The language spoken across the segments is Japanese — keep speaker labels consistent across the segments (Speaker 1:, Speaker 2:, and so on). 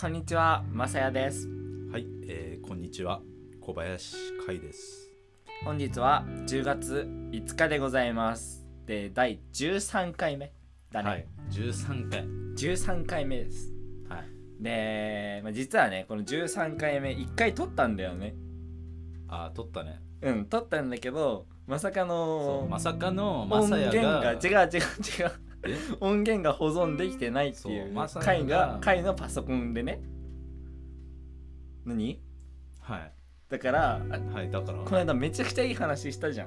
Speaker 1: こんにちは、まさやです。
Speaker 2: はい、えーこんにちは小林海です。
Speaker 1: 本日は10月5日でございます。で、第13回目だね。
Speaker 2: はい、13回。
Speaker 1: 13回目です。
Speaker 2: はい。
Speaker 1: で、まあ、実はね、この13回目、1回撮ったんだよね。
Speaker 2: あー、撮ったね。
Speaker 1: うん、撮ったんだけど、まさか
Speaker 2: そ
Speaker 1: の
Speaker 2: う、まさかのま
Speaker 1: 音
Speaker 2: さや
Speaker 1: 源
Speaker 2: が
Speaker 1: が、違う違う違う。
Speaker 2: え
Speaker 1: 音源が保存できてないってい
Speaker 2: そううまさやが
Speaker 1: 回が回のパソコンでね何
Speaker 2: は
Speaker 1: だからあ
Speaker 2: い、はい、だから
Speaker 1: この間めちゃくちゃいい話したじゃ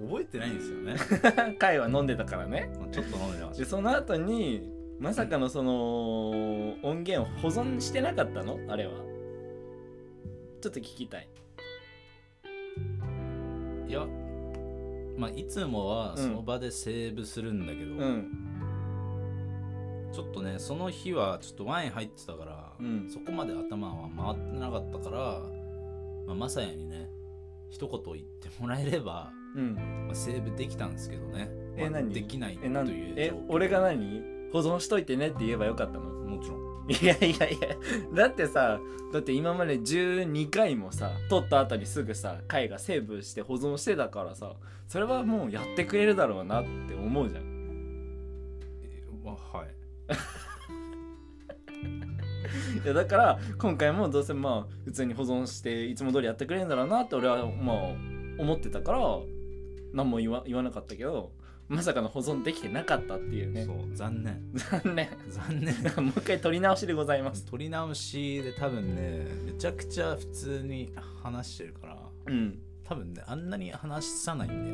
Speaker 2: 覚えてないんですよ ね。
Speaker 1: ん回は飲んでたからね
Speaker 2: ちょっと飲んでまし
Speaker 1: でその後にまさかのその音源を保存してなかったのあれはちょっと聞きたい
Speaker 2: た。いや、まあいつも
Speaker 1: う
Speaker 2: は
Speaker 1: ん
Speaker 2: その場でセーブするんだけど、
Speaker 1: うん
Speaker 2: ちょっとねその日はちょっとワイン入ってたから、
Speaker 1: うん
Speaker 2: そこまで頭は回ってなかったから、まあ、まさやにね一言言ってもらえれば。
Speaker 1: うん
Speaker 2: まあ、セーブできたんですけどね。
Speaker 1: え
Speaker 2: まあ
Speaker 1: 何
Speaker 2: できないと
Speaker 1: えなん
Speaker 2: いう
Speaker 1: え
Speaker 2: 状況
Speaker 1: 俺が何保存しといてねって言えばよかったの
Speaker 2: もちろん。
Speaker 1: いやいやいやだってさだって今まで12回もさ撮った後にすぐさ回がセーブして保存してたからさそれはもうやってくれるだろうなって思うじゃん
Speaker 2: えまあはい。
Speaker 1: いやだから今回もどうせまあ普通に保存していつも通りやってくれるんだろうなって俺はまあ思ってたから何も言わ言わなかったけどまさかの保存できてなかったっていうね
Speaker 2: そう、残念。
Speaker 1: 残念
Speaker 2: 残念。
Speaker 1: もう一回撮り直しでございます
Speaker 2: 取り直しで多分ね、めちゃくちゃ普通に話してるから、
Speaker 1: うん
Speaker 2: 多分ね、あんなに話さないんだよね、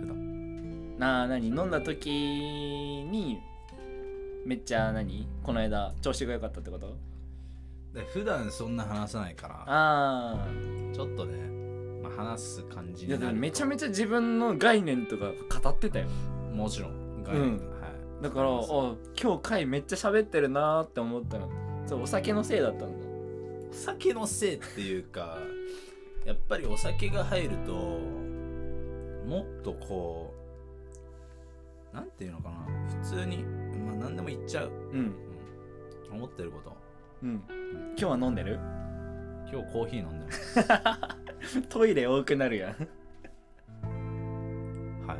Speaker 2: 普段。
Speaker 1: なあ何飲んだ時にめっちゃ何この間調子が良かったってこと
Speaker 2: で普段そんな話さないから、
Speaker 1: ああ
Speaker 2: ちょっとね、まあ、話す感じ
Speaker 1: いや
Speaker 2: に
Speaker 1: で
Speaker 2: な
Speaker 1: も
Speaker 2: る。
Speaker 1: めちゃめちゃ自分の概念とか語ってたよ
Speaker 2: もちろん、概
Speaker 1: うん
Speaker 2: はい。
Speaker 1: だからあ
Speaker 2: お
Speaker 1: 今日回めっちゃ喋ってるなーって思ったのそうお酒のせいだったんだ
Speaker 2: 酒のせいっていうか、やっぱりお酒が入ると、もっとこう、なんていうのかな、普通に、まあ何でも言っちゃう。
Speaker 1: うん
Speaker 2: うん思ってること
Speaker 1: うん今日は飲んでる
Speaker 2: 今日コーヒー飲んでます
Speaker 1: トイレ多くなるやん
Speaker 2: は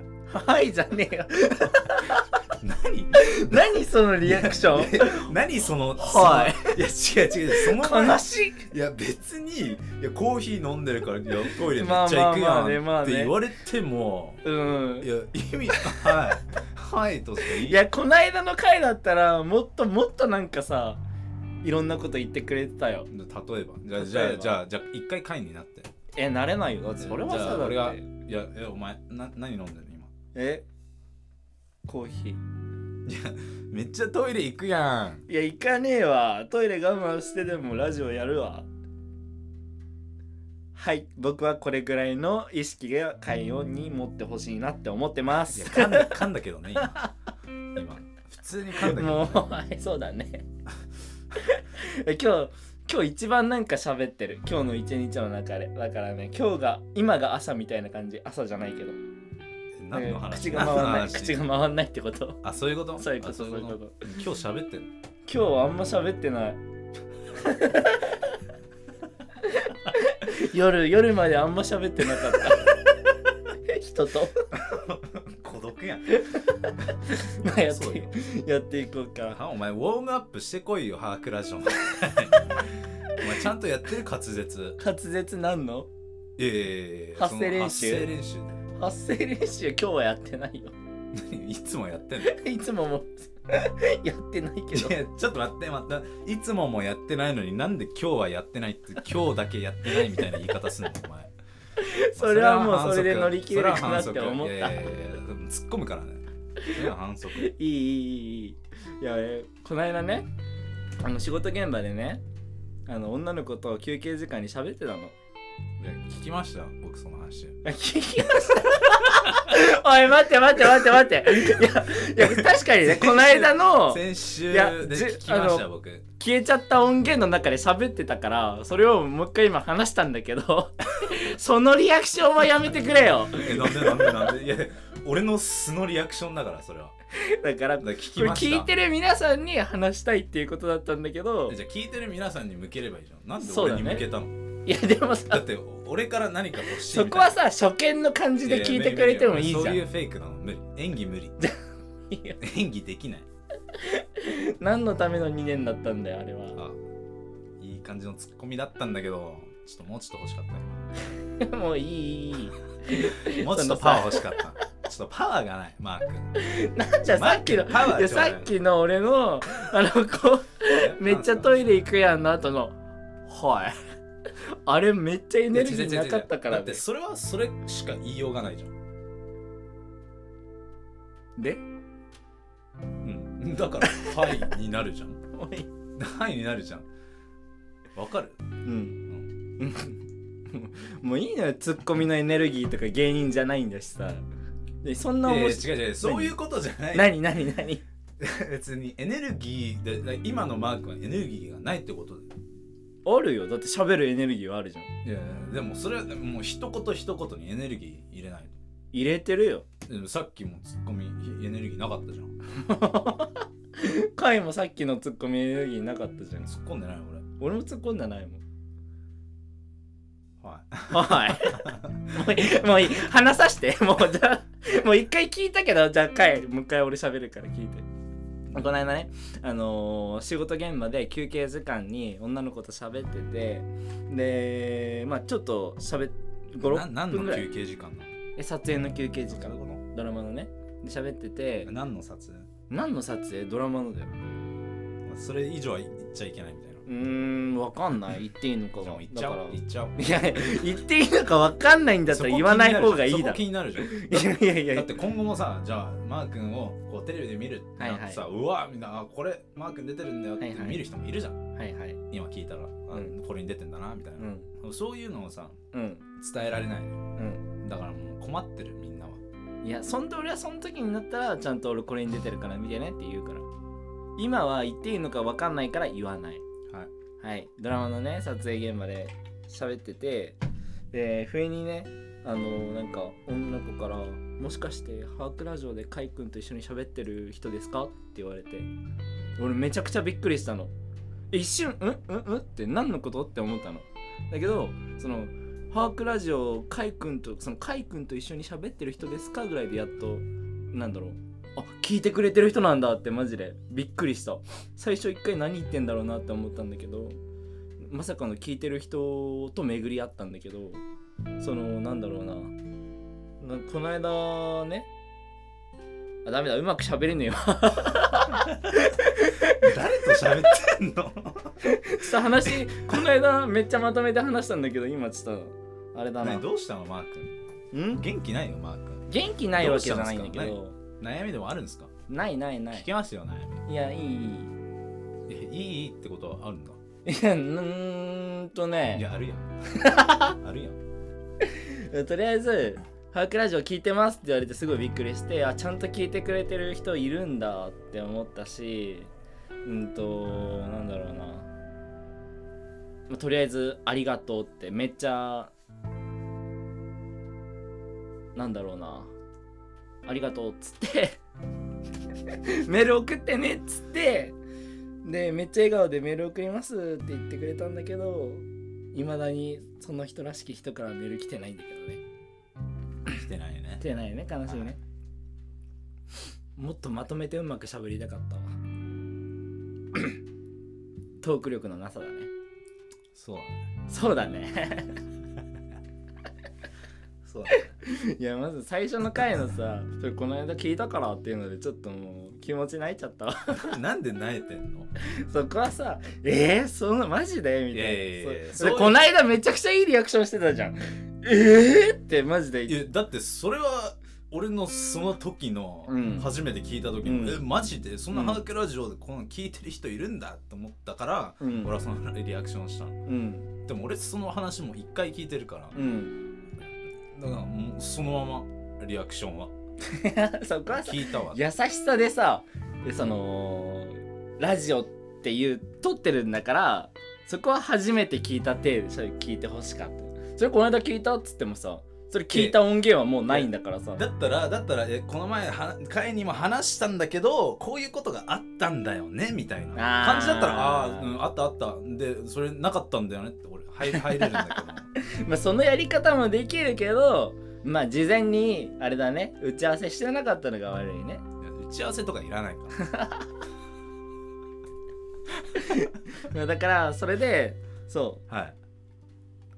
Speaker 1: は
Speaker 2: い
Speaker 1: いじゃねえよ
Speaker 2: 何
Speaker 1: 何そのリアクション
Speaker 2: 何その
Speaker 1: はい
Speaker 2: いや違う違うその
Speaker 1: 悲
Speaker 2: 話
Speaker 1: しい
Speaker 2: いや別にいやコーヒー飲んでるからいやトイレめっ
Speaker 1: まあ
Speaker 2: ちゃ行く
Speaker 1: まあまあね
Speaker 2: や
Speaker 1: まあ
Speaker 2: んっ
Speaker 1: ね
Speaker 2: て言われても
Speaker 1: うん
Speaker 2: いや意味はいはいとしか言
Speaker 1: いやこないだの回だったらもっともっとなんかさいろんなこと言ってくれてたよ
Speaker 2: 例えばじゃあじゃ
Speaker 1: 例えば
Speaker 2: あじゃあじゃあ一回会になって
Speaker 1: え慣れないよだってそれは
Speaker 2: じゃ
Speaker 1: さ
Speaker 2: あ
Speaker 1: だっ
Speaker 2: 俺が
Speaker 1: て
Speaker 2: いやいやお前な何飲んでる今
Speaker 1: えコーヒー
Speaker 2: めっちゃトイレ行くやん
Speaker 1: いや行かねえわトイレ我慢してでもラジオやるわはい僕はこれぐらいの意識が海音に持ってほしいなって思ってま
Speaker 2: い
Speaker 1: す
Speaker 2: や噛んだ噛んだけどね今今普通に噛んだけど、
Speaker 1: も
Speaker 2: ね
Speaker 1: う、はいそうだね え今日今日一番なんか喋ってる今日の一日の中でだからね今日が今が朝みたいな感じ朝じゃないけど
Speaker 2: え
Speaker 1: な
Speaker 2: 何の
Speaker 1: んか
Speaker 2: 話
Speaker 1: 口が回らない口
Speaker 2: が
Speaker 1: が回んないってこと
Speaker 2: あそういうこと
Speaker 1: そういうこと
Speaker 2: あ
Speaker 1: そういうこと
Speaker 2: 今日喋ってんの
Speaker 1: 今日はあんま喋ってない 夜夜まであんま喋ってなかった 人と
Speaker 2: 孤独やん
Speaker 1: まあやって
Speaker 2: そうよ
Speaker 1: やっていこうか
Speaker 2: あお前ウォームアップしてこいよハークラジオお前ちゃんとやってる滑舌
Speaker 1: 滑舌なんの
Speaker 2: いやいやいやいや
Speaker 1: 発声練習
Speaker 2: その発声練習
Speaker 1: 発声練習今日はやってないよ
Speaker 2: 何いつもやってんのい
Speaker 1: いつももやってないけど
Speaker 2: やちょっと待って待っていつももやってないのになんで今日はやってないって今日だけやってないみたいな言い方すんの お前
Speaker 1: それはもう
Speaker 2: 反則
Speaker 1: それで乗り切れるかなって思った
Speaker 2: それは反則いやいやいやでも突っ込むからねそれは反則
Speaker 1: いいいいいいいいやえこの間ねあの仕事現場でねあの女の子と休憩時間に喋ってたの
Speaker 2: いや聞きました僕その話
Speaker 1: いや聞きました おい待って待って待って待っていやいや確かにねこの間の
Speaker 2: 先週
Speaker 1: いや
Speaker 2: で
Speaker 1: じ
Speaker 2: 聞きまし
Speaker 1: あ
Speaker 2: た僕
Speaker 1: 消えちゃった音源の中で喋ってたからそれをもう一回今 話したんだけどそのリアクションはやめてくれよ
Speaker 2: えなんでなんでなんでいや俺の素のリアクションだからそれは
Speaker 1: だから
Speaker 2: だ
Speaker 1: こ
Speaker 2: から聞き
Speaker 1: れ
Speaker 2: ました
Speaker 1: 聞いてる皆さんに話したいっていうことだったんだけど
Speaker 2: じゃあ聞いてる皆さんに向ければいいじゃんなんで
Speaker 1: そう
Speaker 2: 俺
Speaker 1: だ
Speaker 2: に
Speaker 1: ね
Speaker 2: 向けたのだ,、
Speaker 1: いやでもさ
Speaker 2: って俺から何か欲しい
Speaker 1: そ
Speaker 2: み
Speaker 1: こ
Speaker 2: たい
Speaker 1: は
Speaker 2: な
Speaker 1: さ初見の感じで聞いてくれてもいいじゃ
Speaker 2: や
Speaker 1: ん
Speaker 2: や無理無理無理そういうフェイクなの無理演技 無理
Speaker 1: いや
Speaker 2: 演技できない
Speaker 1: 何のための2年だったんだよあれは
Speaker 2: あいい感じのツッコミだったんだけどちょっともうちょっと欲しかった今
Speaker 1: もういいいい
Speaker 2: もうちょっとパワー欲しかったちょっとパワーがないマー君
Speaker 1: なんじゃさっきの
Speaker 2: マー君パワー
Speaker 1: いや
Speaker 2: ちょうだ
Speaker 1: さ
Speaker 2: い
Speaker 1: っきの俺のあのこうめっちゃトイレ行くやんの後の「はい」あれめっちゃエネルギーなかったから
Speaker 2: だって
Speaker 1: ね
Speaker 2: それはそれしか言いようがないじゃん
Speaker 1: で
Speaker 2: うん だから「はい」になるじゃん
Speaker 1: もういい
Speaker 2: 「はい」になるじゃんわかる
Speaker 1: うん、 もういいのよツッコミのエネルギーとか芸人じゃないんだしさでそん
Speaker 2: い
Speaker 1: な
Speaker 2: やいや
Speaker 1: 面
Speaker 2: 違
Speaker 1: 白
Speaker 2: う違うそういうことじゃない
Speaker 1: い何何何
Speaker 2: 別にエネルギーでだ今のマークはエネルギーがないってことで
Speaker 1: あるよだって喋るエネルギーはあるじゃん
Speaker 2: いやいやでもそれはもう一言一言にエネルギー入れない
Speaker 1: 入れてるよ
Speaker 2: とでもさっきもツッコミエネルギーなかったじゃん
Speaker 1: カイもさっきのツッコミエネルギーなかったじゃん
Speaker 2: 突っ込んでない俺
Speaker 1: 俺も突っ込んだないもん
Speaker 2: はい
Speaker 1: はい もういいもういい話さして もうじゃあもう一回聞いたけどじゃあ回もう一回俺喋るから聞いてこの間ねあのー仕事現場で休憩時間に女の子と喋っててでまあちょっと喋っ
Speaker 2: な
Speaker 1: 56
Speaker 2: 何
Speaker 1: 分ぐ
Speaker 2: の
Speaker 1: ら
Speaker 2: 休
Speaker 1: い
Speaker 2: 憩時間なの
Speaker 1: え撮影の休憩時
Speaker 2: なる
Speaker 1: 間
Speaker 2: ほど
Speaker 1: ドラマのねで喋ってて
Speaker 2: 何の撮影
Speaker 1: 何の撮影ドラマのだよ
Speaker 2: それ以上は言っちゃいけないみたいな
Speaker 1: うーんわかんない言っていいのか
Speaker 2: じゃあ
Speaker 1: が
Speaker 2: もう言っちゃ
Speaker 1: だから
Speaker 2: おう言っちゃおう
Speaker 1: いや言っていいのかわかんないんだったら言わない方がいいだ
Speaker 2: そこ
Speaker 1: ろ
Speaker 2: 気になるじゃんそこ気になる
Speaker 1: い
Speaker 2: じゃん
Speaker 1: やいやいや
Speaker 2: だって今後もさじゃあマー君をこうテレビで見るってなってさ、うわみんなあこれマー君出てるんだよって
Speaker 1: はいはい
Speaker 2: 見る人もいるじゃん、
Speaker 1: はいはい
Speaker 2: 今聞いたら、あ
Speaker 1: うん
Speaker 2: これに出てんだなみたいうな、
Speaker 1: ん
Speaker 2: そういうのをさ
Speaker 1: うん
Speaker 2: 伝えられないの
Speaker 1: う
Speaker 2: だからもう困ってるみんなは
Speaker 1: んいやそんで俺はその時になったらちゃんと俺これに出てるから見てねって言うから今は言っていいのか分かんないから言わない
Speaker 2: はい
Speaker 1: はいドラマのね撮影現場で喋っててで不意にねあのなんか女の子から「もしかしてハークラジオでカイ君と一緒に喋ってる人ですか?」って言われて俺めちゃくちゃびっくりしたの一瞬「うんうんうん?」って何のことって思ったのだけどその「ハークラジオカイ君とそのカイ君と一緒に喋ってる人ですか?」ぐらいでやっとなんだろうあ聞いてくれてる人なんだってマジでびっくりした最初一回何言ってんだろうなって思ったんだけどまさかの聞いてる人と巡り合ったんだけどそのなんだろうななこの間ねあダメだうまく喋れねえわ
Speaker 2: 誰と喋って んの
Speaker 1: さ話この間めっちゃまとめて話したんだけど今ちょっとあれだな
Speaker 2: ねどうしたのマー君
Speaker 1: ん
Speaker 2: 元気ないのマー君
Speaker 1: 元気ないわけじゃないんだけど
Speaker 2: ど悩みでもあるんですか
Speaker 1: ないないな
Speaker 2: 聞
Speaker 1: い
Speaker 2: けますよ悩
Speaker 1: いやいいいい
Speaker 2: みえいいってことはあるんだ
Speaker 1: いやうーんとね
Speaker 2: いやあるやん あるやん
Speaker 1: とりあえず「ハークラジオ聞いてます」って言われてすごいびっくりしてあちゃんと聞いてくれてる人いるんだって思ったしうんとなんだろうな、まあとりあえず「ありがとう」ってめっちゃなんだろうな「ありがとう」っつって メール送ってねっつってでめっちゃ笑顔でメール送りますって言ってくれたんだけどいまだにその人らしき人からメール来てないんだけどね
Speaker 2: 来てないよね
Speaker 1: 来てないよね悲しいね もっとまとめてうまくしゃべりたかった わトーク力のなさだね
Speaker 2: そうだね
Speaker 1: そうだね
Speaker 2: そうだね
Speaker 1: いやまず最初の回のさそれこの間聞いたからっていうのでちょっともう気持ち泣いちゃったわ
Speaker 2: なんで泣いてんの
Speaker 1: そこはさえー、そんなマジでみたいない
Speaker 2: やいやいやいや
Speaker 1: そ
Speaker 2: そう
Speaker 1: でこの間めちゃくちゃいいリアクションしてたじゃんえー、ってマジで
Speaker 2: いやだってそれは俺のその時の
Speaker 1: うん
Speaker 2: 初めて聞いた時の、
Speaker 1: うん
Speaker 2: えマジでそんなハークラジオでこの聞いてる人いるんだと思ったから、
Speaker 1: うん
Speaker 2: 俺はそのリアクションしたの
Speaker 1: うん
Speaker 2: でも俺その話も一回聞いてるから、
Speaker 1: うん
Speaker 2: だからもうそのままリアクションは
Speaker 1: そこはさ
Speaker 2: 聞いたわ
Speaker 1: 優しさでさでそのラジオっていう撮ってるんだからそこは初めて聞いた手でそれ聞いてほしかったそれこの間聞いたっつってもさそれ聞いた音源はもうないんだからさ
Speaker 2: だったらだったらえこの前は会にも話したんだけどこういうことがあったんだよねみたい
Speaker 1: あ
Speaker 2: な
Speaker 1: ー
Speaker 2: 感じだったらああー、うん、あったあったでそれなかったんだよねって俺入入れるんだけど
Speaker 1: まあそのやり方もできるけどまあ事前にあれだね打ち合わせしてなかったのが悪いね
Speaker 2: いや打ち合わせとかいらないから
Speaker 1: まあだからそれでそう
Speaker 2: はい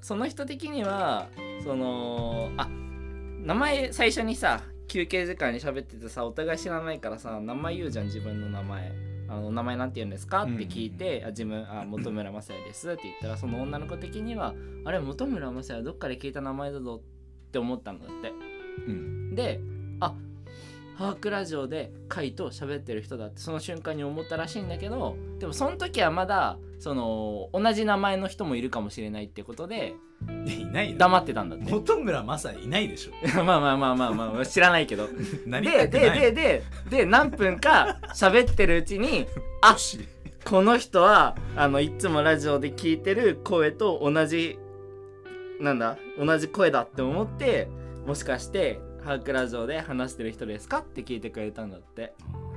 Speaker 1: その人的にはそのあ名前最初にさ休憩時間に喋っててさお互い知らないからさ名前言うじゃん自分の名前あの名前なんて言うんですかって聞いて、あ自分あ本村雅也ですって言ったらその女の子的にはあれ本村雅也どっかで聞いた名前だぞって思ったんだって
Speaker 2: うん
Speaker 1: であハークラジオでカイと喋ってる人だってその瞬間に思ったらしいんだけどでもその時はまだその同じ名前の人もいるかもしれないってことで
Speaker 2: いやいないよ
Speaker 1: 黙ってたんだって
Speaker 2: 本村正也いないでし ょ
Speaker 1: まあまあまあまあまあ知らないけど
Speaker 2: なり
Speaker 1: で
Speaker 2: た
Speaker 1: で
Speaker 2: くない
Speaker 1: ででで何分か喋ってるうちにあ
Speaker 2: よし
Speaker 1: この人はあのいつもラジオで聞いてる声と同じなんだ同じ声だって思ってもしかして「ハークラジオで話してる人ですか?」って聞いてくれたんだって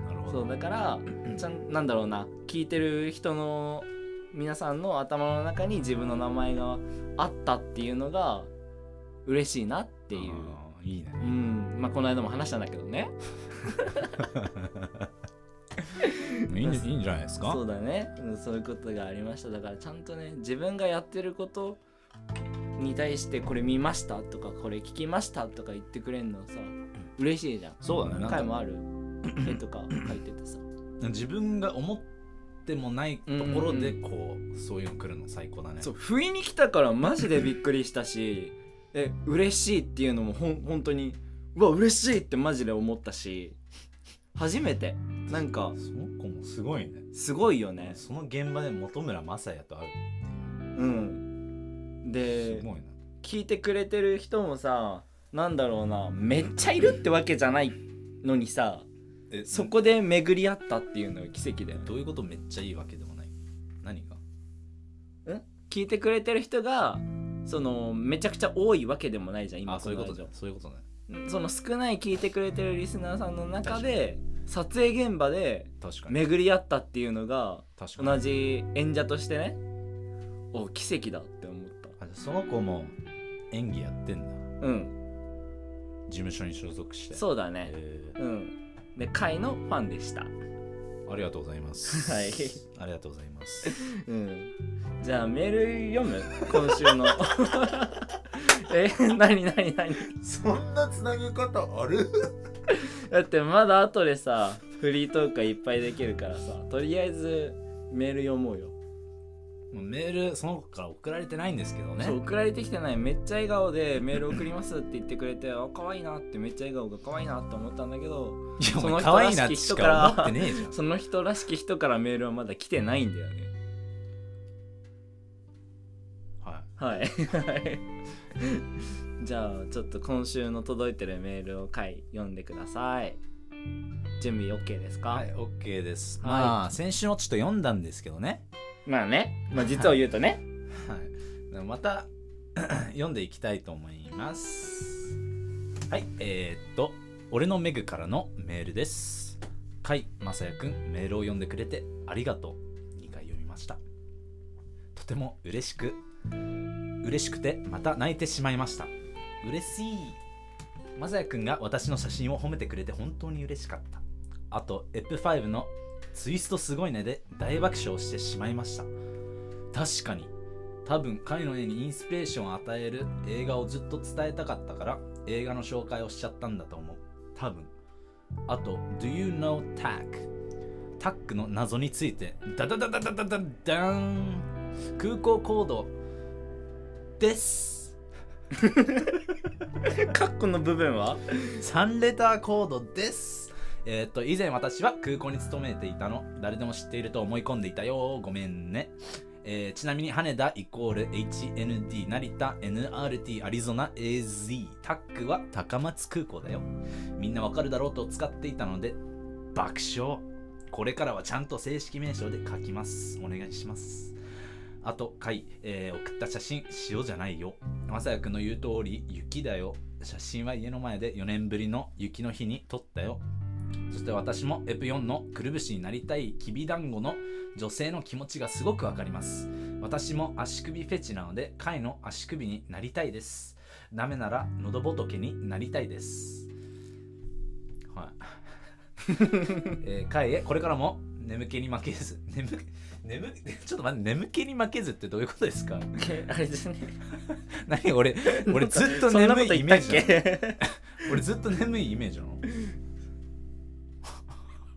Speaker 2: なるほ
Speaker 1: そ
Speaker 2: ど
Speaker 1: うだからちゃんなんだろうな聞いてる人の皆さんの頭の中に自分の名前があったっていうのが嬉しいなっていう。
Speaker 2: あーいいね
Speaker 1: うんまあこの間も話したんだけどね
Speaker 2: いいんじゃいいんじゃないですか
Speaker 1: そうだね、うん、そういうことがありましただからちゃんとね自分がやってることに対してこれ見ましたとかこれ聞きましたとか言ってくれるのさ嬉しいじゃん
Speaker 2: そうだねなんか
Speaker 1: 回もある絵 とか描いててさ
Speaker 2: 自分が思ってもないところでこうそういうの来るの最高だね
Speaker 1: そう不意に来たからマジでびっくりした しえ嬉しいっていうのもほん本当にうわ嬉しいってマジで思ったし初めてなんか
Speaker 2: その子もすごいね
Speaker 1: すごいよね
Speaker 2: その現場で本村正也と会
Speaker 1: うん
Speaker 2: う
Speaker 1: です
Speaker 2: ごいな
Speaker 1: 聞いてくれてる人もさなんだろうなめっちゃいるってわけじゃないのにさ
Speaker 2: え
Speaker 1: そこで巡り合ったっていうのが奇跡だよね
Speaker 2: どういうことめっちゃいいわけでもない何が
Speaker 1: 聞いてくれてる人がそのめちゃくちゃ多いわけでもないじゃん今
Speaker 2: あそういうこと
Speaker 1: の
Speaker 2: ね
Speaker 1: ラジ
Speaker 2: そういうことね
Speaker 1: オその少ない聞いてくれてるリスナーさんの中で撮影現場で
Speaker 2: 確かに
Speaker 1: 巡り合ったっていうのが
Speaker 2: 確かに
Speaker 1: 同じ演者としてねお奇跡だって思っ
Speaker 2: あじゃあその子も演技やってんだ
Speaker 1: たうん
Speaker 2: 事務所に所属して
Speaker 1: そうだね
Speaker 2: え
Speaker 1: うんで会のファンでした
Speaker 2: ーありがとうございま す
Speaker 1: はい
Speaker 2: ありがとうござ います
Speaker 1: うんじゃあメール読む今週のえ何何何
Speaker 2: そんなつなぎ方ある
Speaker 1: だってまだ後でさフリートークがいっぱいできるからさとりあえずメール読もうよ、
Speaker 2: メールその子から送られてないんですけどね
Speaker 1: そう送られてきてないめっちゃ笑顔でメール送りますって言ってくれてあ可愛いなってめっちゃ笑顔が可愛いなって思ったんだけど
Speaker 2: いや
Speaker 1: その
Speaker 2: お前
Speaker 1: 人
Speaker 2: 可愛い
Speaker 1: ら
Speaker 2: なっ
Speaker 1: してき
Speaker 2: し
Speaker 1: 人
Speaker 2: か
Speaker 1: から
Speaker 2: 思ってねえじゃん
Speaker 1: その人らしき人からメールはまだ来てないんだよね
Speaker 2: は
Speaker 1: はいはいじゃあちょっと今週の届いてるメールを回読んでください準備 OK ですか、
Speaker 2: い、はい、OK です、
Speaker 1: はい
Speaker 2: まあ先週もちょっと読んだんですけどね
Speaker 1: まあねまあ実を言うとね
Speaker 2: はいでもまた 読んでいきたいと思いますはいえー、っと俺のメグからのメールです甲斐正也くんメールを読んでくれてありがとう2回読みましたとても嬉しく嬉しくてまた泣いてしまいました嬉しいマサヤくんが私の写真を褒めてくれて本当に嬉しかったあとエプ5のツイストすごいねで大爆笑してしまいました確かに多分彼の絵にインスピレーションを与える映画をずっと伝えたかったから映画の紹介をしちゃったんだと思う多分あと「Do you know Tack?」タックの謎についてダダダダダダダダーン空港行動です
Speaker 1: カッコの部分は
Speaker 2: 3レターコードですえーっと以前私は空港に勤めていたの誰でも知っていると思い込んでいたよごめんね、えーちなみに羽田イコール HND 成田 NRT アリゾナ AZ タックは高松空港だよみんなわかるだろうと使っていたので爆笑これからはちゃんと正式名称で書きますお願いしますあと回、えー送った写真塩じゃないよまさやくんの言う通り雪だよ写真は家の前で4年ぶりの雪の日に撮ったよそして私もエプヨンのくるぶしになりたいきびだんごの女性の気持ちがすごくわかります私も足首フェチなので貝の足首になりたいですダメなら喉仏になりたいですはい えー、会へこれからも眠気に負けず眠眠 ちょっと待って眠気に負けずってどういうことですか
Speaker 1: あれですね
Speaker 2: 何俺俺ずっと
Speaker 1: そんな
Speaker 2: 眠
Speaker 1: こと
Speaker 2: いイ
Speaker 1: 言っ
Speaker 2: メ
Speaker 1: たっ
Speaker 2: ージなの
Speaker 1: け
Speaker 2: 俺ずっと眠いイメージなの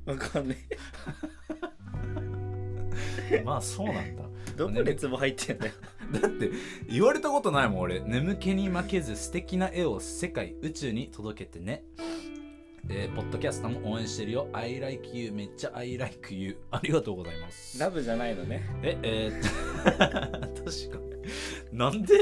Speaker 1: わかんない
Speaker 2: まあそうなんだ
Speaker 1: どこでツボ入ってんだよ
Speaker 2: だって言われたことないもん俺眠気に負けず素敵な絵を世界宇宙に届けてねえーポッドキャスターも応援してるよ I like you めっちゃ I like you ありがとうございます
Speaker 1: ラブじゃないのね
Speaker 2: ええー、 っと確かになんで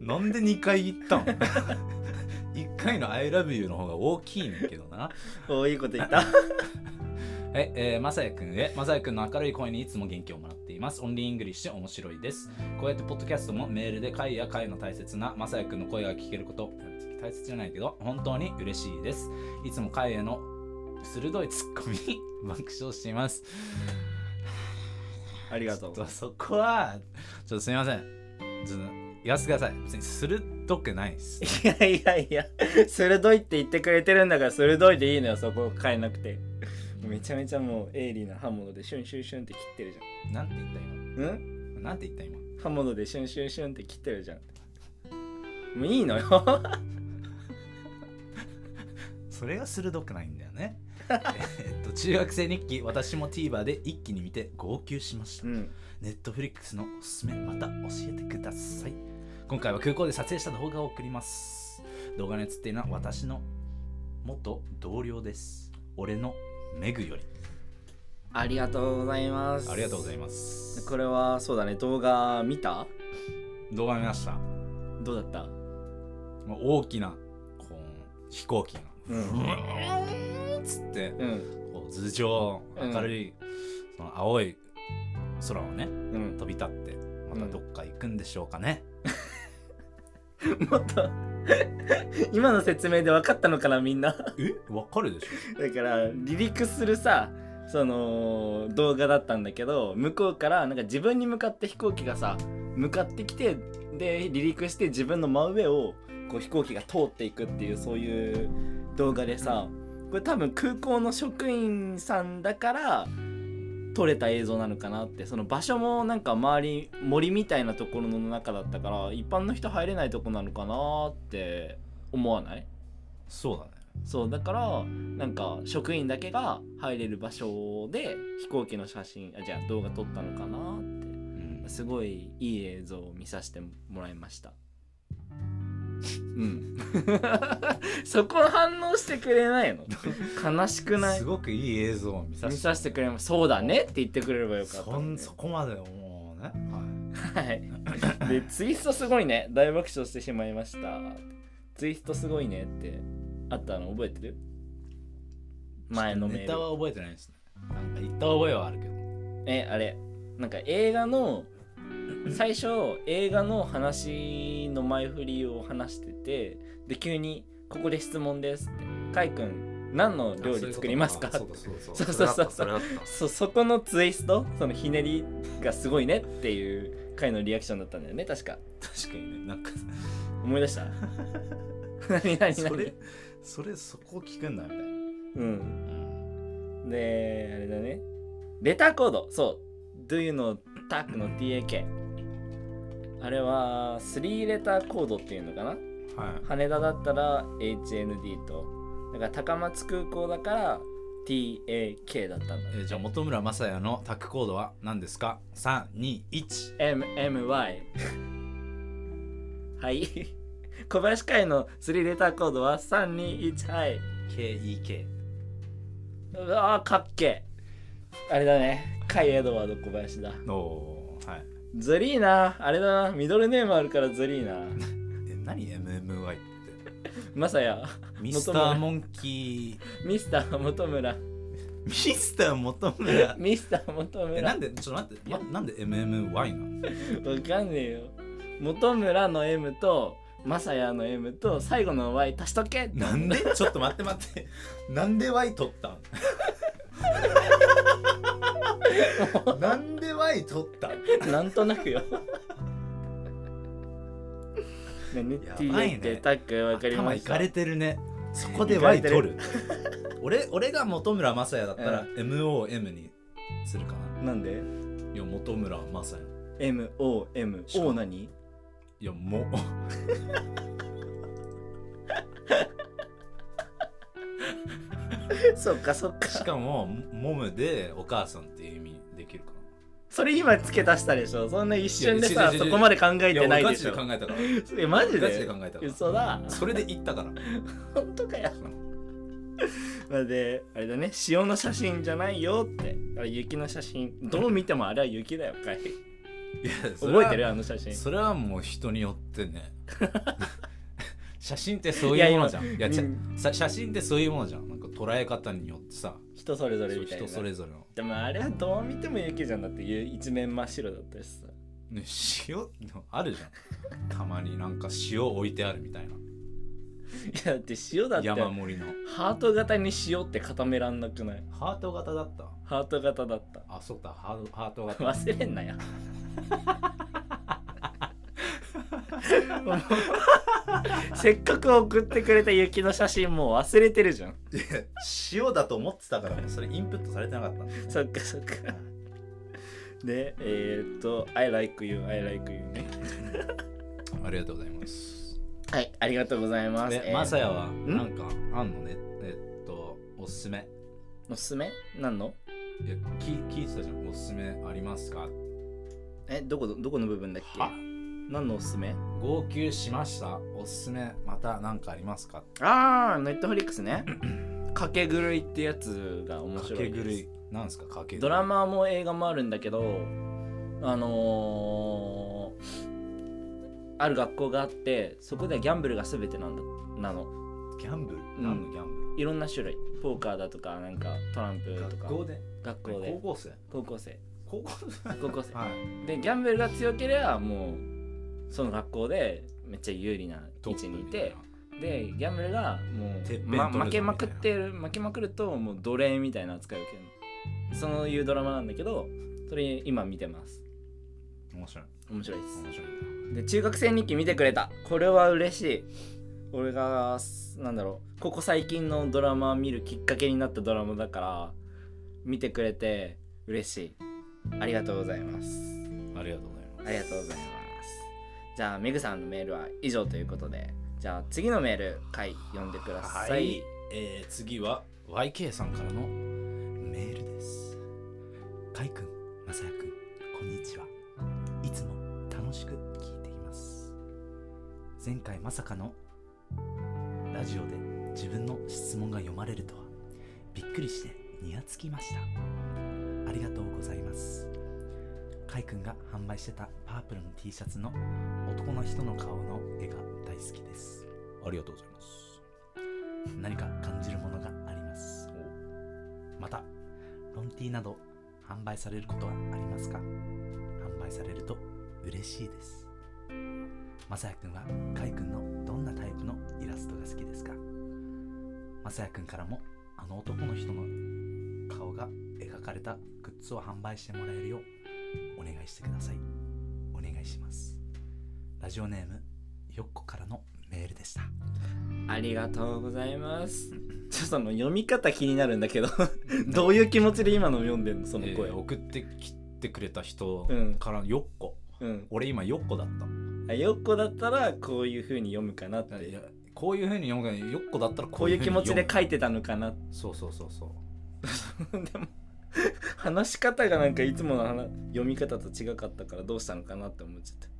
Speaker 2: なんで2回言ったん 1回の「ILOVEYOU」の方が大きいねんけどな
Speaker 1: おいいこと言った
Speaker 2: はい、えー、まさやくんへ、まさやくんの明るい声にいつも元気をもらっています。オンリーイングリッシュ面白いです。こうやってポッドキャストもメールで会や会の大切なまさやくんの声が聞けること、大切じゃないけど、本当に嬉しいです。いつも会への鋭いツッコミ に爆笑しています。
Speaker 1: あり
Speaker 2: あ
Speaker 1: がとう
Speaker 2: そこは、ちょっとすみません。ちょっと言わせてください。別に鋭くないです。
Speaker 1: いやいやいや鋭いって言ってくれてるんだから鋭いでいいのよそこを変えなくて めちゃめちゃもう鋭利な刃物でシュンシュンシュンって切ってるじ
Speaker 2: なんて言った
Speaker 1: ゃん
Speaker 2: 今
Speaker 1: うん
Speaker 2: なんて言った今
Speaker 1: 刃物でシュンシュンシュンって切ってるじゃんもういいのよ
Speaker 2: それが鋭くないんだよね えっと中学生日記私も TVer で一気に見て号泣しました
Speaker 1: うん
Speaker 2: ネットフリックスのおすすめまた教えてください今回は空港で撮影した動画を送ります動画に映っているのは私の元同僚です俺のメグより
Speaker 1: ありがとうございます
Speaker 2: ありがとうござい
Speaker 1: ま
Speaker 2: ます
Speaker 1: これはそうだね動画見た
Speaker 2: 動画見ました
Speaker 1: どうだった
Speaker 2: もう大きなこう飛行機が
Speaker 1: う
Speaker 2: うんーんっつって
Speaker 1: うん
Speaker 2: こう頭上明るい、その青い空をね
Speaker 1: うん
Speaker 2: 飛び立ってまたどっか行くんでしょうかね、
Speaker 1: もっと 今の説明で分かったのかなみんな
Speaker 2: えわかるでし
Speaker 1: だから離陸するさその動画だったんだけど向こうからなんか自分に向かって飛行機がさ向かってきてで離陸して自分の真上をこう飛行機が通っていくっていうそういう動画でさこれ多分空港の職員さんだから撮れた映像なのかなってその場所もなんか周り森みたいなところの中だったから一般の人入れないとこなのかなって思わない
Speaker 2: ょそうだね
Speaker 1: そうだからなんか職員だけが入れる場所で飛行機の写真あじゃあ動画撮ったのかなっ
Speaker 2: うん
Speaker 1: てすごいいい映像を見させてもらいましたうん そこ反応してくれないの悲しくない
Speaker 2: すごくいい映像を見さ
Speaker 1: 見
Speaker 2: せて
Speaker 1: させてくれまそうだねって言ってくれればよかった
Speaker 2: そ
Speaker 1: のに
Speaker 2: んそこまでもうね、はい、
Speaker 1: はいでツイストすごいね大爆笑してしまいましたツイストすごいねってあったの覚えてる前のメール
Speaker 2: ネタは覚えてないですねなんか言った覚えはあるけど
Speaker 1: えあれなんか映画 の最初映画の話の前振りを話しててで急に「ここで質問です」って「かいくん何の料理作りますか?」
Speaker 2: そうだそうだそう
Speaker 1: そ
Speaker 2: だ
Speaker 1: うそうそう
Speaker 2: れだったれだった
Speaker 1: そそこのツイストそのひねりがすごいねっていう回のリアクションだったんだよね確か
Speaker 2: 確かにねなんか
Speaker 1: 思い出した 何何何
Speaker 2: それそれそこ聞くんだみたいな、
Speaker 1: うん
Speaker 2: うん、
Speaker 1: であれだねレターコードそう「Do you know TAC の TAK」あれは3レターコードっていうのかな
Speaker 2: はい
Speaker 1: 羽田だったら HND とだから高松空港だから TAK だったんだ
Speaker 2: えーじゃあ本村正也のタックコードは何ですか ?321
Speaker 1: MMY はい小林会の3レターコードは321はい
Speaker 2: KEK
Speaker 1: うわーかっけえあれだね海エドワード小林だ
Speaker 2: おーはい
Speaker 1: ずりーなあれだなミドルネームあるからずりーな
Speaker 2: え何 MMY って
Speaker 1: まさや
Speaker 2: ミスターモンキー
Speaker 1: ミスター本村
Speaker 2: ミスター求めや
Speaker 1: ミスター求
Speaker 2: え
Speaker 1: 村
Speaker 2: なんでちょっと待ってななんで MMY なの
Speaker 1: わかんねえよ本村の M とマサヤの M と最後の Y 足しとけ
Speaker 2: なんで ちょっと待って待ってなんで Y 取 ったんなんで Y 取ったん
Speaker 1: なんとなくよ。ね、ネッティ
Speaker 2: やばい
Speaker 1: ー
Speaker 2: ね
Speaker 1: ってタックわかりま
Speaker 2: 頭い
Speaker 1: し
Speaker 2: か
Speaker 1: た。
Speaker 2: れてるねそこ
Speaker 1: い
Speaker 2: で
Speaker 1: かれ
Speaker 2: Y
Speaker 1: て
Speaker 2: 取
Speaker 1: る
Speaker 2: る俺俺が本村正也だったら
Speaker 1: う
Speaker 2: MOM にするかな
Speaker 1: なんで
Speaker 2: いや本村正也
Speaker 1: ?M, O, M,
Speaker 2: しかも
Speaker 1: O 何
Speaker 2: いやも
Speaker 1: そっかそっ
Speaker 2: し
Speaker 1: か。
Speaker 2: かもモムでお母さんっていう意味できるかな
Speaker 1: それ今付け足したでしょそんな一瞬で
Speaker 2: いや
Speaker 1: さ、
Speaker 2: 違う違う
Speaker 1: そこまで考え
Speaker 2: いや
Speaker 1: てない
Speaker 2: 俺ガ
Speaker 1: で
Speaker 2: チ
Speaker 1: し
Speaker 2: で
Speaker 1: ょ
Speaker 2: 考 えたから
Speaker 1: え、マジ
Speaker 2: ガチ
Speaker 1: で
Speaker 2: で考えたから
Speaker 1: 嘘だ。
Speaker 2: それで言ったから
Speaker 1: 本当かよ。まあで、あれだね、潮の写真じゃないよって。あれ雪の写真。どう見てもあれは雪だよ、かい。覚えてるあの写真。
Speaker 2: それはもう人によって ね写真ってそう
Speaker 1: い
Speaker 2: い
Speaker 1: や
Speaker 2: うものじゃんいやちゃ
Speaker 1: うん
Speaker 2: さ写真ってそういうものじゃんなんか捉え方によってさ
Speaker 1: 人それぞれ
Speaker 2: そう
Speaker 1: みたいな。
Speaker 2: 人それぞれの
Speaker 1: でもあれはどう見ても雪じゃんだっていう一面真っ白だったしさ
Speaker 2: ね塩あるじゃんたまになんか塩置いてあるみたいない
Speaker 1: やだって塩だって
Speaker 2: 山盛りの
Speaker 1: ハート型に塩って固めらんなくない
Speaker 2: ハート型だった
Speaker 1: ハート型だった
Speaker 2: あそうだハートハート 型
Speaker 1: 忘れんなよせっかく送ってくれた雪の写真もう忘れてるじゃん
Speaker 2: 塩だと思ってたからそれインプットされてなかったんだ
Speaker 1: そっかそっかでえー、っと「I like you I like you ね」
Speaker 2: ありがとうございます
Speaker 1: はいありがとうございますえ
Speaker 2: で
Speaker 1: ー
Speaker 2: マサヤはなんかあんのねえっとおすすめ
Speaker 1: おすすめなんの
Speaker 2: いや聞聞いてたじゃんおすすめありますか
Speaker 1: えどこどこの部分だっけ何のおすすめ
Speaker 2: 号泣しましたおすすめまた何かありますか
Speaker 1: ああ、ネットフリックス ね。かけ狂いってやつが面
Speaker 2: か
Speaker 1: 白
Speaker 2: け
Speaker 1: い
Speaker 2: 狂
Speaker 1: です
Speaker 2: い。なんですかかけ狂い
Speaker 1: ドラマも映画もあるんだけど、あのーある学校があって、そこではギャンブルが全てなんだなの。
Speaker 2: ギャンブル
Speaker 1: ん
Speaker 2: 何のギャン
Speaker 1: いろんな種類。ポーカーだとか、なんかトラン
Speaker 2: ブ
Speaker 1: プ
Speaker 2: ル
Speaker 1: とか。
Speaker 2: 学校で
Speaker 1: 学校
Speaker 2: 高
Speaker 1: で。
Speaker 2: 校生
Speaker 1: 高校生。
Speaker 2: 高校
Speaker 1: 高校生
Speaker 2: 生。はい
Speaker 1: で、ギャンブルが強ければ、もう、その学校でめっちゃ有利な位置にいて。でギャンブルがも
Speaker 2: てっぺん取る
Speaker 1: う、
Speaker 2: ぞ
Speaker 1: ま、
Speaker 2: みたいな
Speaker 1: 負けまくってる負けまくるともう奴隷みたいな扱いを受けるのそういうドラマなんだけどそれ今見てます
Speaker 2: 面白い
Speaker 1: 面白いです
Speaker 2: 面白い
Speaker 1: で中学生日記見てくれたこれは嬉しい俺がすなんだろうここ最近のドラマ見るきっかけになったドラマだから見てくれて嬉しいありがとうございます
Speaker 2: ありがとうございます
Speaker 1: ありがとうございます。じゃあ、メグさんのメールは以上ということで、じゃあ次のメール、回読んでください。
Speaker 2: はい、えー、次は YK さんからのメールです。かいくん、まさやくん、こんにちは。いつも楽しく聞いています。前回まさかのラジオで自分の質問が読まれるとはびっくりしてにやつきました。ありがとうございます。かいくんが販売してたパープルの T シャツの男の人の顔の絵が大好きです。ありがとうございます。何か感じるものがありますまたロンティーなど販売されることはありますか販売されると嬉しいですまさやくんはかいくんのどんなタイプのイラストが好きですかまさやくんからもあの男の人の顔が描かれたグッズを販売してもらえるようお願いしてくださいお願いしますラジオネームよっこからのメールでした
Speaker 1: ありがとうございます。ちょっとその読み方気になるんだけ ど、どういう気持ちで今の読んでんの、その声
Speaker 2: えー
Speaker 1: を。
Speaker 2: 送ってきてくれた人
Speaker 1: うん
Speaker 2: からよっこ、
Speaker 1: うん。
Speaker 2: 俺今よっこだった
Speaker 1: あよっこだったら、こういう風に読むかなっ
Speaker 2: いや
Speaker 1: て。
Speaker 2: こういうふうに読むからよっこだったら
Speaker 1: こういう気持ちで書いて
Speaker 2: た
Speaker 1: たのかな って。
Speaker 2: そうそうそうそう
Speaker 1: でも、話し方がなんかいつもの話読み方と違かったから、どうしたのかなって 思っちゃった。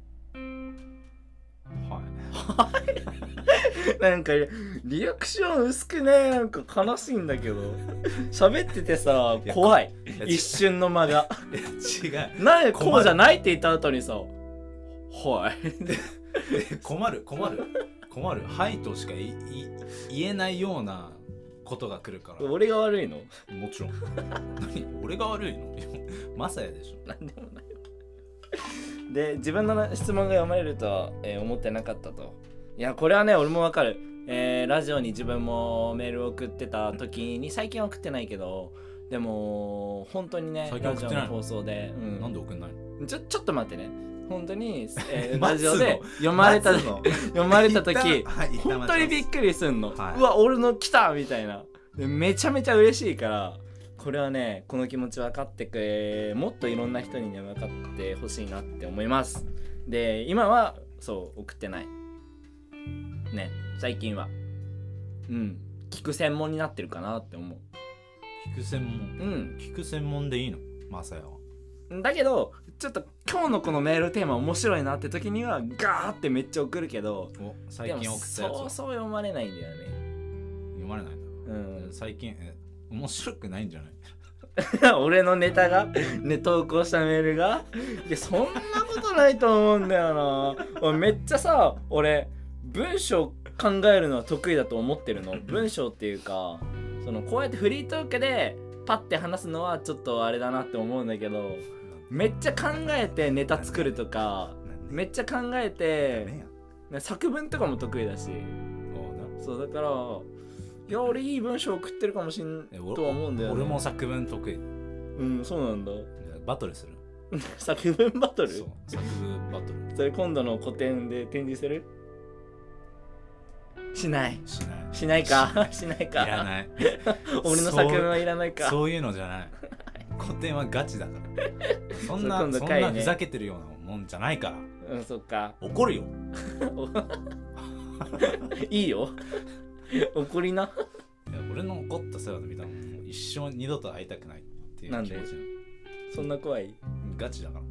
Speaker 2: はい
Speaker 1: なんかリアクション薄くねなんか悲しいんだけど喋っててさ
Speaker 2: いや
Speaker 1: 怖い
Speaker 2: や
Speaker 1: 一瞬の間が
Speaker 2: ち 違う
Speaker 1: なんで
Speaker 2: 困る
Speaker 1: こうじゃないって言った後にさ「はい」
Speaker 2: 困る困る困るはいとしかいい言えないようなことが来るから
Speaker 1: 俺が悪いの
Speaker 2: もちろん何俺が悪いのい やマサヤでしょ
Speaker 1: なんでもないわで自分の質問が読まれるとは、えー思ってなかったといやこれはね俺もわかる、えーラジオに自分もメールを送ってた時に最近は送ってないけどでも本当にね
Speaker 2: 最近
Speaker 1: ラ
Speaker 2: 送
Speaker 1: ジ
Speaker 2: っ
Speaker 1: オ
Speaker 2: てない
Speaker 1: の放送で、うん
Speaker 2: なんで送んないの
Speaker 1: ちょちょっと待ってね本当に、えー
Speaker 2: 待
Speaker 1: ラジ
Speaker 2: つの
Speaker 1: オで読まれた
Speaker 2: 待つの
Speaker 1: 読まれた時
Speaker 2: 一旦はい一旦
Speaker 1: 本当にびっくりすんの、
Speaker 2: はいう
Speaker 1: わ俺の来たみたいなでめちゃめちゃ嬉しいからこれはねこの気持ち分かってくれもっといろんな人にね分かってほしいなって思いますで今はそう送ってないね最近はうん聞く専門になってるかなって思
Speaker 2: 聞く専門
Speaker 1: ううん
Speaker 2: 聞く専門でいいのマサヤは
Speaker 1: だけどちょっと今日のこのメールテーマ面白いなって時にはガーってめっちゃ送るけど
Speaker 2: お最
Speaker 1: で
Speaker 2: 近送ったや
Speaker 1: も
Speaker 2: つ
Speaker 1: そう
Speaker 2: は
Speaker 1: そう読まれないんだよね
Speaker 2: 読まれないんだ
Speaker 1: うん
Speaker 2: 最近え面白くないんじゃない
Speaker 1: 俺のネタが、ね、投稿したメールがいやそんなことないと思うんだよな俺めっちゃさ俺文章考えるのは得意だと思ってるの文章っていうかそのこうやってフリートークでパッて話すのはちょっとあれだなって思うんだけどめっちゃ考えてネタ作るとかめっちゃ考え
Speaker 2: ダメ
Speaker 1: て
Speaker 2: や
Speaker 1: ね作文とかも得意だし
Speaker 2: おな
Speaker 1: そうだからいや俺いい文章送ってるかもしん
Speaker 2: え
Speaker 1: と
Speaker 2: お
Speaker 1: は思うんだよ、ね、
Speaker 2: 俺も作文得意
Speaker 1: うんそうなんだ
Speaker 2: バトルする
Speaker 1: 作文バトル
Speaker 2: そう作文バトル
Speaker 1: それ今度の個展で展示するしない
Speaker 2: しない
Speaker 1: しないかしない
Speaker 2: い
Speaker 1: から
Speaker 2: ない
Speaker 1: 俺の作文はいらないか
Speaker 2: そういうのじゃない古典はガチだからそんな
Speaker 1: そう今度
Speaker 2: そん
Speaker 1: 回ね
Speaker 2: なふざけてるようなもんじゃないから
Speaker 1: うんそっか
Speaker 2: 怒るよ
Speaker 1: いいよ 怒りない
Speaker 2: や俺の怒った姿見たらもう一生二度と会いたくないっていう
Speaker 1: なん
Speaker 2: 気
Speaker 1: で
Speaker 2: 持ちなの
Speaker 1: そんな怖い
Speaker 2: ガチだから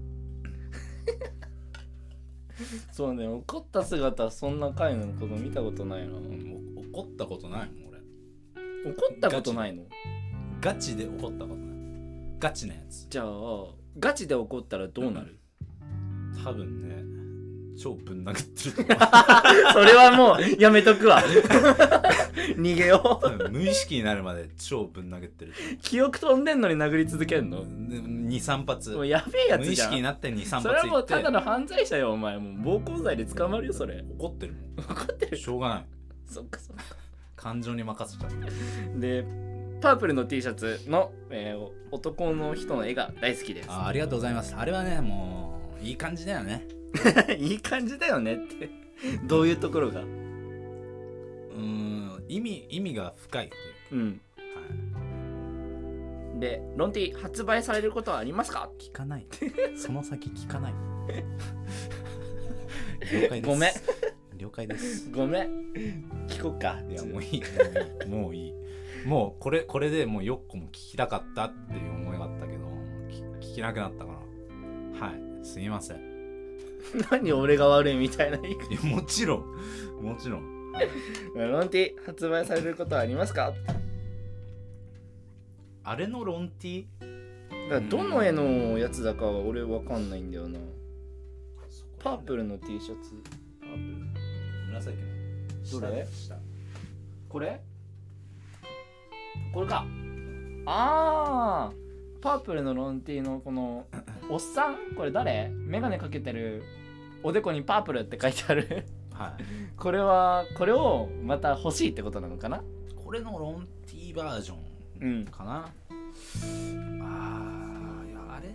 Speaker 1: そうね怒った姿そんな回のこと見たことないな怒
Speaker 2: もう怒ったことないもん俺
Speaker 1: ったことないの
Speaker 2: ガチで怒ったことないガチなやつ
Speaker 1: じゃあガチで怒ったらどうなる
Speaker 2: 多分ね超ぶん殴ってると思う
Speaker 1: それはもうやめとくわ 逃げよ
Speaker 2: 多分無意識になるまで超ぶん殴ってる
Speaker 1: う記憶飛んでんのに殴り続けんの
Speaker 2: 23発
Speaker 1: もうやべえや
Speaker 2: 無
Speaker 1: つ
Speaker 2: 意
Speaker 1: じゃ
Speaker 2: 識
Speaker 1: ん
Speaker 2: になって23発
Speaker 1: それはも
Speaker 2: 行
Speaker 1: う
Speaker 2: って
Speaker 1: ただの犯罪者よお前もう暴行罪で捕まるよそれ
Speaker 2: 怒ってるもん
Speaker 1: 怒ってる
Speaker 2: しょうがない
Speaker 1: そっかそっか
Speaker 2: 感情に任せちゃった
Speaker 1: でパープルの T シャツの、えー男の人の絵が大好きです
Speaker 2: あありがとうございますあれはねもういい感じだよね
Speaker 1: いい感じだよねってどういうところが
Speaker 2: うーん意味意味が深いってい
Speaker 1: うん
Speaker 2: う、はい、
Speaker 1: でロンティ発売されることはありますか
Speaker 2: 聞かない その先聞かない 了解です
Speaker 1: ごめん
Speaker 2: 了解です
Speaker 1: ごめん聞こっか
Speaker 2: いやもういいもういいもういいもうこれこれでもうよっこも聞きたかったっていう思いがあったけど聞聞けなくなったからはいすみません
Speaker 1: 何俺が悪いみたいな 言い方
Speaker 2: いやもちろんもちろん
Speaker 1: ロンティ発売されることはありますか
Speaker 2: あれのロンティ
Speaker 1: だからどの絵のやつだかは俺わかんないんだよなパープ
Speaker 2: ル
Speaker 1: ルの T シャツ
Speaker 2: パープル紫の
Speaker 1: ど
Speaker 2: 下
Speaker 1: れ
Speaker 2: でした
Speaker 1: これこれかあーパープルのロンティーのこのおっさんこれ誰メガネかけてるおでこにパープルって書いてある
Speaker 2: はい
Speaker 1: これはこれをまた欲しいってことなのかな
Speaker 2: これのロンティバージョ
Speaker 1: う
Speaker 2: ン
Speaker 1: ん
Speaker 2: かな、あーいやあれっ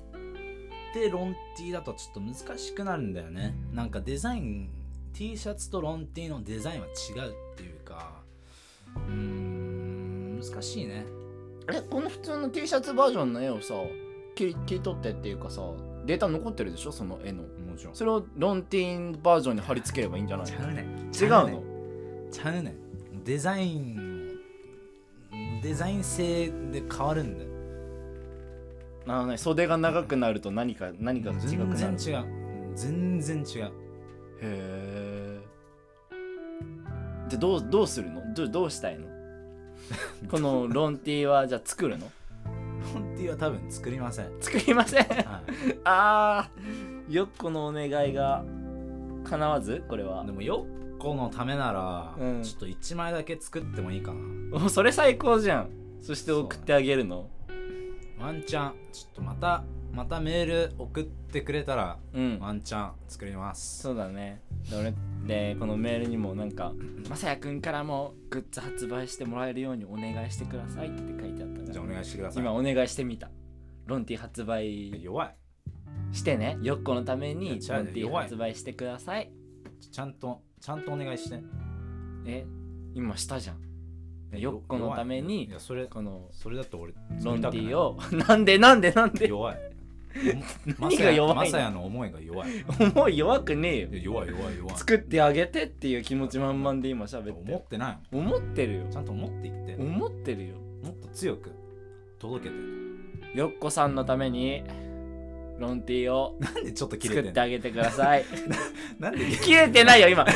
Speaker 2: てロンティだとちょっと難しくなるんだよねなんかデザイン T シャツとロンティのデザインは違うっていうかうーん難しいね
Speaker 1: えこの普通の T シャツバージョンの絵をさ切り切り取ってっていうかさデータ残ってるでしょその絵の
Speaker 2: もちろん
Speaker 1: それをロンティーンバージョンに貼り付ければいいんじゃない
Speaker 2: ち
Speaker 1: の
Speaker 2: ゃうねん
Speaker 1: 違うの
Speaker 2: ちゃうねんデザインのデザイン性で変わるんだよ
Speaker 1: あのね袖が長くなると何か何かが違くな
Speaker 2: 全
Speaker 1: るへ
Speaker 2: 然違う全然違う
Speaker 1: えじゃあどうどうするのどうどうした いのこのロンティーはじゃあ作るの
Speaker 2: ロンティは多分作りません、はい、
Speaker 1: 作りま せんあーよっこのお願いが叶わずこれは
Speaker 2: でもよ個のためなら、
Speaker 1: うん
Speaker 2: ちょっと1枚だけ作ってもいいかな
Speaker 1: おそれ最高じゃんそして送ってあげるの
Speaker 2: ワンチャンちょっとまたまたメール送ってくれたら
Speaker 1: うん
Speaker 2: ワンチャン作ります
Speaker 1: そうだねで俺でこのメールにもなんか「まさやくんからもグッズ発売してもらえるようにお願いしてください」って書いてあったか
Speaker 2: じゃあ
Speaker 1: ら
Speaker 2: お願いしてください
Speaker 1: 今お願いしてみたロンティ発売
Speaker 2: 弱い
Speaker 1: してねよっこのため
Speaker 2: いや違
Speaker 1: に
Speaker 2: う
Speaker 1: ロンティ
Speaker 2: 弱い
Speaker 1: 発売してください
Speaker 2: ちゃんとちゃんとお願いして
Speaker 1: え今したじゃんよっこのために
Speaker 2: 弱いいやそれ
Speaker 1: この
Speaker 2: それだと俺
Speaker 1: ロンティ
Speaker 2: を
Speaker 1: を なんでなんでなんで
Speaker 2: 弱い
Speaker 1: 何が弱いの
Speaker 2: まさやの思いが弱いい
Speaker 1: 思い弱くねえよ
Speaker 2: や弱い弱い弱い
Speaker 1: 作ってあげてっていう気持ち満々で今喋って
Speaker 2: 思
Speaker 1: る
Speaker 2: ってないもん
Speaker 1: 思ってるよ
Speaker 2: ちゃんと思って言っても
Speaker 1: 思ってるよ
Speaker 2: っと強く届けて
Speaker 1: よっこさんのためにロンティを
Speaker 2: なんでちょっと切
Speaker 1: 作
Speaker 2: れ
Speaker 1: って
Speaker 2: ん
Speaker 1: て
Speaker 2: の
Speaker 1: あげてください
Speaker 2: なんで
Speaker 1: 切れてないよ今誠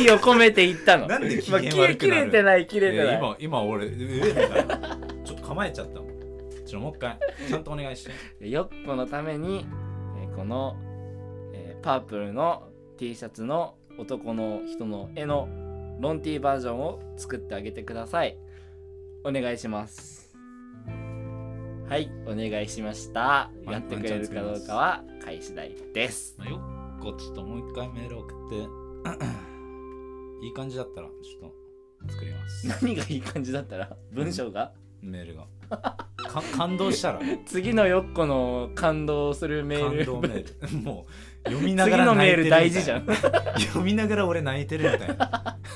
Speaker 1: 意を込めて言ったの
Speaker 2: なんで機
Speaker 1: ま
Speaker 2: 嫌
Speaker 1: あ
Speaker 2: 悪く
Speaker 1: 切
Speaker 2: な
Speaker 1: れ切
Speaker 2: る
Speaker 1: れてない切れ
Speaker 2: い
Speaker 1: てな
Speaker 2: や
Speaker 1: い
Speaker 2: 今今俺えーみたいなちょっと構えちゃったもんちょもう一回ちゃんとお願いして
Speaker 1: よっこのために、えーこの、えーパープルの T シャツの男の人の絵のロンティーバージョンを作ってあげてくださいお願いしますはいお願いしました
Speaker 2: ワン
Speaker 1: やってくれるかどうかは開始第です
Speaker 2: まあ、よっこちょっともう一回メール送 っていい感じだったらちょっと作ります
Speaker 1: 何がいい感じだったら文章が
Speaker 2: メールがか感動したら
Speaker 1: 次のよっこの感動するメー
Speaker 2: 感
Speaker 1: ル
Speaker 2: 動メール もう読みな
Speaker 1: 次
Speaker 2: がら
Speaker 1: の
Speaker 2: 泣
Speaker 1: メー
Speaker 2: いてる
Speaker 1: ル
Speaker 2: みたいな
Speaker 1: 大事じゃんじゃ
Speaker 2: 読みながら俺泣いてるみたいな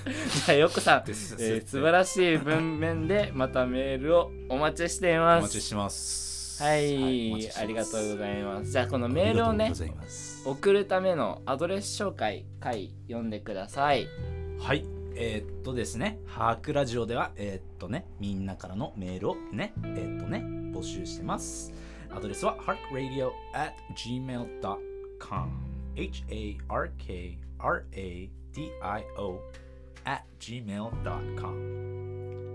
Speaker 1: あよっこさん
Speaker 2: です
Speaker 1: えー素晴
Speaker 2: しい
Speaker 1: らしい文面でまたメールをお待ちしてい
Speaker 2: お
Speaker 1: ま
Speaker 2: 待ち
Speaker 1: す。
Speaker 2: します
Speaker 1: はい、
Speaker 2: お待ちしてます
Speaker 1: ありがとうございます。じゃあこの
Speaker 2: あ
Speaker 1: メー
Speaker 2: り
Speaker 1: ル
Speaker 2: がと
Speaker 1: を
Speaker 2: う
Speaker 1: ね
Speaker 2: ございます
Speaker 1: 送るためのアドレス紹介回読んでください。
Speaker 2: はい。えーっとですね、ハークラジオでは、えーっとね、みんなからのメールをね、えーっとね、募集してます。アドレスは harkradio.gmail.com h-a-r-k-r-a-d-i-o at gmail.com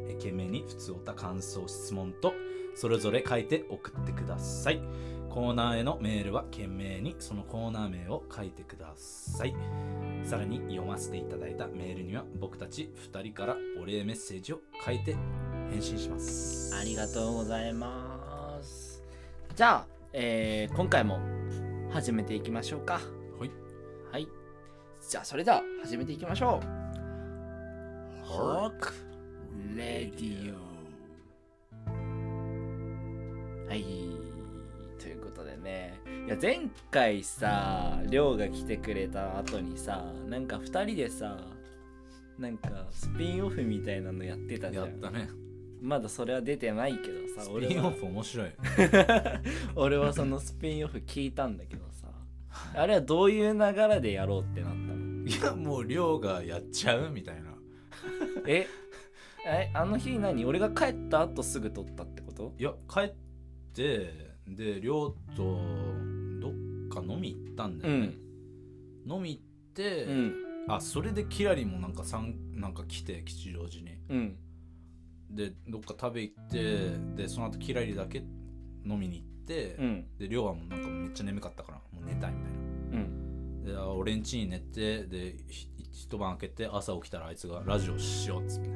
Speaker 2: えー懸命に普通おた感想質問とそれぞれ書いて送ってくださいコーナーへのメールは懸命にそのコーナー名を書いてくださいさらに読ませていただいたメールには僕たち2人からお礼メッセージを書いて返信します
Speaker 1: ありがとうございます。じゃあ、えー今回も始めていきましょうか。
Speaker 2: はい
Speaker 1: はい。じゃあそれでは始めていきましょう。
Speaker 2: ハーク
Speaker 1: レディオ。はい。ということでね。いや、前回さ、りょうが来てくれた後にさ、なんか2人でさ、なんかスピンオフみたいなのやってたじゃ
Speaker 2: やっ
Speaker 1: ん。
Speaker 2: たね
Speaker 1: まだそれは出てないけどさ、
Speaker 2: ス
Speaker 1: 俺
Speaker 2: ピンオ
Speaker 1: は
Speaker 2: フ面白い
Speaker 1: 俺はそのスピンオフ聞いたんだけどさ、あれはどういう流れでやろうってなったの
Speaker 2: いやもう亮がやっちゃうみたいな
Speaker 1: ええ、あの日何俺が帰った後すぐ撮ったってこと
Speaker 2: いや帰ってで亮とどっか飲み行ったんだ
Speaker 1: う
Speaker 2: よね、
Speaker 1: ん。
Speaker 2: 飲み行って、
Speaker 1: うん。
Speaker 2: あそれでキラリもなんかさんなんか来て吉祥寺に
Speaker 1: うん。
Speaker 2: でどっか食べ行ってでその後キラリだけ飲みに行って、
Speaker 1: うん。
Speaker 2: で亮はもうなんかめっちゃ眠かったからもう寝たいみたい
Speaker 1: うん。
Speaker 2: なであ俺ん家に寝てでひ一晩明けて朝起きたらあいつがラジオしようっつって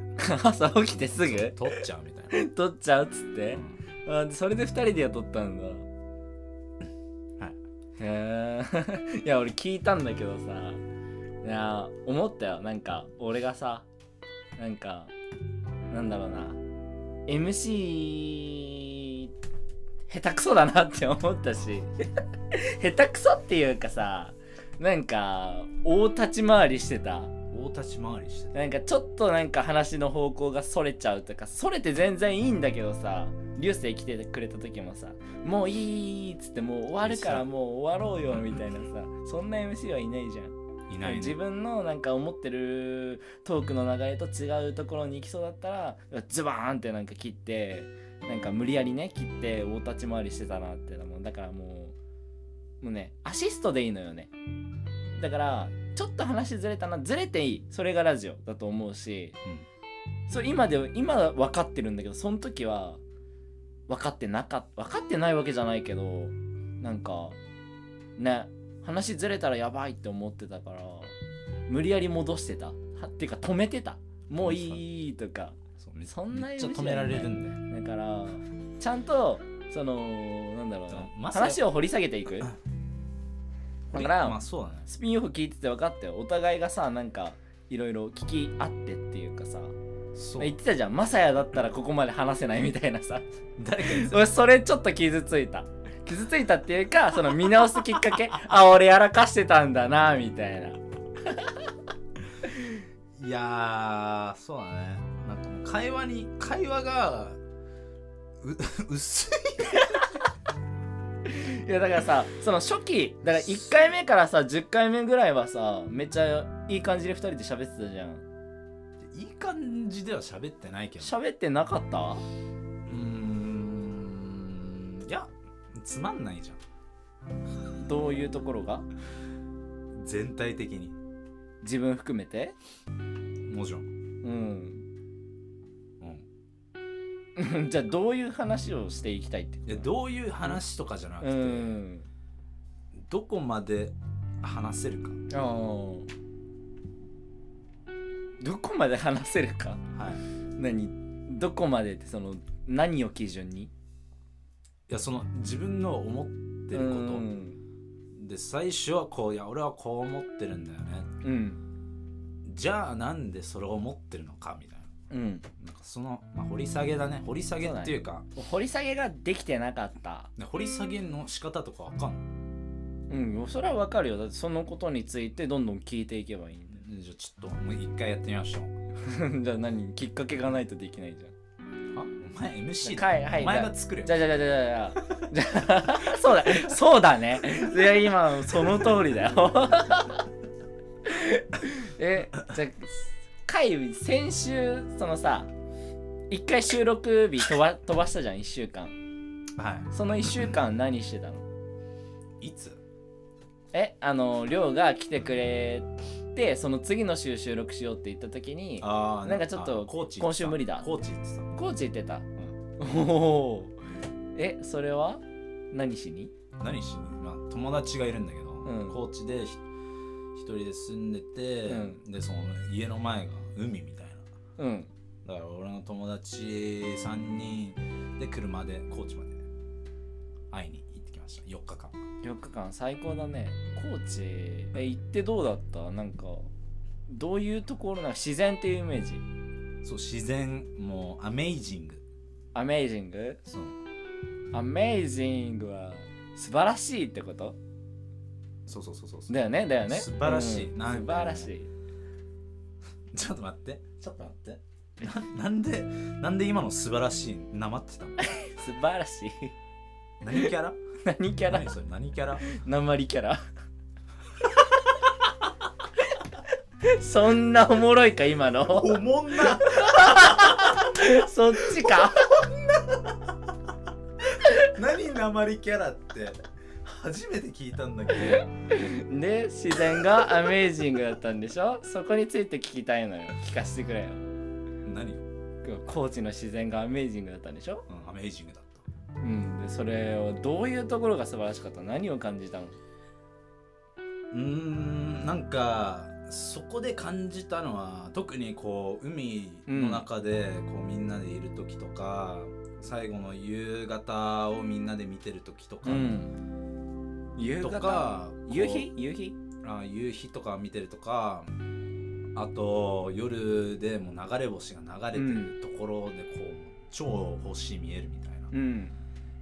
Speaker 1: 朝起きてす
Speaker 2: そう
Speaker 1: ぐ
Speaker 2: 撮っちゃうみた いな、
Speaker 1: 撮っちゃうっつって
Speaker 2: う。
Speaker 1: あそれで2人でやっとったんだ。
Speaker 2: はい
Speaker 1: へえ。 いや、俺聞いたんだけどさ。いや、思ったよ。なんか、俺がさ、なんか、なんだろうな。MC、下手くそだなって思った し。下手くそっていうかさ、なんか、大立ち回りしてた。
Speaker 2: ん、大立ち回りしてて
Speaker 1: なんかちょっとなんか話の方向がそれちゃうとかそれて全然いいんだけどさ流星来てくれた時もさ「もういい」っつって「もう終わるからもう終わろうよ」みたいなさそんな MC はいないじゃん、
Speaker 2: いない、ね、
Speaker 1: 自分のなんか思ってるトークの流れと違うところに行きそうだったらズバーンってなんか切ってなんか無理やりね切って大立ち回りしてたなってだもんだからもうもうねアシストでいいのよねだからちょっと話ずれたなずれていいそれがラジオだと思うし、それ今で今は分かってるんだけどその時は分かってなかっ分かってないわけじゃないけどなんかね話ずれたらやばいって思ってたから無理やり戻してたはっていうか止めてたもういいとか
Speaker 2: そうめ
Speaker 1: そんな
Speaker 2: めっちゃ
Speaker 1: MC
Speaker 2: 止められるんだよ
Speaker 1: だからちゃんとそのなんだろう
Speaker 2: でも
Speaker 1: な
Speaker 2: まさか
Speaker 1: 話を掘り下げていくだから
Speaker 2: まあそうだね
Speaker 1: スピンオフ聞いてて分かったよお互いがさなんかいろいろ聞き合ってっていうかさ
Speaker 2: そう
Speaker 1: 言ってたじゃんマサヤだったらここまで話せないみたいな さ
Speaker 2: 誰かにさ
Speaker 1: 俺それちょっと傷ついた傷ついたっていうかその見直すきっかけあ俺やらかしてたんだなみたいない
Speaker 2: やーそうだねなんかもう会話に会話がう 薄い
Speaker 1: いやだからさその初期だから1回目からさ10回目ぐらいはさめっちゃいい感じで2人で喋ってたじゃん
Speaker 2: いい感じでは喋ってないけど
Speaker 1: 喋ってなかった
Speaker 2: うーんいやつまんないじゃん
Speaker 1: どういうところが
Speaker 2: 全体的に
Speaker 1: 自分含めて
Speaker 2: もちろん、
Speaker 1: うん
Speaker 2: うん、
Speaker 1: じゃあどういう話をしていきたいってこと
Speaker 2: いやどういう話とかじゃなくて、
Speaker 1: うん
Speaker 2: どこまで話せるか
Speaker 1: あーどこまで話せるか
Speaker 2: はい
Speaker 1: 何どこまでってその何を基準に
Speaker 2: いやその自分の思ってる
Speaker 1: う
Speaker 2: こと、
Speaker 1: ん
Speaker 2: で最初はこういや俺はこう思ってるんだよね
Speaker 1: うん
Speaker 2: じゃあなんでそれを思ってるのかみたいな
Speaker 1: うん
Speaker 2: なんかその、まあ、掘り下げだね掘り下げっていうか
Speaker 1: 掘り下げができてなかった
Speaker 2: で掘り下げの仕方とかわかん
Speaker 1: うんそれはわかるよだってそのことについてどんどん聞いていけばいいんだ
Speaker 2: ないじゃあちょっともう一回やってみましょう
Speaker 1: よ じゃあ何きっかけがないとできないじゃん
Speaker 2: あお前 MC だ、
Speaker 1: はいはい
Speaker 2: お前が作れ
Speaker 1: じゃあじゃあじゃあじゃあじゃあ そうだそうだねいや今その通りだよ えじゃあ回先週そのさ一回収録日飛ば飛ばしたじゃん1週間
Speaker 2: は
Speaker 1: その1週間何してたの
Speaker 2: いいつ
Speaker 1: えあのりょうが来てくれてその次の週収録しようって言った時に
Speaker 2: あー
Speaker 1: なんかちょっと
Speaker 2: あコーチ
Speaker 1: 今週無理だ
Speaker 2: コーチ行ってた
Speaker 1: コーチ行ってた、おおえそれは何しに
Speaker 2: 何しに、まあ、友達がいるんだけど、
Speaker 1: うん
Speaker 2: 高知でひ一人で住んでて、
Speaker 1: うん
Speaker 2: でその家の前が海みたい
Speaker 1: うん
Speaker 2: なだから俺の友達3人で車で高知まで会いに行ってきました4日間
Speaker 1: 4日間最高だね高知え行ってどうだったなんかどういうところなんか自然っていうイメージ
Speaker 2: そう自然もうアメイジング
Speaker 1: アメイジング
Speaker 2: そう
Speaker 1: アメイジングは素晴らしいってこと
Speaker 2: そうそうそうそうそう
Speaker 1: だよねだよね
Speaker 2: 素晴らしい
Speaker 1: うん
Speaker 2: なん
Speaker 1: 素
Speaker 2: か
Speaker 1: 晴
Speaker 2: ね
Speaker 1: らしい
Speaker 2: ちょっと待ってちょっと待ってななんでなんで今の素晴らしいなまってたの
Speaker 1: 素晴らしい
Speaker 2: 何キャラ
Speaker 1: 何キャラ
Speaker 2: 何それ何キ ャラ
Speaker 1: 鉛キャラ そんなおもろいか今 の
Speaker 2: おもんな
Speaker 1: そっちか
Speaker 2: 何鉛キャラって初めて聞いたんだけど
Speaker 1: で自然がアメイジングだったんでしょそこについて聞きたいのよ聞かせてくれよ
Speaker 2: 何を、
Speaker 1: 高知の自然がアメイジングだったんでしょ、
Speaker 2: うん、アメージングだっ
Speaker 1: うん、でそれをどういうところが素晴らしかったの何を感じたの
Speaker 2: たうーんなんかそこで感じたのは特にこう海の中でこうみんなでいる時とか、最後の夕方をみんなで見てる時とか、
Speaker 1: ん夕
Speaker 2: と
Speaker 1: 方
Speaker 2: か
Speaker 1: 夕
Speaker 2: こう
Speaker 1: 日夕日
Speaker 2: あ夕日とか見てるとかあと夜でもう流れ星が流れてるところでこう、超星見えるみたいな、
Speaker 1: うん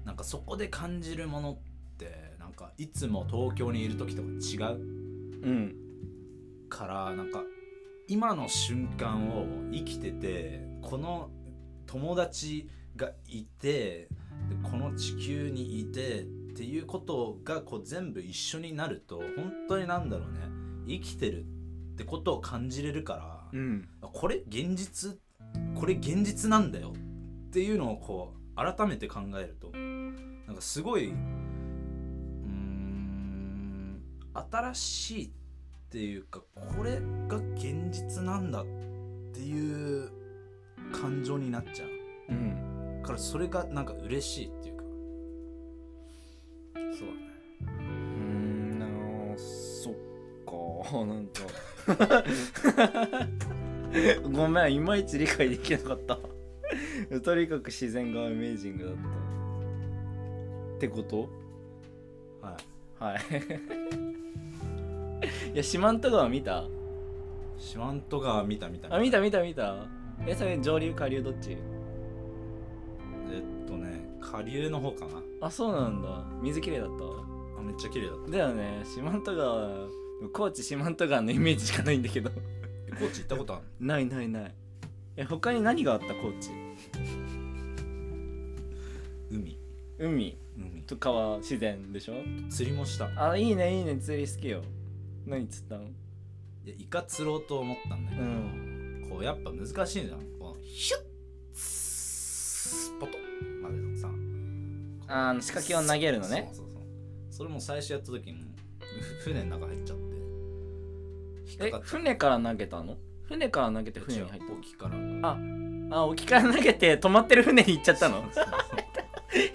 Speaker 2: なんかそこで感じるものってなんかいつも東京にいる時とか違う
Speaker 1: うん
Speaker 2: からなんか今の瞬間を生きててこの友達がいてでこの地球にいてっていうことがこう全部一緒になると本当になんだろうね生きてるってことを感じれるから、
Speaker 1: うん
Speaker 2: これ現実これ現実なんだよっていうのをこう改めて考えるとなんかすごいうーん新しいっていうかこれが現実なんだっていう感情になっちゃう
Speaker 1: うん
Speaker 2: からそれがなんか嬉しいっていうかそうだね
Speaker 1: うーんあーそっか なんか ごめんいまいち理解できなかった とにかく自然がアメージングだったってこと
Speaker 2: はい
Speaker 1: はい いや四万十川見た
Speaker 2: 四万十川見た見た
Speaker 1: あ見た見た見たえそれ上流下流どっち
Speaker 2: えっとね下流の方かな
Speaker 1: あそうなんだ水きれいだった
Speaker 2: あめっちゃ綺麗だっ
Speaker 1: だよね四万十川高知四万十川のイメージしかないんだけど
Speaker 2: た高知行ったことある
Speaker 1: ないないないえ他に何があった高知
Speaker 2: 海
Speaker 1: 海
Speaker 2: 海
Speaker 1: と川自然でしょ
Speaker 2: 釣りもしたい
Speaker 1: あいいねいいね釣り好きよ何釣ったの
Speaker 2: やイカ釣ろうと思ったんだけど、こうやっぱ難しいじゃんこうヒュッスポトッまでのさ
Speaker 1: ああの仕掛けを投げるのね
Speaker 2: そうそうそうそれも最初やった時にふ船の中入っちゃって引っ
Speaker 1: え
Speaker 2: かかっ
Speaker 1: 船から投げたの船から投げて
Speaker 2: た
Speaker 1: 船に入っ
Speaker 2: 沖から
Speaker 1: たあ沖から投げて止まってる船に行っちゃった の
Speaker 2: そうそう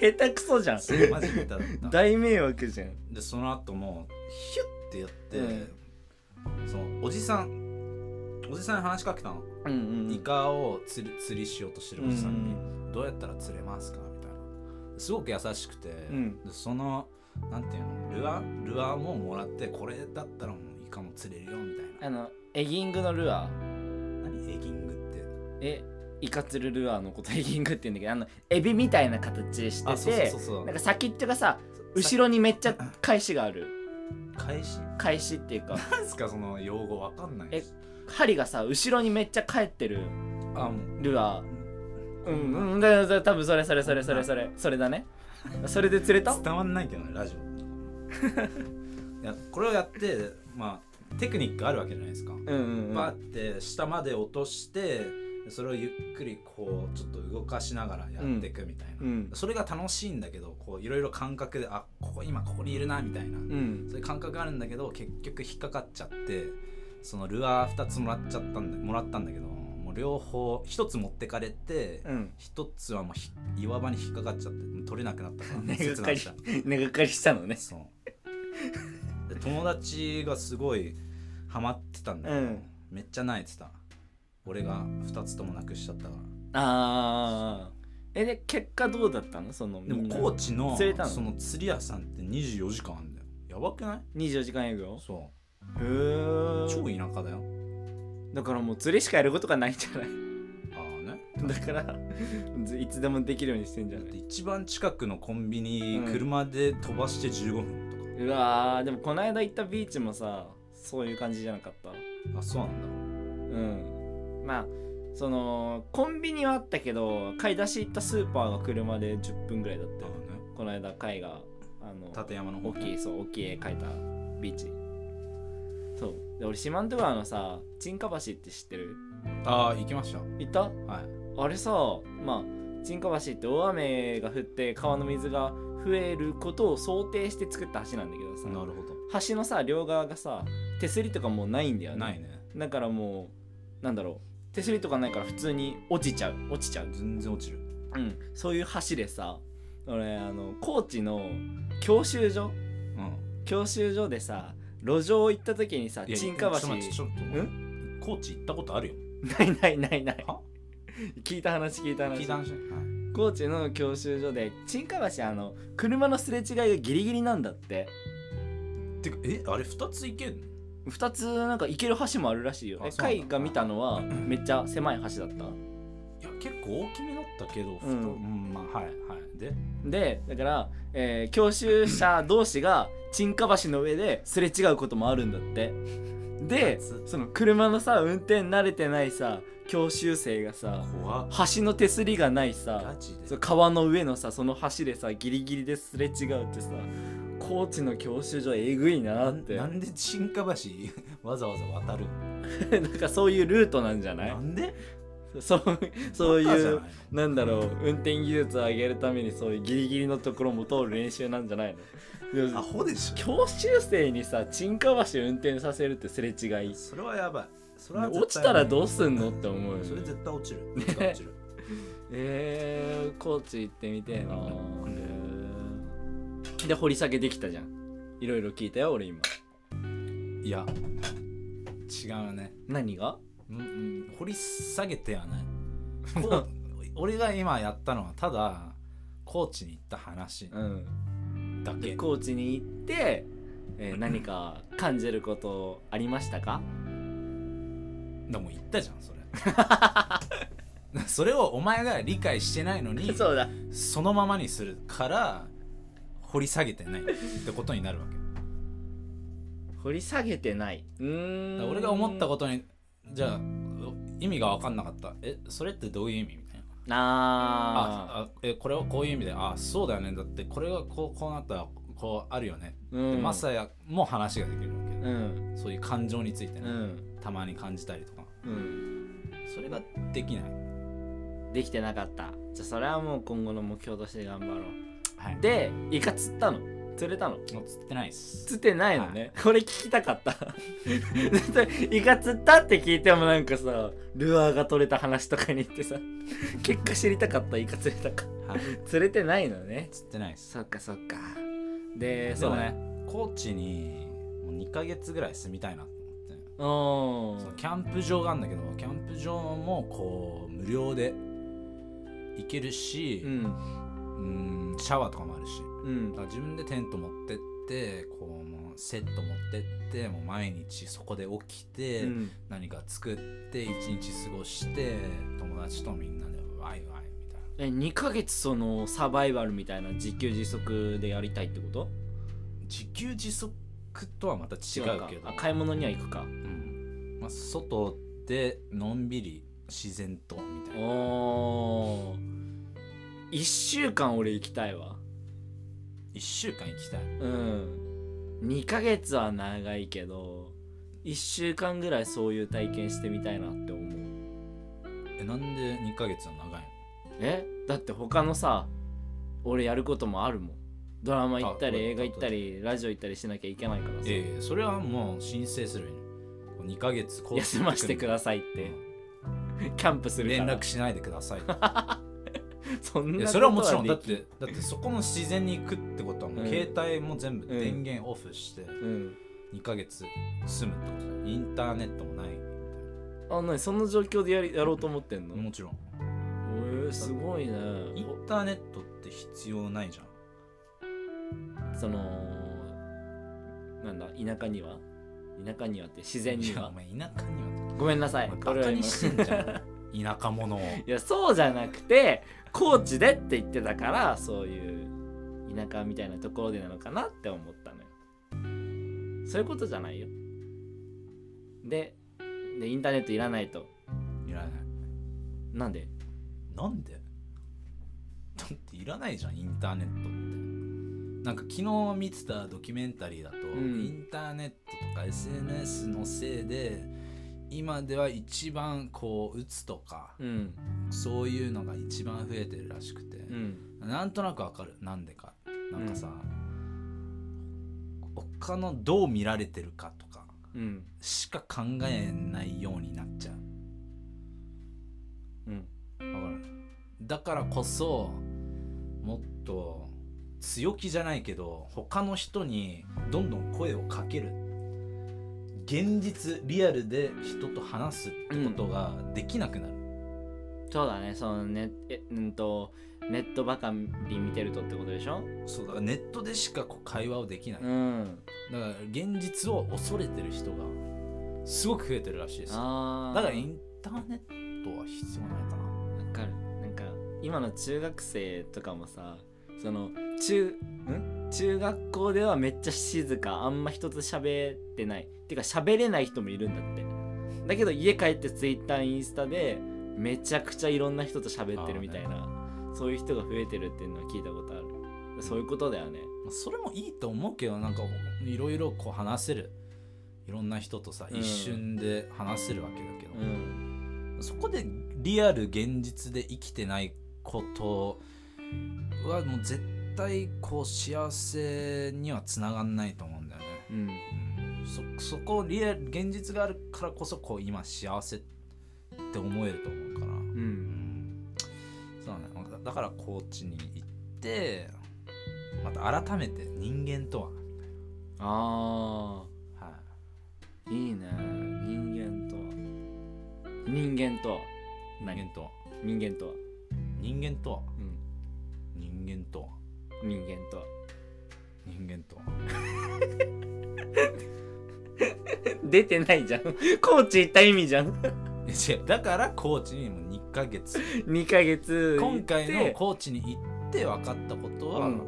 Speaker 1: 下手くそじゃん
Speaker 2: そうそうマジで痛かった
Speaker 1: 大迷惑じゃん
Speaker 2: でその後もヒュッてやって、そのおじさんおじさんに話しかけたの、
Speaker 1: うんうん
Speaker 2: イカを釣り釣りしようとしてるおじさんに、
Speaker 1: う
Speaker 2: どうやったら釣れますかみたいなすごく優しくて、
Speaker 1: ん
Speaker 2: でそのなんていうのルアールアーももらってこれだったらもうイカも釣れるよみたい
Speaker 1: あのエギングのルアー
Speaker 2: な何エギングって
Speaker 1: えイカ釣るルアーのことエギングって言うんだけどあのエビみたいな形して
Speaker 2: あそうそう
Speaker 1: て
Speaker 2: そうそう
Speaker 1: なんか先っちょがさ後
Speaker 2: ろ
Speaker 1: ろにめっちゃ返しがある
Speaker 2: 返し
Speaker 1: 返しっていうか
Speaker 2: なんすかその用語わかんない
Speaker 1: え針がさ後ろにめっちゃ返ってる
Speaker 2: あもう
Speaker 1: ルアーうんうんだだ多分それそれそれそれそれそれだねそれで釣れた
Speaker 2: 伝わんないけどねラジオ いやこれをやってまあテクニックあるわけじゃないですか、
Speaker 1: うんうんうん
Speaker 2: バーって下まで落としてそれをゆっくりこうちょっと動かしながらやっていくみたいな、
Speaker 1: うん
Speaker 2: それが楽しいんだけどこういろいろ感覚であここ今ここにいるなみたいな、
Speaker 1: うん
Speaker 2: そういう感覚があるんだけど結局引っかかっちゃってそのルアー2つもらっちゃったんだもらったんだけどもう両方1つ持ってかれて、
Speaker 1: うん
Speaker 2: 一1つはもうひ岩場に引っかかっちゃってもう取れなくなったから
Speaker 1: 根が
Speaker 2: 切
Speaker 1: か
Speaker 2: な
Speaker 1: り
Speaker 2: した
Speaker 1: 根がかりしたのね
Speaker 2: そうで友達がすごいハマってたんだけど、
Speaker 1: うん
Speaker 2: めっちゃ泣いてた俺が2つともなくしちゃったから
Speaker 1: あーえで結果どうだったのその
Speaker 2: でも高知の
Speaker 1: 釣れたの
Speaker 2: その釣り屋さんって24時間あんだよやばくない
Speaker 1: 24時間営業
Speaker 2: そ
Speaker 1: へ
Speaker 2: う
Speaker 1: え
Speaker 2: 超田舎だよ
Speaker 1: だからもう釣りしかやることがないんじゃない
Speaker 2: ああね
Speaker 1: だからずいつでもできるようにしてんじゃ
Speaker 2: だっ
Speaker 1: ない
Speaker 2: て一番近くのコンビニ
Speaker 1: うん
Speaker 2: 車で飛ばして15分と
Speaker 1: うわーでもこの間行ったビーチもさそういう感じじゃなかった
Speaker 2: かあそうなん
Speaker 1: うんまあそのコンビニはあったけど買い出し行ったスーパーが車で10分ぐらいだっ
Speaker 2: だ
Speaker 1: た
Speaker 2: あ
Speaker 1: よ
Speaker 2: あ
Speaker 1: この間海があの
Speaker 2: ね立山の方
Speaker 1: 大きいそう大きい絵描いたビーチそうで俺四万十川のさ沈下橋って知ってる
Speaker 2: ああ行きました
Speaker 1: 行った
Speaker 2: はい
Speaker 1: あれさまあ沈下橋って大雨が降って川の水が増えることを想定して作った橋なんだけどさ
Speaker 2: なるほ
Speaker 1: 橋のさ両側がさ手すりとかもうないんだよ
Speaker 2: ど
Speaker 1: ね
Speaker 2: ないね
Speaker 1: だからもうなんだろう手すりとかないから普通に落ちちゃう落ちちゃう
Speaker 2: 全然落ちる
Speaker 1: うんそういう橋でさ俺あの高知の教習所
Speaker 2: うん
Speaker 1: 教習所でさ路上行った時にさ
Speaker 2: いや
Speaker 1: 沈下
Speaker 2: ち
Speaker 1: 橋
Speaker 2: ょっと待ってちょっと待って高知行ったことあるよ
Speaker 1: ないないないない
Speaker 2: は
Speaker 1: 聞いた話聞いた話
Speaker 2: 聞いた話はい
Speaker 1: 高知の教習所で沈下橋あの車のすれ違いがギリギリなんだって
Speaker 2: てかえあれ2つ行けんの
Speaker 1: 2つなんか行ける橋もあるらしいよ
Speaker 2: あ
Speaker 1: え
Speaker 2: そうなんだ
Speaker 1: 海が見たのはめっちゃ狭い橋だった
Speaker 2: いや結構大きめだったけど、ふと
Speaker 1: うん
Speaker 2: うんまあはいはいで
Speaker 1: でだから、えー教習者同士が沈下橋の上ですれ違うこともあるんだってで
Speaker 2: 夏
Speaker 1: その車のさ運転慣れてないさ教習生がさ
Speaker 2: 怖っ
Speaker 1: 橋の手すりがない
Speaker 2: ガ
Speaker 1: さ
Speaker 2: チで
Speaker 1: そう川の上のさその橋でさギリギリですれ違うってさ高知の教習所えぐいな
Speaker 2: な
Speaker 1: っ
Speaker 2: ん
Speaker 1: て
Speaker 2: な
Speaker 1: なん
Speaker 2: で新華橋 わざわざ渡 る
Speaker 1: んかそういうルートなんじゃない
Speaker 2: なんで
Speaker 1: そうそう
Speaker 2: バカじ
Speaker 1: い
Speaker 2: ゃ
Speaker 1: う
Speaker 2: ない
Speaker 1: なんだろう運転技術を上げるためにそういうギリギリのところも通る練習なんじゃないので
Speaker 2: ア
Speaker 1: も
Speaker 2: ホでし
Speaker 1: 教習生にさ沈下橋運転させるってすれ違
Speaker 2: ょ
Speaker 1: い
Speaker 2: それはやばいそれは
Speaker 1: 落ちたらど
Speaker 2: う
Speaker 1: うすんのって思うよ
Speaker 2: それ
Speaker 1: ね
Speaker 2: 絶対落ちる絶対落ちる
Speaker 1: えー、高知行ってみてえなえーで掘り下げできたじゃんいろいろ聞いたよ俺今
Speaker 2: いや違うね
Speaker 1: 何が
Speaker 2: うんうん掘り下げてはないこ う俺が今やったのはただ高知に行った話
Speaker 1: うん
Speaker 2: だ
Speaker 1: で
Speaker 2: け
Speaker 1: 高知に行って、えー何か感じることありましたか
Speaker 2: でも言ったじゃんそれ それをお前が理解してないのに
Speaker 1: そうだ
Speaker 2: そのままにするから掘り下げてないってことになるわけ
Speaker 1: 掘り下げてないう
Speaker 2: だ
Speaker 1: ー
Speaker 2: か
Speaker 1: ん
Speaker 2: ら俺が思ったことにじゃあ意味が分かんなかったえそれってどういう意味みたいな
Speaker 1: ああ
Speaker 2: ああえこれはこういう意味であそうだよねだってこれがこうこうなったらこうあるよね、
Speaker 1: う
Speaker 2: で
Speaker 1: ん
Speaker 2: マサヤも話ができるわけ、
Speaker 1: うん
Speaker 2: そういう感情についてね、
Speaker 1: うん
Speaker 2: たまに感じたりとか
Speaker 1: うん
Speaker 2: それができない、
Speaker 1: できてなかったじゃあそれはもう今後の目標として頑張ろう
Speaker 2: はい、
Speaker 1: でイカ釣ったの釣れたの
Speaker 2: もう釣ってないっす
Speaker 1: 釣ってないのね、これ聞きたかった 絶対イカ釣ったって聞いてもなんかさルアーが取れた話とかに行ってさ結果知りたかったイカ釣れたか
Speaker 2: はい
Speaker 1: 釣れてないのね
Speaker 2: 釣ってないっす
Speaker 1: そっかそっかで
Speaker 2: そ
Speaker 1: そうう
Speaker 2: ね
Speaker 1: ね
Speaker 2: 高知にもう2ヶ月ぐらい住みたいなと思って
Speaker 1: うん
Speaker 2: そのキャンプ場があるんだけどキャンプ場もこう無料で行けるし、
Speaker 1: うん
Speaker 2: うんシャワーとかもあるし
Speaker 1: う
Speaker 2: だ
Speaker 1: ん
Speaker 2: から自分でテント持ってってこうもうセット持ってってもう毎日そこで起きて、
Speaker 1: うん
Speaker 2: 何か作って一日過ごして友達とみんなでワイワイみた
Speaker 1: え
Speaker 2: い
Speaker 1: 2ヶ月そのサバイバルみたいな自給自足でやりたいってこと
Speaker 2: な自給自足とはまた違うけ
Speaker 1: か
Speaker 2: ど
Speaker 1: あ買い物には行くか
Speaker 2: うんまあ、外でのんびり自然とみたいな
Speaker 1: お1週間俺行きたいわ
Speaker 2: 1週間行きたい
Speaker 1: うん2ヶ月は長いけど1週間ぐらいそういう体験してみたいなって思う
Speaker 2: えなんで2ヶ月は長い
Speaker 1: えだって他のさ俺やることもあるもんドラマ行った
Speaker 2: あ
Speaker 1: り映画
Speaker 2: うん
Speaker 1: 行ったりラジオ行ったりしなきゃいけないから
Speaker 2: の
Speaker 1: さ、
Speaker 2: ええそれはもう申請するよ2ヶ月こう
Speaker 1: 休ませてくださいっ
Speaker 2: う
Speaker 1: て
Speaker 2: ん
Speaker 1: キャンプするか
Speaker 2: 連
Speaker 1: ら
Speaker 2: 絡しないでく ださい
Speaker 1: そん
Speaker 2: い
Speaker 1: な
Speaker 2: やそれはもちろん
Speaker 1: こと
Speaker 2: だ
Speaker 1: は
Speaker 2: っ
Speaker 1: でき
Speaker 2: てだってそこの自然に行くってことはもう
Speaker 1: うん
Speaker 2: 携帯も全部電源オフして
Speaker 1: うん
Speaker 2: 2ヶ月住むってことだよインターネットもないみたい
Speaker 1: あなにその状況でやりやろうと思ってんの
Speaker 2: なもちろん
Speaker 1: えー、すごいね
Speaker 2: インターネットって必要ないじゃん
Speaker 1: そのなんだ田舎には田舎にはって自然
Speaker 2: い
Speaker 1: に
Speaker 2: や
Speaker 1: は
Speaker 2: お前田舎には
Speaker 1: ごめんなさい
Speaker 2: お
Speaker 1: 俺
Speaker 2: 前バ
Speaker 1: は今
Speaker 2: カにしてんじ ゃん田舎者を
Speaker 1: いやそうじゃなくて高知でって言ってたからそういう田舎みたいなところでなのかなって思ったのよそういうことじゃないよででインターネットいらないと
Speaker 2: いらない
Speaker 1: なんで
Speaker 2: なんでだっていらないじゃんインターネットってなんか昨日見てたドキュメンタリーだと、
Speaker 1: ん
Speaker 2: インターネットとか SNS のせいで今では一番こう打つとか、
Speaker 1: うん
Speaker 2: そういうのが一番増えてるらしくて、
Speaker 1: うん
Speaker 2: なんとなくわかるなんでかなんかさ、他のどう見られてるかとか
Speaker 1: うん
Speaker 2: しか考えないようになっちゃう
Speaker 1: うん
Speaker 2: わかるだからこそもっと強気じゃないけど他の人にどんどん声をかける現実リアルで人と話すってことができなくなる、
Speaker 1: そうだねそのねえうんとネットばかり見てるとってことでしょ
Speaker 2: そうだからネットでしかこう会話をできない、
Speaker 1: う
Speaker 2: だか
Speaker 1: ん
Speaker 2: ら現実を恐れてる人がすごく増えてるらしいですだ
Speaker 1: ああ
Speaker 2: からインターネットは必要ないかな
Speaker 1: わかるなんか今の中学生とかもさその中ん中学校ではめっちゃ静かあんま人と喋ってないてか喋れない人もいるんだってだけど家帰って Twitter インスタでめちゃくちゃいろんな人と喋ってるみたいな、そういう人が増えてるっていうのは聞いたことあるそういうことだよね
Speaker 2: まあそれもいいと思うけどなんかいろいろこう話せるいろんな人とさ、
Speaker 1: うん
Speaker 2: 一瞬で話せるわけだけ
Speaker 1: う
Speaker 2: ど、
Speaker 1: ん
Speaker 2: そこでリアル現実で生きてないことはもう絶対こう幸せにはつながんないと思うんだよね、
Speaker 1: うん
Speaker 2: うん、そそこリアル現実があるからこそこう今幸せって思えると思うから、
Speaker 1: う
Speaker 2: うんんそうだねなんかだから高知に行ってまた改めて人間とは
Speaker 1: あ
Speaker 2: はい
Speaker 1: ーいいね人人間とは
Speaker 2: 人間
Speaker 1: 何
Speaker 2: とは
Speaker 1: 人間とは、
Speaker 2: 人間とは
Speaker 1: うん、
Speaker 2: 人間とは
Speaker 1: 人間とは
Speaker 2: 人間とは
Speaker 1: 出てないじゃん コーチ行った意味じゃん
Speaker 2: いや違うだからコーチにも2ヶ月
Speaker 1: 2ヶ月行って
Speaker 2: 今回のコーチに行って分かったことは、
Speaker 1: うん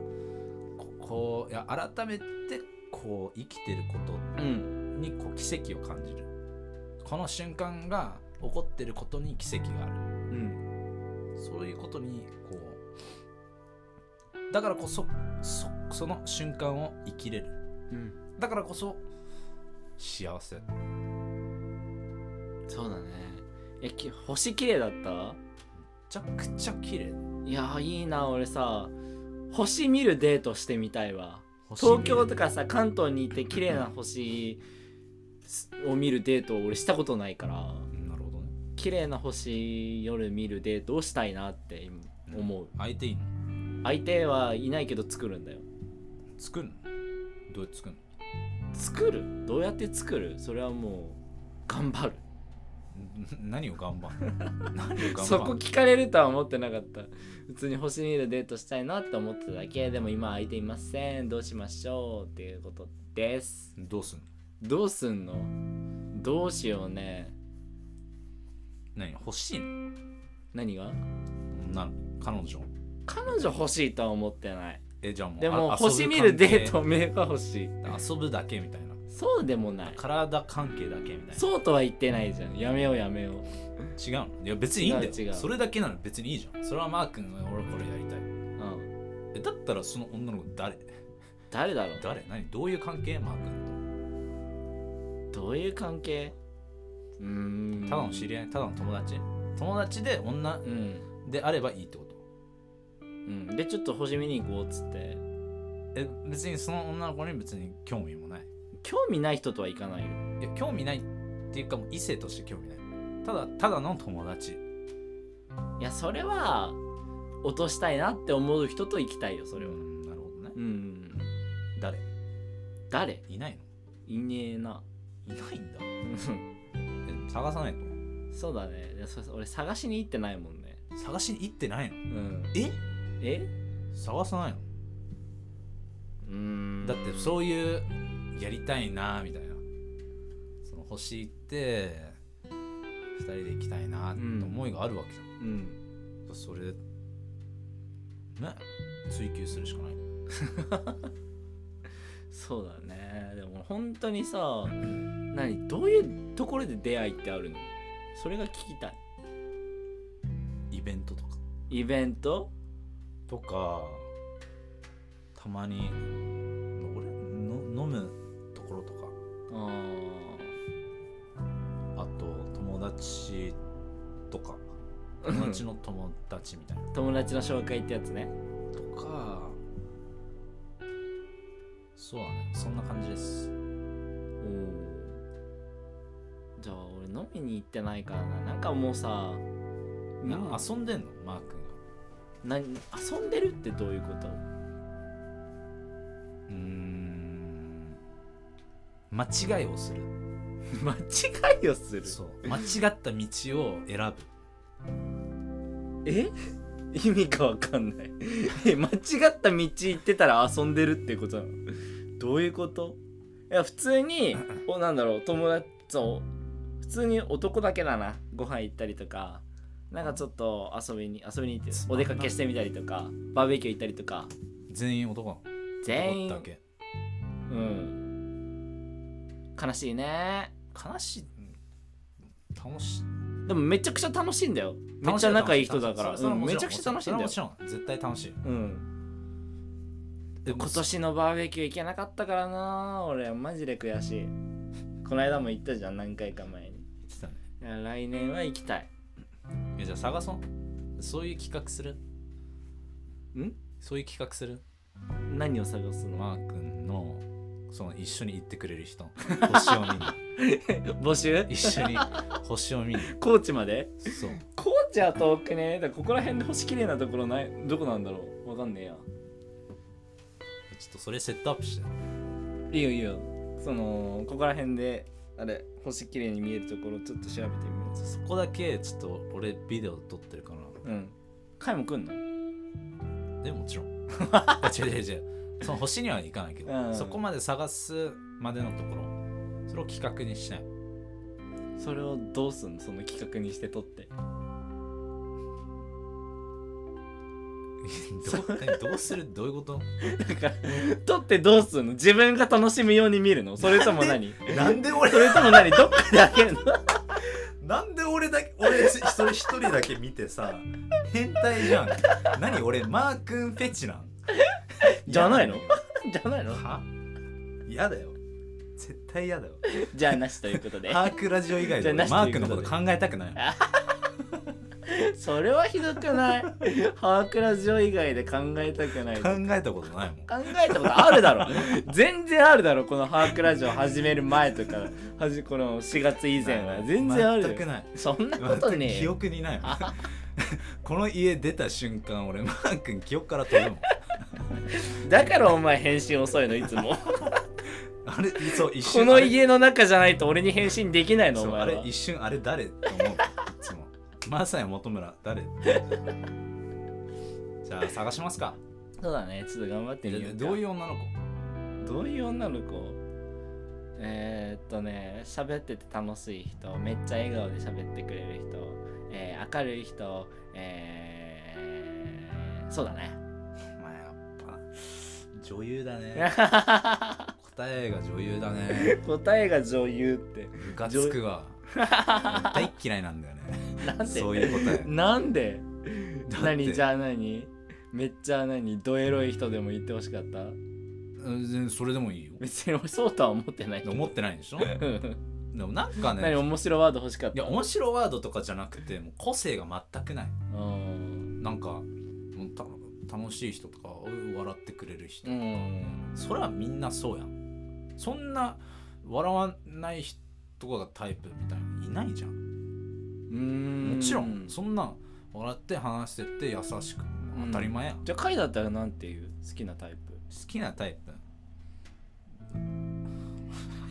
Speaker 2: ここういや改めてこう生きてること
Speaker 1: うん
Speaker 2: にこう奇跡を感じるこの瞬間が起こってることに奇跡がある
Speaker 1: うん
Speaker 2: そういうことにこうだからこそそその瞬間を生きれる
Speaker 1: うん
Speaker 2: だからこそ幸せ
Speaker 1: そうだねえき星綺麗だった
Speaker 2: めちゃくちゃ綺麗
Speaker 1: いやーいいな俺さ星見るデートしてみたいわ
Speaker 2: 星見る
Speaker 1: 東京とかさ関東に行って綺麗な星を見るデートを俺したことないから
Speaker 2: なるほどね
Speaker 1: 綺麗な星夜見るデートをしたいなって今思う
Speaker 2: 相手いいの
Speaker 1: 相手はいないけど作るんだよ
Speaker 2: 作るのどうやって作る
Speaker 1: 作るどうやって作るそれはもう頑張る
Speaker 2: の何を頑張る の何を頑張るの
Speaker 1: そこ聞かれるとは思ってなかった普通に星見るデートしたいなって思ってただけでも今空いていませんどうしましょうっていうことです
Speaker 2: どうすんの
Speaker 1: どうすんのどうしようね
Speaker 2: 何欲しいの
Speaker 1: 何が
Speaker 2: 女の彼女
Speaker 1: 彼女欲しいとは思ってない
Speaker 2: えじゃあもう
Speaker 1: でも
Speaker 2: あ
Speaker 1: 星見るデートめが欲しい
Speaker 2: 遊ぶ関係遊ぶだけみたいな
Speaker 1: そうでもない
Speaker 2: 体関係だけみたいな
Speaker 1: そうとは言ってないじゃんやめようやめよう
Speaker 2: 違うのいや別にいいんだよ
Speaker 1: 違う違う
Speaker 2: それだけなら別にいいじゃんそれはマー君が俺これやりたい
Speaker 1: うん
Speaker 2: えだったらその女の子誰
Speaker 1: 誰だろう
Speaker 2: 誰何どういう関係マー君
Speaker 1: どういう関係うーん
Speaker 2: とただの知り合いただの友達友達で女
Speaker 1: うん
Speaker 2: であればいいってこと
Speaker 1: うんでちょっと星見に行こうっつって
Speaker 2: え別にその女の子に別に興味もない
Speaker 1: 興味ない人とは行かないよ
Speaker 2: いや興味ないっていうかもう異性として興味ないただただの友達
Speaker 1: いやそれは落としたいなって思う人と行きたいよそれは
Speaker 2: うんなるほどね
Speaker 1: うん
Speaker 2: 誰
Speaker 1: 誰
Speaker 2: いない
Speaker 1: いねえな
Speaker 2: のいないんだ
Speaker 1: うん
Speaker 2: え探さないと
Speaker 1: そうだねでそ俺探しに行ってないもんね
Speaker 2: 探しに行ってないの
Speaker 1: うん
Speaker 2: え
Speaker 1: え
Speaker 2: 探さないの
Speaker 1: うーん
Speaker 2: だってそういうやりたいなみたいなその星行って2人で行きたいなって思いがあるわけじゃん、
Speaker 1: うん
Speaker 2: それね追求するしかない
Speaker 1: そうだねでも本当にさ何どういうところで出会いってあるのそれが聞きたい
Speaker 2: イベントとか
Speaker 1: イベント
Speaker 2: とかたまに俺の飲むところとか
Speaker 1: あ
Speaker 2: あと友達とか
Speaker 1: うん
Speaker 2: 友達の友達みたいな
Speaker 1: ー友達の紹介ってやつね
Speaker 2: とかそうだねそんな感じです
Speaker 1: おーじゃあ俺飲みに行ってないからななんかもうさみんな
Speaker 2: な遊んでんのマー君が
Speaker 1: 何遊んでるってどういうこと
Speaker 2: うーん間違いをする
Speaker 1: 間違いをする
Speaker 2: そう間違った道を選
Speaker 1: え意味がわかんないえ間違った道行ってたら遊んでるってことなのどういうこといや普通におなんだろう友達そう普通に男だけだなご飯行ったりとかなんかちょっと遊びに遊びに行って
Speaker 2: つま
Speaker 1: お
Speaker 2: んな
Speaker 1: 出かけしてみたりとかバーベキュー行ったりとか
Speaker 2: ぶ全員男なの
Speaker 1: 全員
Speaker 2: 男だけ
Speaker 1: うん悲しいね
Speaker 2: 悲しいうん楽しい
Speaker 1: でもめちゃくちゃ楽しいんだよめっちゃ仲いい人だからうんめちゃくちゃ楽しいんだよ
Speaker 2: もちろん絶対楽しい
Speaker 1: うん
Speaker 2: でも
Speaker 1: 今年のバーベキュー行けなかったからな俺マジで悔しいこの間も行ったじゃん何回か前に
Speaker 2: 言ってたね
Speaker 1: いや来年は行きたい
Speaker 2: いやじゃあ探そうそういう企画する
Speaker 1: ん
Speaker 2: そういう企画する
Speaker 1: 何を探すの、
Speaker 2: マー君のその一緒に行ってくれる人星を見に
Speaker 1: 募集
Speaker 2: 一緒に星を見に
Speaker 1: 高知まで
Speaker 2: そう
Speaker 1: 高知は遠くねだからここら辺で星綺麗なところないどこなんだろうわかんねえや
Speaker 2: ちょっとそれセットアップして
Speaker 1: いいよいいよそのここら辺であれ星綺麗に見えるところちょっと調べてみよう
Speaker 2: そこだけちょっと俺ビデオ撮ってるか
Speaker 1: うんカイも来んの
Speaker 2: らでも ちろん違う違う違うその星には行かないけど、
Speaker 1: うん
Speaker 2: そこまで探すまでのところそれを企画にしない
Speaker 1: それをどうすんのその企画にして撮って
Speaker 2: どう何どうするどういうこと
Speaker 1: だから撮ってどうすんの自分が楽しむように見るのそれとも何
Speaker 2: なんで俺
Speaker 1: それとも何どっかであげるの
Speaker 2: なんで俺だけ俺そそれ一人だけ見てさ変態じゃん何俺マー君フェチなん
Speaker 1: じゃないのじゃないの
Speaker 2: は嫌だよ絶対嫌だよ
Speaker 1: じゃあなしということで
Speaker 2: マークラジオ以外
Speaker 1: じゃ
Speaker 2: で
Speaker 1: あなし
Speaker 2: マークのこと考えたくない
Speaker 1: それはひどくないハークラジオ以外で考えたくない
Speaker 2: 考えたことないもん
Speaker 1: 考えたことあるだろ全然あるだろこのハークラジオ始める前とかはじこの4月以前は全然あるよ
Speaker 2: 全くない
Speaker 1: そんなこと
Speaker 2: 全
Speaker 1: ね
Speaker 2: く
Speaker 1: え
Speaker 2: 記
Speaker 1: よ
Speaker 2: 憶にないもんこの家出た瞬間俺マー君記憶から飛 ぶもん
Speaker 1: だからお前返信遅いのいつ もこ
Speaker 2: あれそう一瞬
Speaker 1: の
Speaker 2: あれ
Speaker 1: 家の中じゃないと俺に返信できないのお
Speaker 2: そう
Speaker 1: 前
Speaker 2: あれ
Speaker 1: は
Speaker 2: 一瞬あれ誰って思ういつもまさや本村誰じゃあ探しますか
Speaker 1: そうだねちょっと頑張ってみようか
Speaker 2: どういう女の子
Speaker 1: どういう女の子えー、っとね喋ってて楽しい人めっちゃ笑顔で喋ってくれる人、えー明るい人、えーそうだ ね
Speaker 2: お前やっぱ女優だね答えが女優だね
Speaker 1: 答えが女優って
Speaker 2: ムカつくわ大っ嫌いなんだよね
Speaker 1: なんで
Speaker 2: そういう答え
Speaker 1: なんで
Speaker 2: だって
Speaker 1: 何じゃあ何めっちゃ何ドエロい人でも言ってほしかった
Speaker 2: うん全然それでもいいよ
Speaker 1: 別に俺そうとは思ってないけど
Speaker 2: 思ってないでしょ
Speaker 1: うん
Speaker 2: でもなんかね
Speaker 1: 何面白ワード欲しかっ
Speaker 2: い
Speaker 1: た
Speaker 2: や面白ワードとかじゃなくてもう個性が全くない
Speaker 1: うん
Speaker 2: なんかもうた楽しい人とかうん笑ってくれる人、
Speaker 1: うん
Speaker 2: それはみんなそうやんそんな笑わない人がタイプみたいないないじゃん
Speaker 1: うーん
Speaker 2: もちろんそんな笑って話してって優しく
Speaker 1: ん
Speaker 2: 当たり前やん、好
Speaker 1: じゃあ貝だったらなんていう好きなタイプ
Speaker 2: きなタイ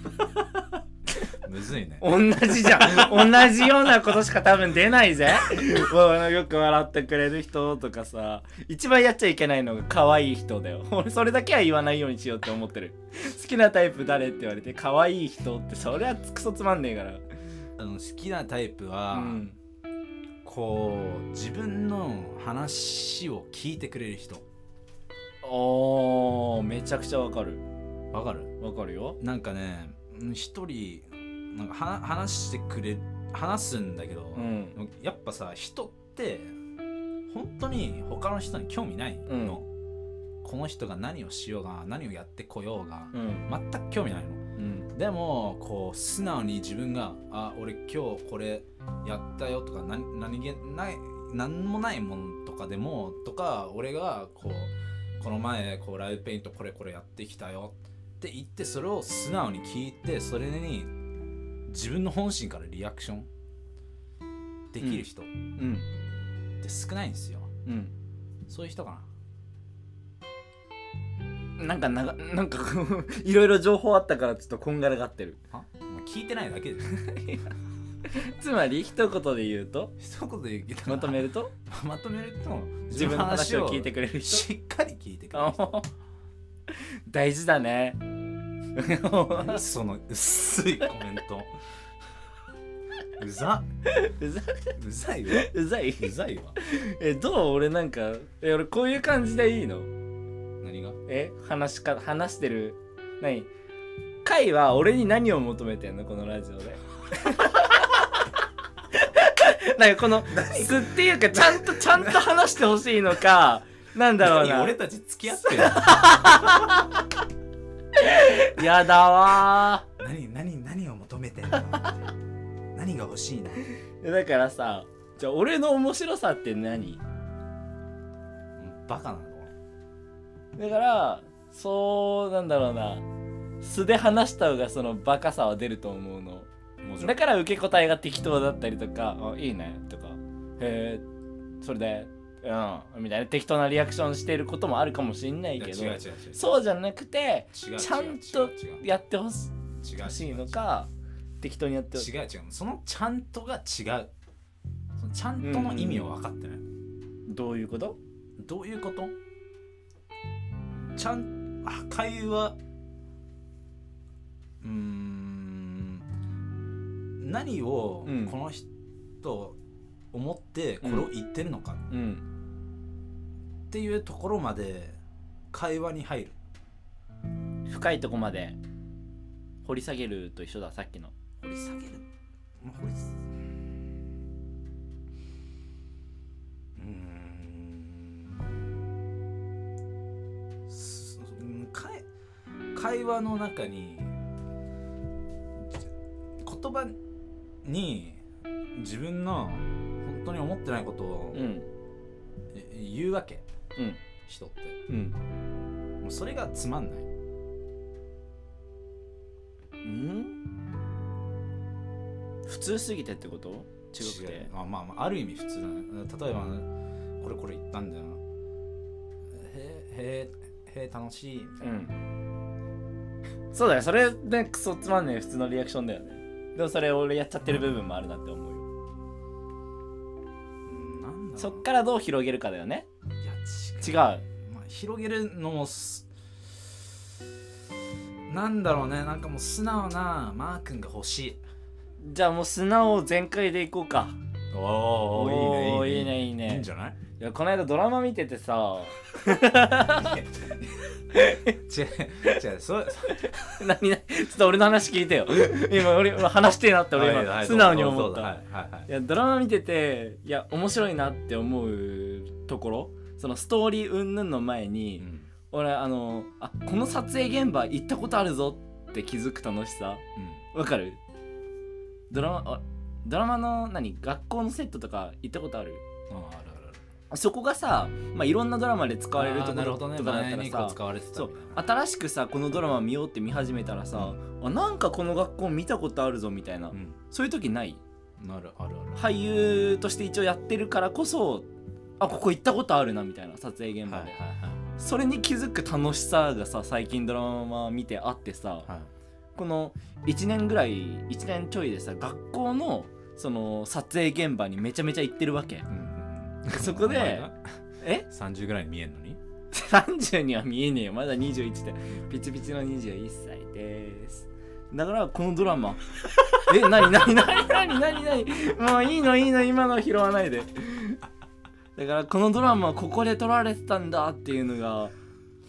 Speaker 2: プむずいね
Speaker 1: 同じじゃ ん同じようなことしか多分出ないぜ わあよく笑ってくれる人とかさ一番やっちゃいけないのが可愛い人だよ 俺それだけは言わないようにしようって思ってる好きなタイプ誰って言われて可愛い人ってそりゃクソつまんねえから
Speaker 2: あの好きなタイプは、
Speaker 1: うん
Speaker 2: こう自分の話を聞いてくれる人
Speaker 1: おーめちゃくちゃわかる
Speaker 2: わかる
Speaker 1: わかるよ
Speaker 2: なんかねうん一人なんかは話してくれ話すんだけど、
Speaker 1: うん
Speaker 2: やっぱさ人って本当に他の人に興味ないの、この人が何をしようが何をやってこようが
Speaker 1: うん
Speaker 2: 全く興味ないの
Speaker 1: うん
Speaker 2: でもこう素直に自分が「あ俺今日これやったよ」とか何何気ない何もないもんとかでもとか俺がこうこの前こうライブペイントこれこれやってきたよって言ってそれを素直に聞いてそれに自分の本心からリアクションできる人っ
Speaker 1: うん
Speaker 2: て少ないんですよ、
Speaker 1: うん
Speaker 2: そういう人かな
Speaker 1: なんかながなんか いろいろ情報あったからちょっとこんがらがってる
Speaker 2: はお前聞いてないだけで
Speaker 1: つまり一言で言うと
Speaker 2: 一言で言うけど
Speaker 1: まとめると
Speaker 2: まとめると
Speaker 1: 自分の話を聞いて
Speaker 2: く
Speaker 1: くれる人
Speaker 2: しっかり聞いてくれる
Speaker 1: あ
Speaker 2: 人
Speaker 1: の大事だね
Speaker 2: 何その薄いコメントうざ
Speaker 1: うざ
Speaker 2: うざいわ
Speaker 1: うざいう
Speaker 2: ざいわ
Speaker 1: えどう俺なんかえ俺こういう感じでいいの
Speaker 2: 何が
Speaker 1: え話しか話してる何会は俺に何を求めてんのこのラジオで なんかこのすっていうかちゃんとちゃんと話してほしいのかなんだろう
Speaker 2: 何
Speaker 1: な
Speaker 2: 俺たち付き合ってる
Speaker 1: やだわ
Speaker 2: 何何何を求めてんの何が欲しいの
Speaker 1: ーだからさじゃあ俺の面白さって何
Speaker 2: バカな
Speaker 1: だ
Speaker 2: の
Speaker 1: からそうなんだろうな素で話した方がそのバカさは出ると思うの
Speaker 2: もちろ
Speaker 1: だ
Speaker 2: ん
Speaker 1: から受け答えが適当だったりとか「あいいね」とか「へえそれでうん」みたいな適当なリアクションしてることもあるかもしんない
Speaker 2: いや
Speaker 1: けど
Speaker 2: 違う違う違う
Speaker 1: そうじゃなくて
Speaker 2: 違う違う
Speaker 1: ちゃんと
Speaker 2: 違う違う
Speaker 1: やってほし
Speaker 2: 違う
Speaker 1: しいのか適当にやって
Speaker 2: 違う違うそのちゃんとが違うそのちゃんとの意味を分かってない、
Speaker 1: どういうこと
Speaker 2: どういうことちゃんあ会話うーん何を
Speaker 1: うん
Speaker 2: この人思ってこれを言ってるのか
Speaker 1: うん
Speaker 2: っていうところまで会話に入る
Speaker 1: 深いとこまで掘り下げると一緒ださっきの
Speaker 2: 掘り下げるまあ掘りすうーんすうん会会話の中に言葉に自分の本当に思ってないことを
Speaker 1: うん
Speaker 2: え言うわけ、
Speaker 1: うん
Speaker 2: 人って
Speaker 1: うん
Speaker 2: もうそれがつまんない
Speaker 1: うん普通すぎてってこと違くて
Speaker 2: あまあまあある意味普通だな例えばこれこれ言ったんだよなへえへえへえ楽しいみたいうな、
Speaker 1: んそうだよそれでクソつまんねえ普通のリアクションだよねでもそれ俺やっちゃってる部分もあるなって思うよ、
Speaker 2: うんなんだろうな
Speaker 1: そっからどう広げるかだよね
Speaker 2: いや
Speaker 1: 違
Speaker 2: 違
Speaker 1: う
Speaker 2: う、まあ、広げるのもすなんだろうねなんかもう素直なマー君が欲しい
Speaker 1: じゃあもう素直全開でいこうか
Speaker 2: お
Speaker 1: おーいい
Speaker 2: い
Speaker 1: ねいいね
Speaker 2: いいんじゃない
Speaker 1: いやこの間ドラマ見ててさ
Speaker 2: 違う違うそう
Speaker 1: 何々ちょっと俺の話聞いてよ今俺俺話してえなって俺
Speaker 2: はいは
Speaker 1: 今
Speaker 2: い
Speaker 1: 素直に思
Speaker 2: そ
Speaker 1: っ
Speaker 2: うだ
Speaker 1: た
Speaker 2: はいはいはい
Speaker 1: いやドラマ見てていや面白いなって思うところそのストーリー云々の前に、
Speaker 2: うん
Speaker 1: 俺あのあこの撮影現場行ったことあるぞって気づく楽しさわかるドラマあドラマの何学校のセットとか行ったことある
Speaker 2: うんああるあるある
Speaker 1: そこがさ、まあ、いろんなドラマで使われると
Speaker 2: あー
Speaker 1: こ
Speaker 2: なる
Speaker 1: ろと
Speaker 2: ほど
Speaker 1: か
Speaker 2: ね
Speaker 1: だった
Speaker 2: 前
Speaker 1: ら
Speaker 2: にこう
Speaker 1: さ
Speaker 2: 使われてた
Speaker 1: そ
Speaker 2: み
Speaker 1: う
Speaker 2: たいな
Speaker 1: 新しくさこのドラマ見ようって見始めたらさ、あなんかこの学校見たことあるぞみたいな、
Speaker 2: うん
Speaker 1: そういう時ない
Speaker 2: あるあるある
Speaker 1: 俳優として一応やってるからこそあここ行ったことあるなみたいな撮影現場
Speaker 2: はい
Speaker 1: で、
Speaker 2: はいは
Speaker 1: それに気づく楽しさがさ最近ドラマ見てあってさ、
Speaker 2: いはい
Speaker 1: この1年ぐらい1年ちょいでさ学校のその撮影現場にめちゃめちゃ行ってるわけ
Speaker 2: うんうん
Speaker 1: そこで
Speaker 2: お前が
Speaker 1: え
Speaker 2: 30ぐらいに見えんのに
Speaker 1: 30には見えねえよまだ21でピチピチの21歳ですだからこのドラマえ何何何何何何もういいのいいの今の拾わないでだからこのドラマここで撮られてたんだっていうのが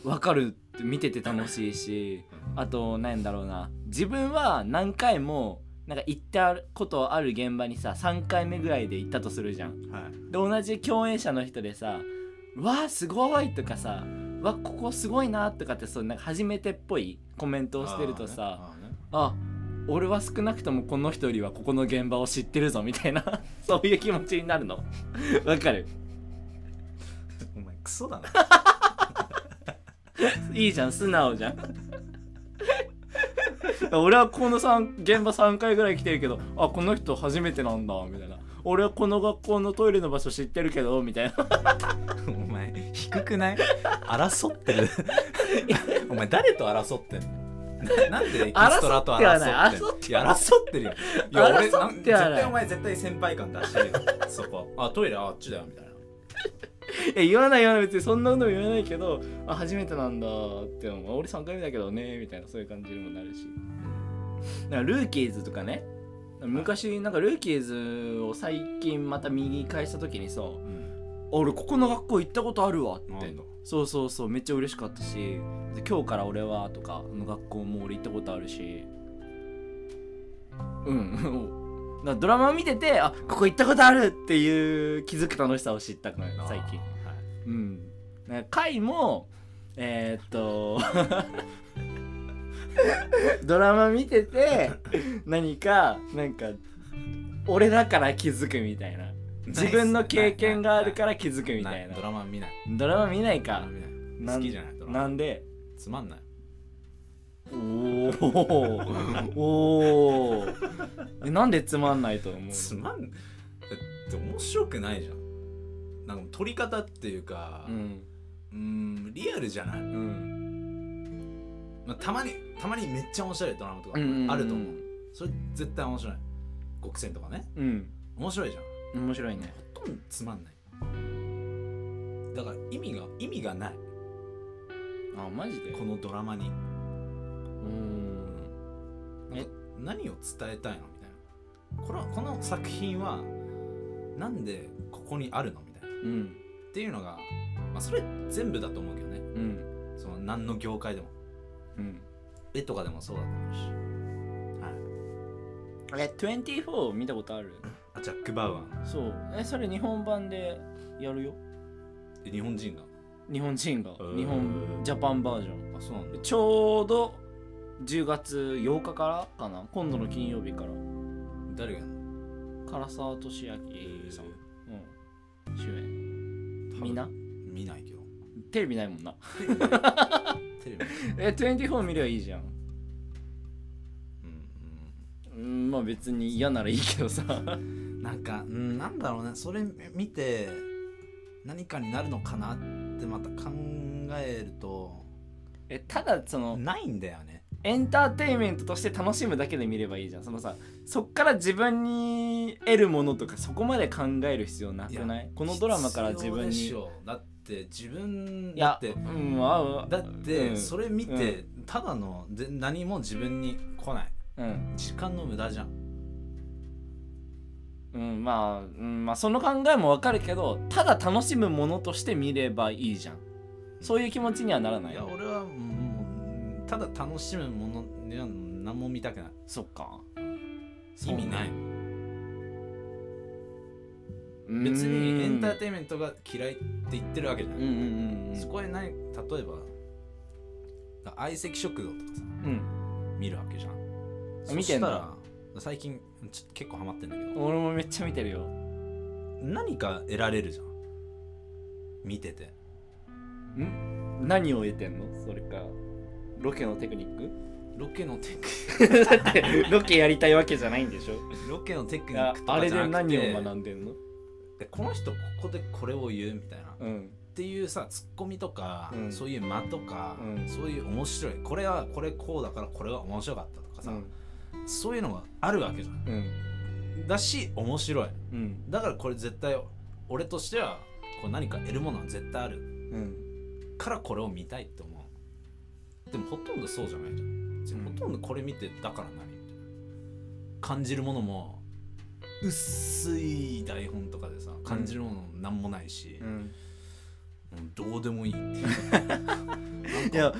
Speaker 1: 分かるって見てて楽しいしあと何だろうな自分は何回もなんか行ったことある現場にさ3回目ぐらいで行ったとするじゃん
Speaker 2: はい
Speaker 1: で同じ共演者の人でさ「うわーすごい!」とかさ「うわここすごいな」とかってそうなんか初めてっぽいコメントをしてるとさ
Speaker 2: あーね
Speaker 1: 「あ,、俺は少なくともこの人よりはここの現場を知ってるぞ」みたいな そういう気持ちになるのわかる
Speaker 2: あーねお前クソだな
Speaker 1: いいじゃん素直じゃん 俺はこの三現場3回ぐらい来てるけどあこの人初めてなんだみたいな俺はこの学校のトイレの場所知ってるけどみたいな
Speaker 2: お前低くない争って るお前誰と争ってんのななんでエキストラと争ってんの
Speaker 1: 争って
Speaker 2: いや争ってるよいや俺な
Speaker 1: 争っ
Speaker 2: ん
Speaker 1: てはない
Speaker 2: 絶対お前絶対先輩感出してるよそこ あトイレあっちだよみたいない
Speaker 1: や言わない言わない別にそんなことも言わないけどあ初めてなんだって思う俺3回目だけどねみたいなそういう感じにもなるしなんかルーキーズとかね昔なんかルーキーズを最近また右返した時にさあ
Speaker 2: うん
Speaker 1: 俺ここの学校行ったことあるわっ
Speaker 2: な
Speaker 1: て
Speaker 2: んだ
Speaker 1: そうそうそうめっちゃ嬉しかったしで今日から俺はとかの学校も俺行ったことあるしうん だからドラマ見ててあここ行ったことあるっていう気づく楽しさを知ったから最近
Speaker 2: あ
Speaker 1: うん。ね回も、えーっと、 ドラマ見てて、何か、なんか、俺だから気づくみたいな。
Speaker 2: ー
Speaker 1: 自分の経験があるからら気づくみたいな
Speaker 2: ド。ラマ見ない
Speaker 1: ドラマ見ない
Speaker 2: ドラ
Speaker 1: か
Speaker 2: マ。見ない
Speaker 1: な
Speaker 2: 好
Speaker 1: ん
Speaker 2: きじゃないドラマ
Speaker 1: なんで、
Speaker 2: つまんない
Speaker 1: おーおーえなんでつまんないと思う
Speaker 2: つまんだって面白くないじゃんなんか撮り方っていうか
Speaker 1: う。
Speaker 2: うんーんリアルじゃない、
Speaker 1: うん。
Speaker 2: まあ、たまにたまにめっちゃ面白いドラマとか
Speaker 1: んんん
Speaker 2: あると思う、それ絶対面白い極戦とかね
Speaker 1: うん
Speaker 2: 面白いじゃん
Speaker 1: 面白いね
Speaker 2: ほとんどつまんないだから意味が意味がない
Speaker 1: あマジで
Speaker 2: このドラマに
Speaker 1: うん
Speaker 2: なんか何を伝えたいのみたいなこれはこの作品はなんでここにあるのみたいなっ
Speaker 1: うん
Speaker 2: ていうのが、まあ、それ全部だと思うけどね
Speaker 1: うん
Speaker 2: その何の業界でも
Speaker 1: うん
Speaker 2: 絵とかでもそうだと思うし、はい、
Speaker 1: え24見たことある
Speaker 2: あジャック・バウアーの
Speaker 1: そうえそれ日本版でやるよ
Speaker 2: え日本人が
Speaker 1: 日本人が
Speaker 2: ー
Speaker 1: 日本ジャパンバージョン
Speaker 2: あそうなんだ
Speaker 1: ちょうど10月8日からかな今度の金曜日から
Speaker 2: 誰がやるの
Speaker 1: 唐沢俊明さん、うん、主演みんな
Speaker 2: 見ないけど
Speaker 1: テレビないもんな
Speaker 2: テレビ、
Speaker 1: え24見りゃいいじゃん
Speaker 2: うん
Speaker 1: うんまあ別に嫌ならいいけどさ
Speaker 2: うん、なんか、うん、なんだろうねそれ見て何かになるのかなってまた考えると
Speaker 1: えただその
Speaker 2: ないんだよね
Speaker 1: エンターテインメントとして楽しむだけで見ればいいじゃんそのさそっから自分に得るものとかそこまで考える必要なくないこのドラマから自分に
Speaker 2: 必要でしょだって自分
Speaker 1: い
Speaker 2: だ
Speaker 1: や
Speaker 2: って
Speaker 1: うん合う
Speaker 2: だってそ
Speaker 1: れ
Speaker 2: れ見て、ただので何も自分に来ない
Speaker 1: うん、
Speaker 2: 時間の無駄じゃん
Speaker 1: うん、まあ、うん、まあその考えもわかるけどただ楽しむものとして見ればいいじゃんそういう気持ちにはならないい
Speaker 2: や俺はもうただ楽しむものには何も見たくない
Speaker 1: そっか
Speaker 2: 意味ない別
Speaker 1: 別
Speaker 2: にエンター
Speaker 1: イ
Speaker 2: テインメントが嫌いって言ってるわけじゃない、
Speaker 1: うんうんうん
Speaker 2: そこへない例えば相席食堂とかさ
Speaker 1: うん
Speaker 2: 見るわけじゃん
Speaker 1: あ見てん
Speaker 2: そした
Speaker 1: だ
Speaker 2: ら最近ちょっと結構ハマってんだけど
Speaker 1: 俺もめっちゃ見てるよ
Speaker 2: 何か得られるじゃん見てて
Speaker 1: ん何を得てんのそれかロケのテクニック
Speaker 2: ロケのテク
Speaker 1: だってロケやりたいわけじゃないんでしょ
Speaker 2: ロケのテクニッ
Speaker 1: あ
Speaker 2: クと
Speaker 1: あ
Speaker 2: か
Speaker 1: れ
Speaker 2: じゃ
Speaker 1: で
Speaker 2: なく
Speaker 1: 何
Speaker 2: て
Speaker 1: を学んでんの
Speaker 2: でこの人ここでこれを言うみたいな、っ
Speaker 1: うん
Speaker 2: ていうさツッコミとか、
Speaker 1: うん
Speaker 2: そういう間とか、
Speaker 1: うん
Speaker 2: そういう面白いこれはこれこうだからこれは面白かったとかさ、
Speaker 1: うん
Speaker 2: そういうのがあるわけじゃん
Speaker 1: うん
Speaker 2: だし面白い
Speaker 1: うん
Speaker 2: だからこれ絶対俺としてはこう何か得るものは絶対ある
Speaker 1: うん
Speaker 2: からこれを見たいって思うでもほとんどそうじゃないじゃんじゃあ
Speaker 1: うん
Speaker 2: ほとんどこれ見てだから何みたいな感じるものも薄い台本とかでさ感じるものも何もないし、
Speaker 1: うん
Speaker 2: もうどうでもいいっていうなん
Speaker 1: い
Speaker 2: か
Speaker 1: や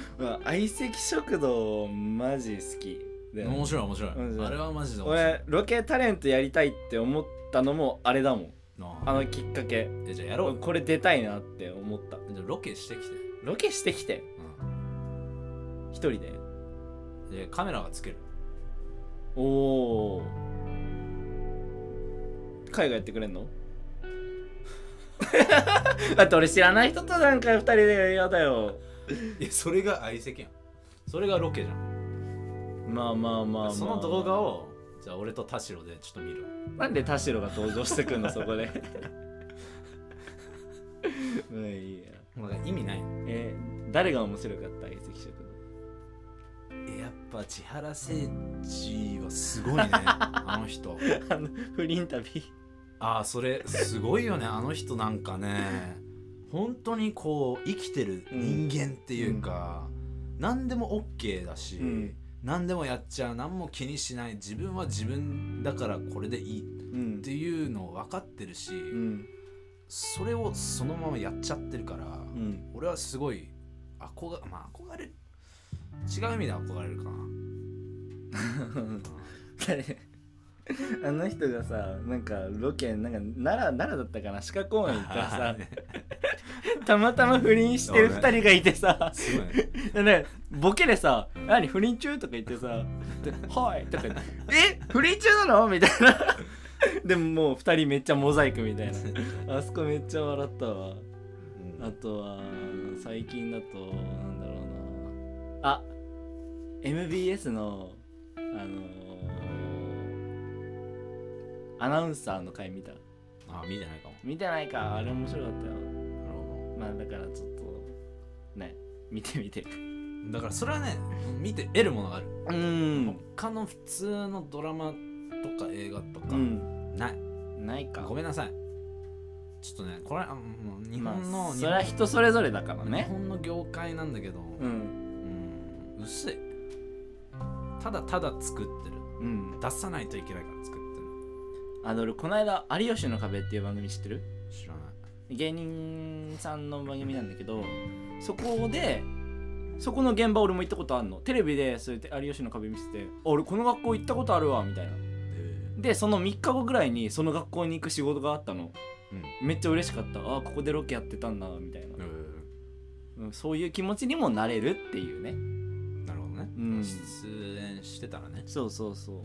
Speaker 1: 相席食堂マジ好きだよね
Speaker 2: 面白い面白い
Speaker 1: 面白い
Speaker 2: あれはマジで面白い
Speaker 1: 俺ロケタレントやりたいって思ったのもあれだもん
Speaker 2: な
Speaker 1: あのきっかけ
Speaker 2: えじゃあやろうよ
Speaker 1: これ出たいなって思った
Speaker 2: じゃあロケしてきて、
Speaker 1: ロケしてきて一人で
Speaker 2: うん、でカメラがつける
Speaker 1: おお海外やってくれん のだって俺知らない人となんか二人で嫌だよ
Speaker 2: いやそれが相席やんそれがロケじゃん
Speaker 1: まあまあまあ、まあ、
Speaker 2: その動画をじゃあ俺と田代でちょっと見る
Speaker 1: なんで田代が登場してくんのそこで まあいいや
Speaker 2: わ意味ない
Speaker 1: え誰が面白かった相席食
Speaker 2: えやっぱ千原誠二はすごいね あの人
Speaker 1: 堂あの不倫旅
Speaker 2: ああそれすごいよねあの人なんかね本当にこう生きてる人間っていうか、何でも OK だし、
Speaker 1: うん
Speaker 2: 何でもやっちゃう何も気にしない自分は自分だからこれでいいっ
Speaker 1: うん
Speaker 2: ていうのを分かってるし、
Speaker 1: うん
Speaker 2: それをそのままやっちゃってるから、
Speaker 1: うん
Speaker 2: 俺はすごい憧,、まあ、憧れる違う意味で憧れるかな
Speaker 1: 誰 あの人がさなんかロケなんか奈良奈良だったかな鹿公園行ったらさたまたま不倫してる2人がいてさ
Speaker 2: すごいね
Speaker 1: でねボケでさ「何不倫中?」とか言ってさ「ではい」とか言って「え不倫中なの?」みたいなでももう2人めっちゃモザイクみたいなあそこめっちゃ笑ったわあとは最近だとなんだろうなあ MBS のあのーアナウンサーの回見た
Speaker 2: あ見てないかも
Speaker 1: 見てないかあれ面白かったよ
Speaker 2: なるほ
Speaker 1: まあだからちょっとね見てみて
Speaker 2: どだからそれはね見て得るものがある
Speaker 1: うん
Speaker 2: 他の普通のドラマとか映画とか、
Speaker 1: うん
Speaker 2: ない
Speaker 1: ないか
Speaker 2: ごめんなさいちょっとねこれはもう日
Speaker 1: まあ
Speaker 2: 本の、
Speaker 1: それは人それぞれだから
Speaker 2: 日
Speaker 1: ね
Speaker 2: 本の業界なんだけど、
Speaker 1: うん
Speaker 2: うん薄いただただ作ってる
Speaker 1: うん
Speaker 2: 出さないといけないから作って
Speaker 1: あの俺この間「有吉の壁」っていう番組知ってる
Speaker 2: る知らない
Speaker 1: 芸人さんの番組なんだけどそこでそこの現場俺も行ったことあるのテレビでそうやって有吉の壁見せて「あ俺この学校行ったことあるわ」みたいなでその3日後ぐらいにその学校に行く仕事があったの
Speaker 2: うん
Speaker 1: めっちゃ嬉しかったあここでロケやってたんだみたいな、うん、そういう気持ちにもなれるっていうね
Speaker 2: なるほどね、
Speaker 1: うん
Speaker 2: 出演してたらね
Speaker 1: そうそうそう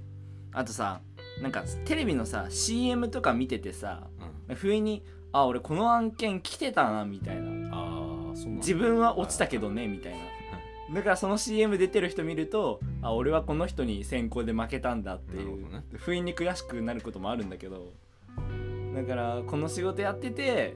Speaker 1: あとさなんかテレビのさ CM とか見ててさ
Speaker 2: うん
Speaker 1: 不意に「あ俺この案件来てたな」みたいな
Speaker 2: ああそうなんだ
Speaker 1: 自分は落ちたけどねみたいなだからその CM 出てる人見るとあ俺はこの人に先行で負けたんだってい
Speaker 2: なる
Speaker 1: う、
Speaker 2: ほどね
Speaker 1: 不意に悔しくなることもあるんだけどだからこの仕事やってて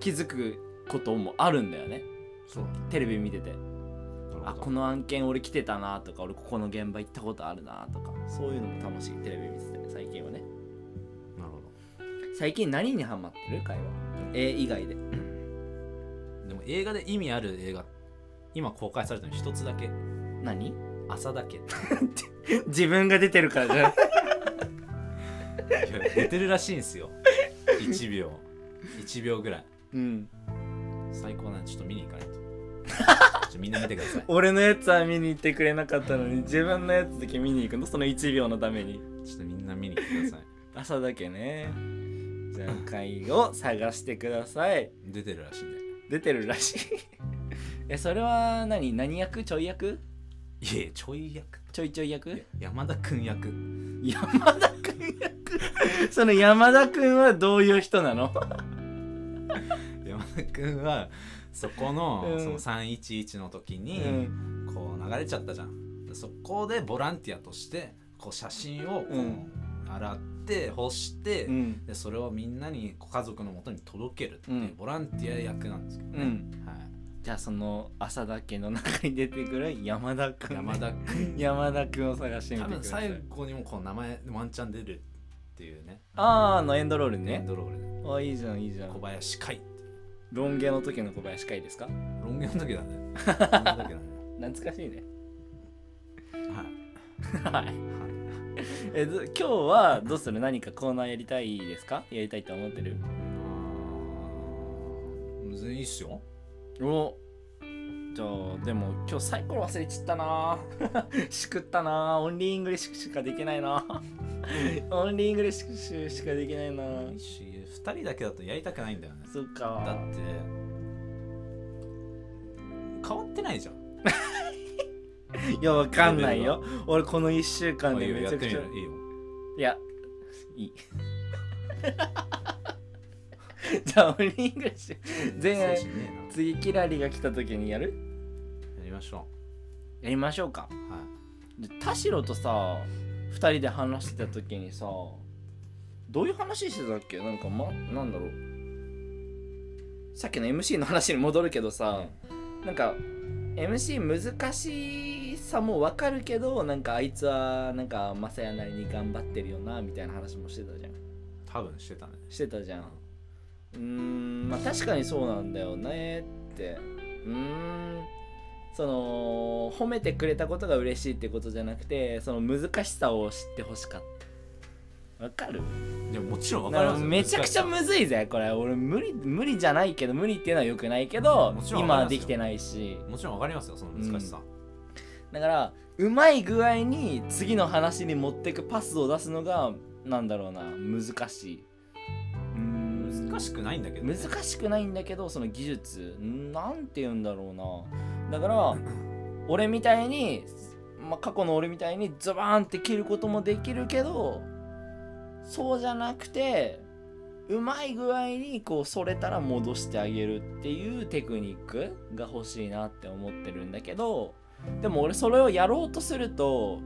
Speaker 1: 気づくこともあるんだよね
Speaker 2: そう
Speaker 1: テレビ見てて
Speaker 2: な
Speaker 1: あ
Speaker 2: る
Speaker 1: こ
Speaker 2: ほど
Speaker 1: の案件俺来てたなとか俺ここの現場行ったことあるなとかそういうのも楽しいテレビ見ててね最近はね
Speaker 2: なるほ
Speaker 1: 最近何にハマってる会話絵以外で
Speaker 2: どでも映画で意味ある映画今公開されたの一つだけ
Speaker 1: 何
Speaker 2: 朝だ けい
Speaker 1: 自分が出てるからじゃん
Speaker 2: や出てるらしいんですよ1秒1秒ぐらい
Speaker 1: うん
Speaker 2: 最高なんでちょっと見に行か ないとちょっとみんな見てください
Speaker 1: 俺のやつは見に行ってくれなかったのに自分のやつだけ見に行くのその1秒のために
Speaker 2: ちょっとみんな見に行ってください
Speaker 1: 朝だけねじゃあ会を探してください
Speaker 2: 出てるらしいんで
Speaker 1: 出てるらしい えそれは何何役ちょい役
Speaker 2: いえちょい役
Speaker 1: ちょいちょい役
Speaker 2: 山田君役
Speaker 1: 山田くん役 その山田くんはどういう人なの
Speaker 2: 山田君はそこの,、
Speaker 1: うん
Speaker 2: その311の時
Speaker 1: う
Speaker 2: に、
Speaker 1: ん
Speaker 2: こう流れちゃったじゃんそこでボランティアとしてこう写真をこう
Speaker 1: うん
Speaker 2: 洗って干して、
Speaker 1: うん
Speaker 2: でそれをみんなにご家族のもとに届けるっていううんボランティア役なんですけど
Speaker 1: う
Speaker 2: ね、
Speaker 1: ん
Speaker 2: はい
Speaker 1: じゃあその朝だけの中に出てくる山田くん
Speaker 2: 山田君
Speaker 1: 山田くんを探してみて
Speaker 2: 多
Speaker 1: く
Speaker 2: 分
Speaker 1: ださ
Speaker 2: 最
Speaker 1: い
Speaker 2: 後にもこう名前ワンチャン出るっていうね
Speaker 1: あーあのエンドロール
Speaker 2: エン
Speaker 1: ね
Speaker 2: ドロールで
Speaker 1: あいいじゃんいいじゃん
Speaker 2: 小林海って
Speaker 1: ロン毛の時の小林会ですか
Speaker 2: ロン毛の時だ ねロン毛の時だね
Speaker 1: 懐かしいね。
Speaker 2: はい
Speaker 1: はい。えず今日はどうする何かコーナーやりたいですかやりたいと思ってる
Speaker 2: 全然いいっすよ
Speaker 1: おじゃあでも今日サイコロ忘れちったな しくったなオンリーイングリッシュしかできないなオンリーイングリッシュしかできないな
Speaker 2: ないし2人だけだとやりたくないんだよね
Speaker 1: そっ
Speaker 2: だ
Speaker 1: か
Speaker 2: って変わってないじゃん
Speaker 1: いやわかんないよ俺この1週間で
Speaker 2: いいよ
Speaker 1: め
Speaker 2: や
Speaker 1: ち
Speaker 2: っ
Speaker 1: ゃく
Speaker 2: てみ
Speaker 1: ちゃ
Speaker 2: るいいよ
Speaker 1: いや、いい。 じゃあ、オンリーイングリッシュ。前
Speaker 2: 精
Speaker 1: 回、
Speaker 2: 神ねえ
Speaker 1: 次、キラリが来た時にやる
Speaker 2: なやりましょ
Speaker 1: やりましょうか。
Speaker 2: うはい
Speaker 1: で田代とさ、二人で話してた時にさ、どういう話してたっけなんか、ま、なんだろう。さっきの MC の話に戻るけどさ、なんか、MC 難しさもわかるけど、なんかあいつは、なんか、マサヤなりに頑張ってるよな、みたいな話もしてたじゃん。
Speaker 2: 多分してたね
Speaker 1: してたじゃんうーんまあ確かにそうなんだよねってうーんその褒めてくれたことが嬉しいってことじゃなくてその難しさを知ってほしかったわかる
Speaker 2: でももちろん分
Speaker 1: だ
Speaker 2: か
Speaker 1: から
Speaker 2: りますよ
Speaker 1: めちゃくちゃ
Speaker 2: 難し
Speaker 1: むずいぜこれ俺無理無理じゃないけど無理っていうのは良くないけど
Speaker 2: もちろん
Speaker 1: 今は
Speaker 2: わか
Speaker 1: で
Speaker 2: りますよ
Speaker 1: きてないし
Speaker 2: さもちろん分かりますよその難しさ、
Speaker 1: だからうまい具合に次の話に持ってくパスを出すのがなんだろうな難しいうーん
Speaker 2: 難しくないんだけど、ね、
Speaker 1: 難しくないんだけどその技術なんて言うんだろうなだ から俺みたいに、まあ、過去の俺みたいにズバーンって切ることもできるけどそうじゃなくてうまい具合にこうそれたら戻してあげるっていうテクニックが欲しいなって思ってるんだけどでも俺それをやろうとすると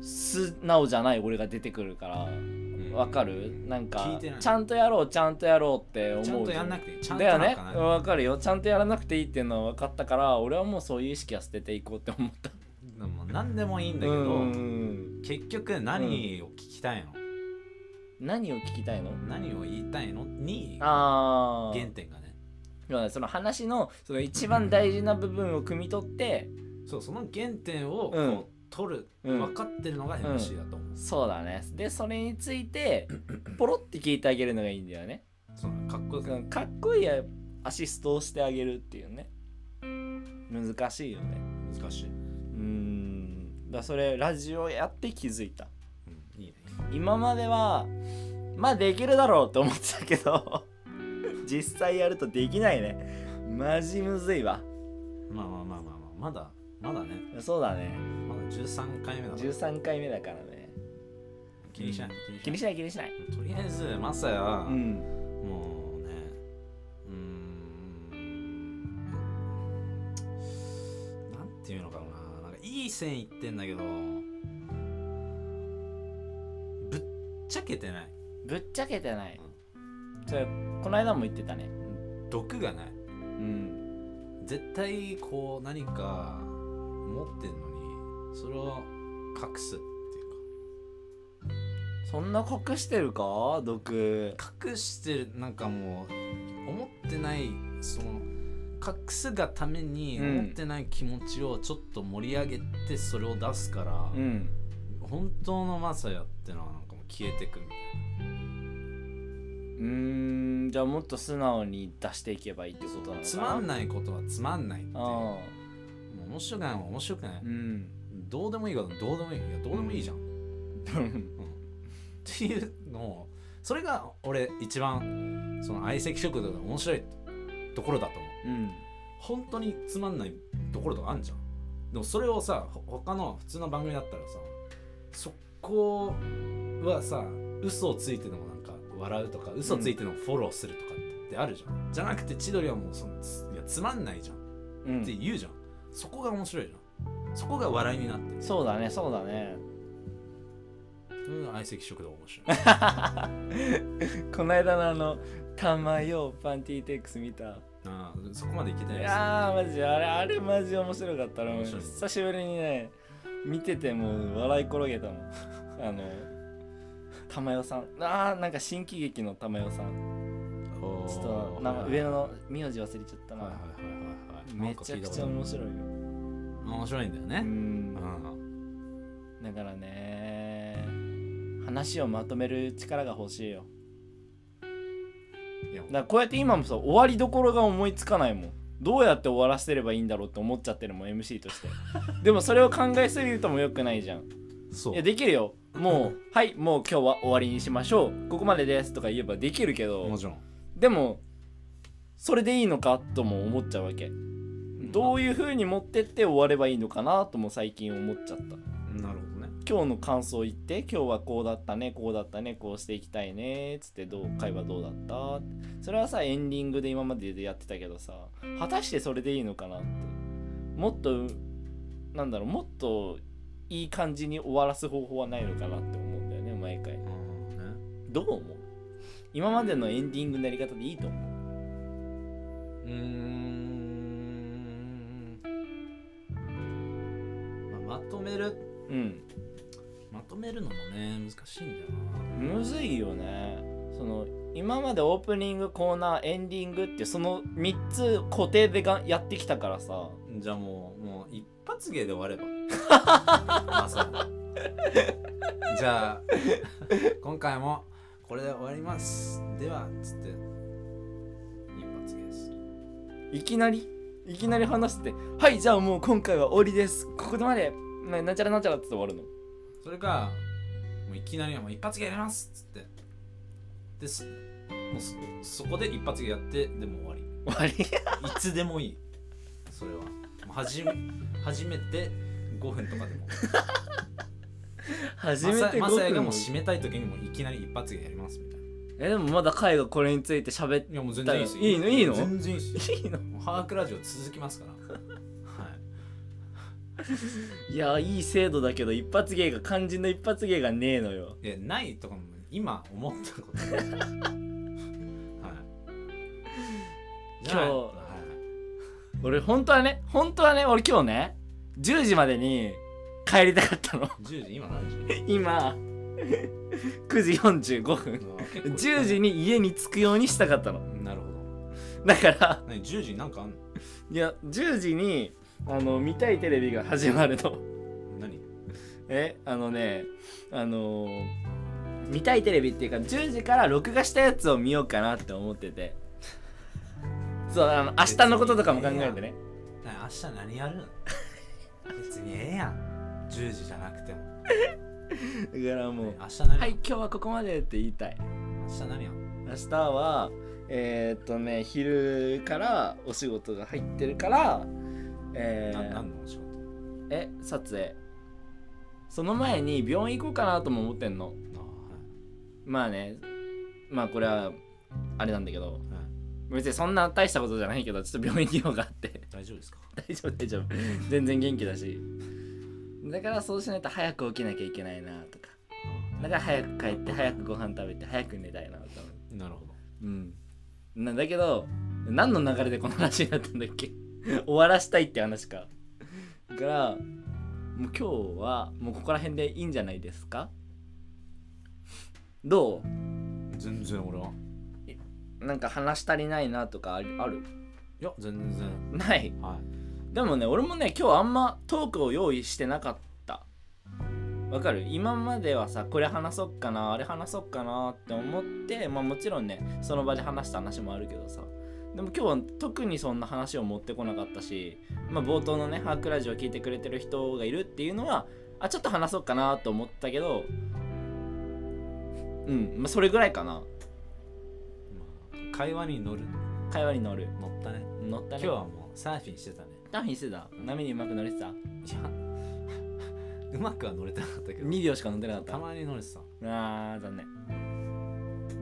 Speaker 1: 素直じゃない俺が出てくるから
Speaker 2: うん
Speaker 1: わかるなんか
Speaker 2: 聞いてない
Speaker 1: ちゃんとやろうちゃんとやろうって思う
Speaker 2: ち
Speaker 1: じ
Speaker 2: ゃ
Speaker 1: ゃ
Speaker 2: ん
Speaker 1: ん
Speaker 2: とやんなくていいちゃんと
Speaker 1: だよ
Speaker 2: な
Speaker 1: ね
Speaker 2: んかない
Speaker 1: わかるよちゃんとやらなくていいっていうのは分かったから俺はもうそういう意識は捨てていこうって思った
Speaker 2: でも何でもいいんだけど、
Speaker 1: うん
Speaker 2: 結局何を聞きたいの、
Speaker 1: 何を聞きたいの
Speaker 2: 何を言いたいのに
Speaker 1: ああ
Speaker 2: 原点がね
Speaker 1: 要はその話のその一番大事な部分を汲み取って
Speaker 2: そうその原点をこう、
Speaker 1: うん
Speaker 2: 取る、
Speaker 1: うん
Speaker 2: 分かってるのが MC だと思う、
Speaker 1: そうだねでそれについ てポロって聞いてあげるのがいいんだよね
Speaker 2: そうかっこよく
Speaker 1: うんかっこいいアシストをしてあげるっていうね難しいよね
Speaker 2: 難しい、
Speaker 1: うんだからそれラジオやって気づいた
Speaker 2: うん、いいね
Speaker 1: 今まではまあできるだろうって思ってたけど 実際やるとできないねマジむずいわ
Speaker 2: まあまあまあまあまあまだまだね
Speaker 1: そうだね
Speaker 2: まだ13回目だから
Speaker 1: 13回目だからね
Speaker 2: 気にしない
Speaker 1: 気にしない気にしない
Speaker 2: とりあえずマサヤは、
Speaker 1: うん
Speaker 2: もうねうーんなんていうのかななんかいい線いってんだけどぶっちゃけてない
Speaker 1: ぶっちゃけてないそれこの間も言ってたね
Speaker 2: 毒がな
Speaker 1: う
Speaker 2: い
Speaker 1: ん
Speaker 2: 絶対こう何か持ってんのにそれを隠すっていうか
Speaker 1: そんな隠してるか毒
Speaker 2: 隠してるなんかもう思ってないその隠すがために
Speaker 1: うん
Speaker 2: 思ってない気持ちをちょっと盛り上げてそれを出すから、
Speaker 1: うん
Speaker 2: 本当のマサヤってのはなんかもう消えてくみたいう
Speaker 1: ーんじゃあもっと素直に出していけばいいってことなのか
Speaker 2: な
Speaker 1: な
Speaker 2: つまん
Speaker 1: い
Speaker 2: ないことはつまんないっていう
Speaker 1: あ
Speaker 2: もう面白くないもん面白くない、
Speaker 1: あうん
Speaker 2: どうでもいいことどうでもいいいやどうでもいいじゃん、っていうのをそれが俺一番その相席食堂が面白いところだと思う
Speaker 1: うん
Speaker 2: 本当につまんないところとかあんじゃんでもそれをさほ他の普通の番組だったらさそこはさ嘘をついてでもなんか笑うとか嘘ついてでもフォローするとかってあるじゃん、じゃなくて千鳥はもうそのついやつまんないじゃん
Speaker 1: うん
Speaker 2: って言うじゃん、そこが面白いじゃんそこが笑いになってる
Speaker 1: そうだねそうだね
Speaker 2: それが相席食堂面白い
Speaker 1: この間のあの「たまよパンティーテックス」見た
Speaker 2: あーそこまでいけてない
Speaker 1: い
Speaker 2: です
Speaker 1: やーマジあれあれマジ面白かったな
Speaker 2: 面白い
Speaker 1: 久しぶりにね見ててもう笑い転げたもん あの玉代さんあーなんか新喜劇の玉代さん
Speaker 2: おー
Speaker 1: ちょっと名前
Speaker 2: はい
Speaker 1: 上の名字忘れちゃった
Speaker 2: はいはい
Speaker 1: な
Speaker 2: はいはい
Speaker 1: めちゃくちゃ
Speaker 2: なんか聞いたこ
Speaker 1: 面白いよ
Speaker 2: とある面白いんだよ
Speaker 1: う
Speaker 2: ね、
Speaker 1: ん
Speaker 2: うん
Speaker 1: だからね話をまとめる力が欲しいよ
Speaker 2: いや
Speaker 1: だからこうやって今もさ終わりどころが思いつかないもんどうやって終わらせればいいんだろうって思っちゃってるもん MC として でもそれを考えすぎるともよくないじゃん
Speaker 2: そう
Speaker 1: いやできるよもうはいもう今日は終わりにしましょうここまでですとか言えばできるけど
Speaker 2: もちろん
Speaker 1: でもそれでいいのかとも思っちゃうわけどういう風に持ってって終わればいいのかなとも最近思っちゃった
Speaker 2: なるほどね
Speaker 1: 今日の感想言って今日はこうだったねこうだったねこうしていきたいねつってどう会話どうだったそれはさエンディングで今まででやってたけどさ果たしてそれでいいのかなってもっとなんだろうもっといい感じに終わらす方法はないのかなって思うんだよね毎回
Speaker 2: う、
Speaker 1: どう思う今までのエンディングのやり方でいいと思うん
Speaker 2: まあ、まとめる
Speaker 1: うん
Speaker 2: まとめるのもね難しいんだよ
Speaker 1: むずいよねその今までオープニングコーナーエンディングってその3つ固定でがやってきたからさ
Speaker 2: なじゃあもうもう一発芸で終わ ればまさにじゃあ今回もこれで終わりますではつって一発芸です
Speaker 1: いきなりいきなり話して「はいじゃあもう今回は終わりですここまでななんちゃらなんちゃら」って終わるの
Speaker 2: それかもういきなりもう一発芸やりますっつってですもうそそこで一発芸やってでも終わり
Speaker 1: 終わ り
Speaker 2: いつでもいい。それは。もう初 め、初めて5分とかでも。
Speaker 1: 初
Speaker 2: マ
Speaker 1: め
Speaker 2: サ
Speaker 1: て
Speaker 2: マサヤ
Speaker 1: 5
Speaker 2: が
Speaker 1: 分
Speaker 2: もう締めたい時にもういきなり一発芸やりますみたいな。
Speaker 1: えでもまだ回がこれについて喋って
Speaker 2: いやもう全然いいですよ。
Speaker 1: いいのいいの
Speaker 2: 全然いいですよ。
Speaker 1: いいの
Speaker 2: もうハークラジオ続きますから。はい。
Speaker 1: いやいい制度だけど一発芸が肝心の一発芸がねえのよ
Speaker 2: いや、ないとかも今思ったことです
Speaker 1: 今
Speaker 2: はいじ
Speaker 1: 日
Speaker 2: ゃあはい
Speaker 1: 俺本当はね本当はね俺今日ね10時までに帰りたかったの
Speaker 2: 10時今何時
Speaker 1: 今9時45分10時に家に着くようにしたかったの
Speaker 2: なるほど
Speaker 1: だから
Speaker 2: 何10時なんかあんの
Speaker 1: いや10時にあの見たいテレビが始まるの
Speaker 2: 何
Speaker 1: えあのねあのー見たいテレビっていうか10時から録画したやつを見ようかなって思っててそうあの明日のこととかも考えてね
Speaker 2: 何明日何やる の別にええやん10時じゃなくても
Speaker 1: だからもう
Speaker 2: 明日何
Speaker 1: 「
Speaker 2: やん
Speaker 1: はい今日はここまで」って言いたい
Speaker 2: 明日何やん
Speaker 1: 明日はえー、っとね昼からお仕事が入ってるからえ
Speaker 2: な
Speaker 1: ー
Speaker 2: 何のお仕事
Speaker 1: え撮影その前に病院行こうかなとも思ってんの
Speaker 2: あ
Speaker 1: まあねまあこれはあれなんだけど
Speaker 2: あはい、はい、
Speaker 1: 別にそんな大したことじゃないけどちょっと病院に用があって
Speaker 2: 大丈夫ですか
Speaker 1: 大丈夫大丈夫全然元気だしだからそうしないと早く起きなきゃいけないなとかだから早く帰って早くご飯食べて早く寝たいなとか
Speaker 2: なるほど
Speaker 1: うんなんだけど何の流れでこの話になったんだっけ 終わらしたいって話かだからもう今日はもうここら辺でいいんじゃないですかど
Speaker 2: 全然俺は
Speaker 1: うなんか話足りないなとかあるある
Speaker 2: いや全然
Speaker 1: ない
Speaker 2: は、
Speaker 1: でもね俺もね今日あんまトークを用意してなかったわかる今まではさこれ話そうかなあれ話そうかなって思ってまあもちろんねその場で話した話もあるけどさでも今日は特にそんな話を持ってこなかったし、まあ、冒頭のねハークラジオ聞いてくれてる人がいるっていうのはあちょっと話そうかなと思ったけどうんまあそれぐらいかない
Speaker 2: まあ、会話に乗る
Speaker 1: 会話に乗る
Speaker 2: 乗ったね
Speaker 1: 乗ったね
Speaker 2: 今日はもうサーフィンしてたね
Speaker 1: ダンフィンしてた波にうまく乗れてた
Speaker 2: いや うまくは乗れてなかったけど
Speaker 1: 2秒しか乗ってなかった
Speaker 2: たまに乗れてた
Speaker 1: あー残念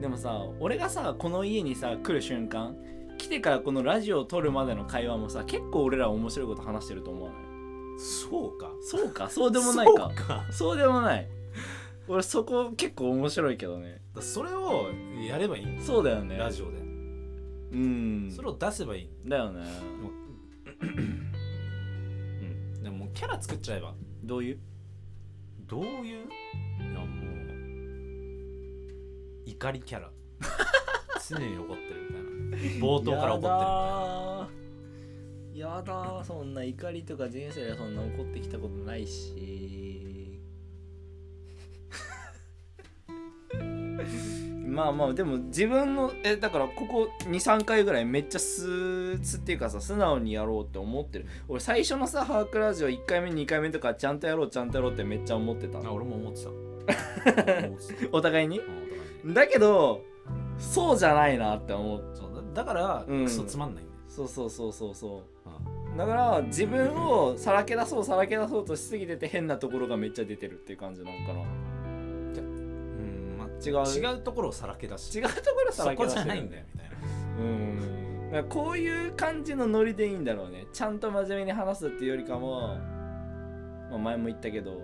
Speaker 1: でもさ俺がさこの家にさ来る瞬間来てからこのラジオを撮るまでの会話もさ結構俺ら面白いこと話してると思わない
Speaker 2: そうか
Speaker 1: そうかそうでもないか
Speaker 2: そうか
Speaker 1: そうでもない俺そこ結構面白いけどね
Speaker 2: だそれをやればいいんだ
Speaker 1: そうだよね
Speaker 2: ラジオで、
Speaker 1: うん
Speaker 2: それを出せばいい
Speaker 1: だよね
Speaker 2: もううんでももうキャラ作っちゃえば
Speaker 1: どういう
Speaker 2: どういういやもう怒 りキャラ常に怒ってるみたいな冒頭から怒ってるみたいな
Speaker 1: やだーやだーそんな怒りとか人生でそんな怒ってきたことないしまあまあでも自分のえだからここ23回ぐらいめっちゃ素素っていうかさ素直にやろうって思ってる俺最初のさ「ハークラジオ」1回目2回目とかちゃんとやろうちゃんとやろうってめっちゃ思ってた
Speaker 2: あ俺も思 ってた俺も思ってた
Speaker 1: お互いに
Speaker 2: うんお互いに
Speaker 1: だけどそうじゃないなって思う
Speaker 2: そうだだから、
Speaker 1: うん
Speaker 2: クソつまんないんだよ、
Speaker 1: そうそうそうそうそう
Speaker 2: うん
Speaker 1: だから自分をさらけ出そうさらけ出そうとしすぎてて変なところがめっちゃ出てるっていう感じなのかな
Speaker 2: うんまあ、
Speaker 1: 違う
Speaker 2: 違うところをさらけ出し
Speaker 1: 違うところさ
Speaker 2: そ
Speaker 1: らけ
Speaker 2: こ
Speaker 1: 出し
Speaker 2: じ
Speaker 1: て
Speaker 2: ゃ
Speaker 1: る
Speaker 2: ないんだよみたいな
Speaker 1: うんだからこういう感じのノリでいいんだろうねちゃんと真面目に話すっていうよりかも、まあ、前も言ったけど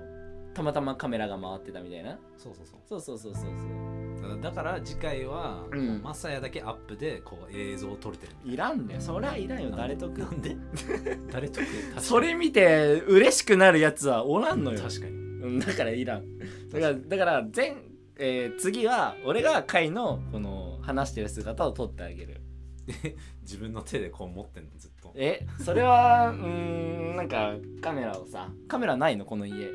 Speaker 1: たまたまカメラが回ってたみたいな
Speaker 2: そうそうそう
Speaker 1: そうそうそうそうそ
Speaker 2: だから次回は、
Speaker 1: うん
Speaker 2: もうマサヤだけアップでこう映像を撮れてる
Speaker 1: ういらんねそりゃいらんよ
Speaker 2: なん
Speaker 1: 誰得
Speaker 2: なんで誰得確かに
Speaker 1: それ見て嬉しくなるやつはおらんのよ
Speaker 2: 確かに
Speaker 1: うんだからい らんだからだから前、えー次は俺が会のこの話してる姿を撮ってあげる
Speaker 2: 自分の手でこう持ってんのずっと
Speaker 1: えそれはうーんなんかカメラをさカメラないのこの家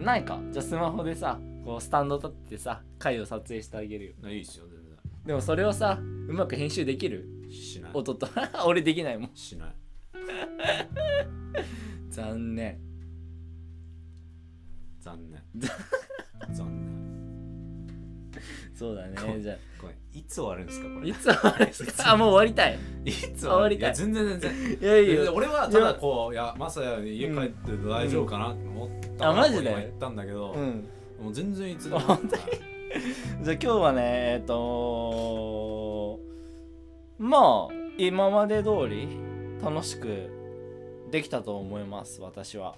Speaker 2: な
Speaker 1: ないかじゃあスマホでさこうスタンド立ってさ会を撮影してあげるよ
Speaker 2: いいっすよ全然
Speaker 1: でもそれをさうまく編集できる
Speaker 2: しない
Speaker 1: 音と 俺できないもん
Speaker 2: しない
Speaker 1: 残念
Speaker 2: 残 念残念
Speaker 1: そうだ
Speaker 2: こ
Speaker 1: ねじゃ
Speaker 2: これいつ終わるんですか
Speaker 1: あ
Speaker 2: これ
Speaker 1: いつ終わるんです かあもう終わりたい
Speaker 2: いつ
Speaker 1: 終わりたい
Speaker 2: や全然全然
Speaker 1: いやい
Speaker 2: 全
Speaker 1: や
Speaker 2: 然俺はただこういやマサヤに家帰って大丈夫かなって思ったから
Speaker 1: あマジで
Speaker 2: こう今言ったんだけど、
Speaker 1: うん
Speaker 2: もう全然いつでも
Speaker 1: あ本じゃあ今日はねえっ、とまあ今まで通り楽しくできたと思います私は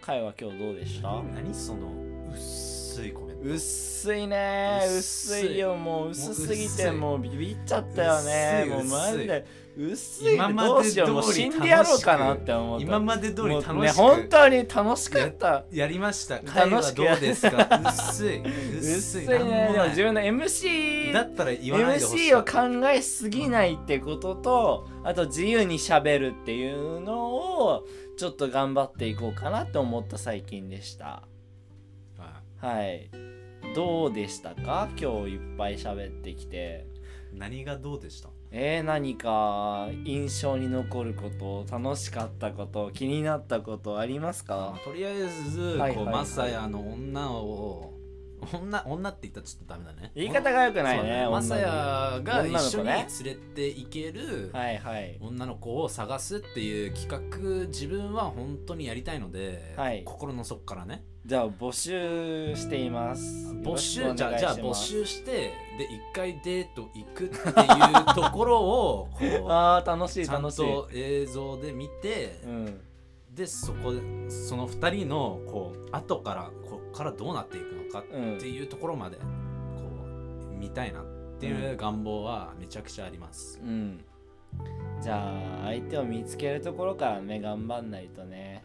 Speaker 1: 会は今日どうでした
Speaker 2: 何その薄いコメン
Speaker 1: 薄いね
Speaker 2: 薄
Speaker 1: 薄
Speaker 2: い
Speaker 1: いよもう薄すぎて
Speaker 2: も
Speaker 1: もうビビっちゃったよね
Speaker 2: 薄い
Speaker 1: もうマジで薄い
Speaker 3: 今まで
Speaker 1: どうしようもう
Speaker 3: 通り
Speaker 1: 死んでやろうかなって思った
Speaker 3: 今まで通り楽しく、
Speaker 1: もうね本当に楽しかった
Speaker 3: やりました
Speaker 1: 楽しく
Speaker 3: 会はどうですか薄い
Speaker 1: 薄
Speaker 3: 薄い
Speaker 1: い
Speaker 3: なん
Speaker 1: ね
Speaker 3: もない
Speaker 1: でも自分の MC
Speaker 3: だったら言わないでほしい
Speaker 1: MC を考えすぎないってこととあと自由にしゃべるっていうのをちょっと頑張っていこうかなって思った最近でした
Speaker 3: あ
Speaker 1: はいどうでしたか今日いっぱい喋ってきて
Speaker 3: 何がどうでした
Speaker 1: えー、何か印象に残ること楽しかったこと気になったことあります
Speaker 2: ま
Speaker 1: か
Speaker 2: あとりあえず
Speaker 1: はい
Speaker 2: こ
Speaker 1: はい
Speaker 2: う
Speaker 1: はい
Speaker 2: マサヤの女を女女って言ったらちょっとダメだね
Speaker 1: 言い方が良くない
Speaker 2: そう
Speaker 1: ね
Speaker 2: だマサ
Speaker 1: 女
Speaker 2: ヤが一緒に
Speaker 1: 女
Speaker 2: 連
Speaker 1: の
Speaker 2: れて行ける
Speaker 1: の子はいはい
Speaker 2: 女の子を探すっていう企画自分は本当にやりたいので、
Speaker 1: はい
Speaker 2: 心の底からね
Speaker 1: じゃあ募集しています
Speaker 2: 募集
Speaker 1: よろしくお
Speaker 2: じゃ
Speaker 1: 願
Speaker 2: あ
Speaker 1: い
Speaker 2: じゃあ
Speaker 1: し
Speaker 2: 募
Speaker 1: ます
Speaker 2: 集してで一回デート行くっていうところをこ
Speaker 1: あー楽し
Speaker 2: う
Speaker 1: い
Speaker 2: ちゃん
Speaker 1: 楽しい
Speaker 2: と映像で見て、
Speaker 1: うん
Speaker 2: でそこでその2人のこう後からこっからどうなっていくのか
Speaker 1: う
Speaker 2: っ
Speaker 1: ん
Speaker 2: ていうところまでこう見たいなっていう願望はめちゃくちゃあります、
Speaker 1: うんじゃあ相手を見つけるところからね頑張んないとね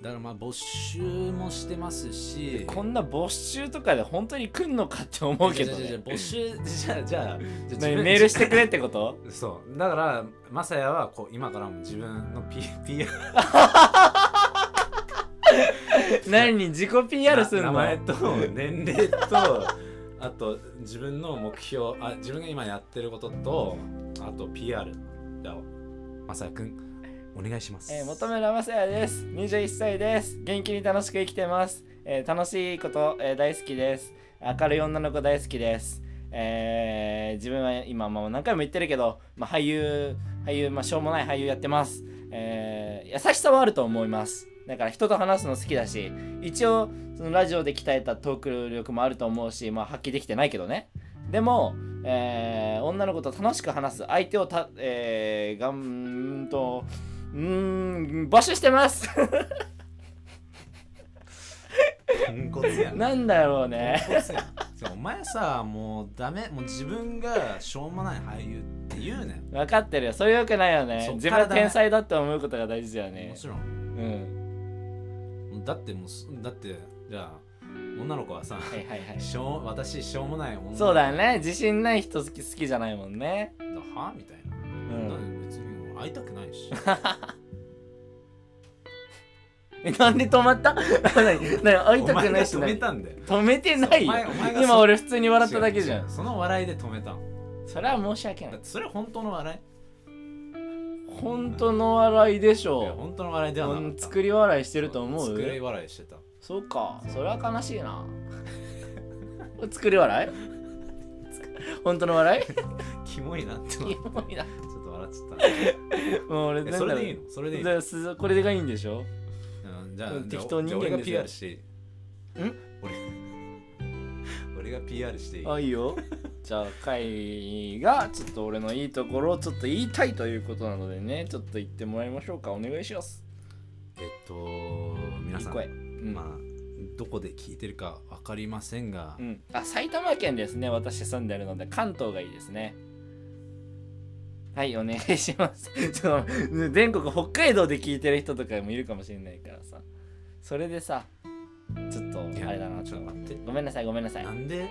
Speaker 2: だからまあ募集もしてますし
Speaker 1: こんな募集とかで本当に来んのかって思うけど
Speaker 2: じゃあじゃあ
Speaker 1: ね
Speaker 2: 募集じゃあじゃあじゃあ
Speaker 1: 何
Speaker 2: 自分
Speaker 1: メールしてくれってこと
Speaker 2: そうだからマサヤはこう今からも自分の P- PR
Speaker 1: 何に自己 PR すんの
Speaker 2: 名前と年齢と あと自分の目標あ自分が今やってることとあと PR じゃあマサヤくんお願いします
Speaker 1: えー、求めらまさやです。21歳です。元気に楽しく生きてます。えー楽しいこと、えー大好きです。明るい女の子大好きです。えー自分は今、まあ、何回も言ってるけど、まあ、俳優、俳優、まあ、しょうもない俳優やってます。えー優しさはあると思います。だから人と話すの好きだし、一応そのラジオで鍛えたトーク力もあると思うし、まあ、発揮できてないけどね。でも、えー女の子と楽しく話す相手をた、えー、がんーと、うーん、募集してます
Speaker 2: ポンコツやな
Speaker 1: なんだろうね。
Speaker 2: ポンコツやなそうお前さもうダメもう自分がしょうもない俳優って言うねん
Speaker 1: 分かってるよ。それよくないよね
Speaker 2: そ。っ
Speaker 1: 自
Speaker 2: か
Speaker 1: 分
Speaker 2: らだね
Speaker 1: は天才だって思うことが大事だよね
Speaker 2: も。ちろん
Speaker 1: うん。
Speaker 2: だってもうすだってじゃあ女の子はさ
Speaker 1: はいはいはい。
Speaker 2: しょう私しょうもない女
Speaker 1: そうだよね。自信ない人好き好きじゃないもんね。
Speaker 2: はみたいな
Speaker 1: うん。
Speaker 2: 別に会いたくないし
Speaker 1: えなんで止まった 何何会いたくないし
Speaker 2: お前が止
Speaker 1: な
Speaker 2: め
Speaker 1: い。
Speaker 2: たんだよ
Speaker 1: 止めてないよ
Speaker 2: そうお前お前が。そう
Speaker 1: 今俺普通に笑っただけじゃ。
Speaker 2: 違うんその笑いで止めたの
Speaker 1: それは申し訳な
Speaker 2: だっ
Speaker 1: い。
Speaker 2: てそれ本当の笑
Speaker 1: 本当の笑いでし
Speaker 2: いいや
Speaker 1: ょ
Speaker 2: 本当の笑いではなか
Speaker 1: う
Speaker 2: った
Speaker 1: ん。作り笑いしてると思
Speaker 2: 作り
Speaker 1: う
Speaker 2: 笑いしてた
Speaker 1: そうか。それは悲しいな。作り笑い本当の笑い
Speaker 2: キモいなってちょ
Speaker 1: キモいな。
Speaker 2: っと笑っちゃっ
Speaker 1: もう俺
Speaker 2: たえそれでいいのそれでいいの、
Speaker 1: のこれがいいんでしょ
Speaker 2: うんじゃあ
Speaker 1: うん
Speaker 2: じゃあ
Speaker 1: 適当人間
Speaker 2: じゃあ俺が
Speaker 1: ですよ
Speaker 2: PR していいん 俺俺が PR していい
Speaker 1: あ、いいよ。じゃあ、会がちょっと俺のいいところをちょっと言いたいということなのでね、ちょっと言ってもらいましょうか。お願いします。
Speaker 2: えっと皆
Speaker 1: いい
Speaker 2: さん
Speaker 1: 声。うん。
Speaker 2: まあどこで聞いてるか分かりませんが、
Speaker 1: うん、あ埼玉県ですね、私住んでるので、関東がいいですね。はい、お願いします。 ちょっと全国、北海道で聞いてる人とかもいるかもしれないからさ。それでさ、ちょっと
Speaker 2: いや
Speaker 1: あれだな、
Speaker 2: ち
Speaker 1: ち
Speaker 2: ょ
Speaker 1: ょ
Speaker 2: っ
Speaker 1: っ
Speaker 2: と
Speaker 1: と。
Speaker 2: 待って
Speaker 1: ごめんなさい、ごめんなさい
Speaker 2: な。んで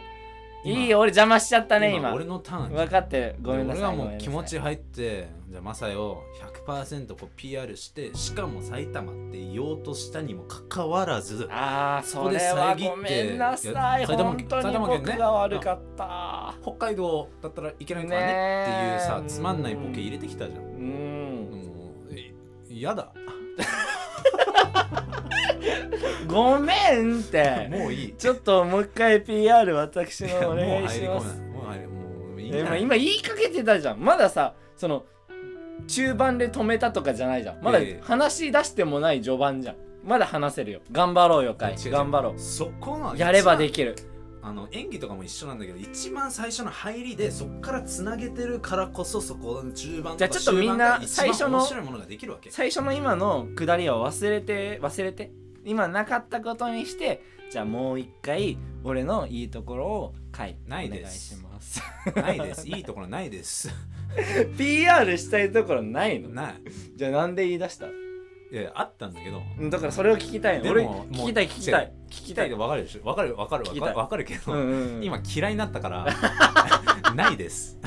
Speaker 2: 今
Speaker 1: いいよ、俺邪魔しちゃったね、今
Speaker 2: 俺。のターン
Speaker 1: 分かってる。ごめんなさい。
Speaker 2: 俺が
Speaker 1: ご
Speaker 2: も
Speaker 1: めん
Speaker 2: う
Speaker 1: なさい
Speaker 2: 気持ち入ってじゃあマサイを100%こう PR してしかも埼玉って言おうとしたにもかかわらず
Speaker 1: ああ、それ
Speaker 2: 遮
Speaker 1: は
Speaker 2: って
Speaker 1: ごめんなさ
Speaker 2: い
Speaker 1: い。
Speaker 2: や埼玉
Speaker 1: 本
Speaker 2: 県
Speaker 1: 当に
Speaker 2: 埼玉県ね
Speaker 1: 僕が悪かった。
Speaker 2: 北海道だったらいけないからね
Speaker 1: ねえ
Speaker 2: っていうさつまんないボ
Speaker 1: うん
Speaker 2: ケ入れてきたじゃん
Speaker 1: う
Speaker 2: も
Speaker 1: ん。
Speaker 2: うえ嫌だ
Speaker 1: ごめんって。
Speaker 2: もういい
Speaker 1: ちょっともう一回 PR 私
Speaker 2: いや
Speaker 1: のお願いし
Speaker 2: もう入り
Speaker 1: ま
Speaker 2: 込め
Speaker 1: す。
Speaker 2: ないもう入りもういいんじ
Speaker 1: え
Speaker 2: ゃ
Speaker 1: ま
Speaker 2: な
Speaker 1: あ
Speaker 2: い
Speaker 1: 今言いかけてたじゃん。まださ、その中盤で止めたとかじゃないじゃん。まだ
Speaker 2: いやいや
Speaker 1: 話し出してもない序盤じゃん。まだ話せるよ。頑張ろうよ、かい
Speaker 2: 違う違。う
Speaker 1: 頑張ろ
Speaker 2: そこの
Speaker 1: う。やればで
Speaker 2: き
Speaker 1: きる。
Speaker 2: あの演技とかも一緒なんだけど一番最初の入りでそこからつなげてるからこそそこの中盤
Speaker 1: じゃあちょっとみんな
Speaker 2: 終盤が一番
Speaker 1: 最初の
Speaker 2: 面白いものができるわけ
Speaker 1: 最初の今の下りは忘れて忘れて今なかったことにしてじゃあもう一回俺のいいところを書いて
Speaker 2: ない
Speaker 1: お
Speaker 2: で
Speaker 1: 願いし
Speaker 2: す
Speaker 1: ます
Speaker 2: ないですいいところないです
Speaker 1: PR したいところないの
Speaker 2: ない
Speaker 1: じゃあなんで言い出した
Speaker 2: いやあったんだけど
Speaker 1: うんだからそれを聞きたいの
Speaker 2: でも
Speaker 1: 俺
Speaker 2: もう
Speaker 1: 聞きたい聞きたい
Speaker 2: 聞きたいでわかるでしょわかるわかるわ
Speaker 1: 聞きた
Speaker 2: か
Speaker 1: い
Speaker 2: るわかるけど、
Speaker 1: うんうんうん
Speaker 2: 今嫌いになったから ないです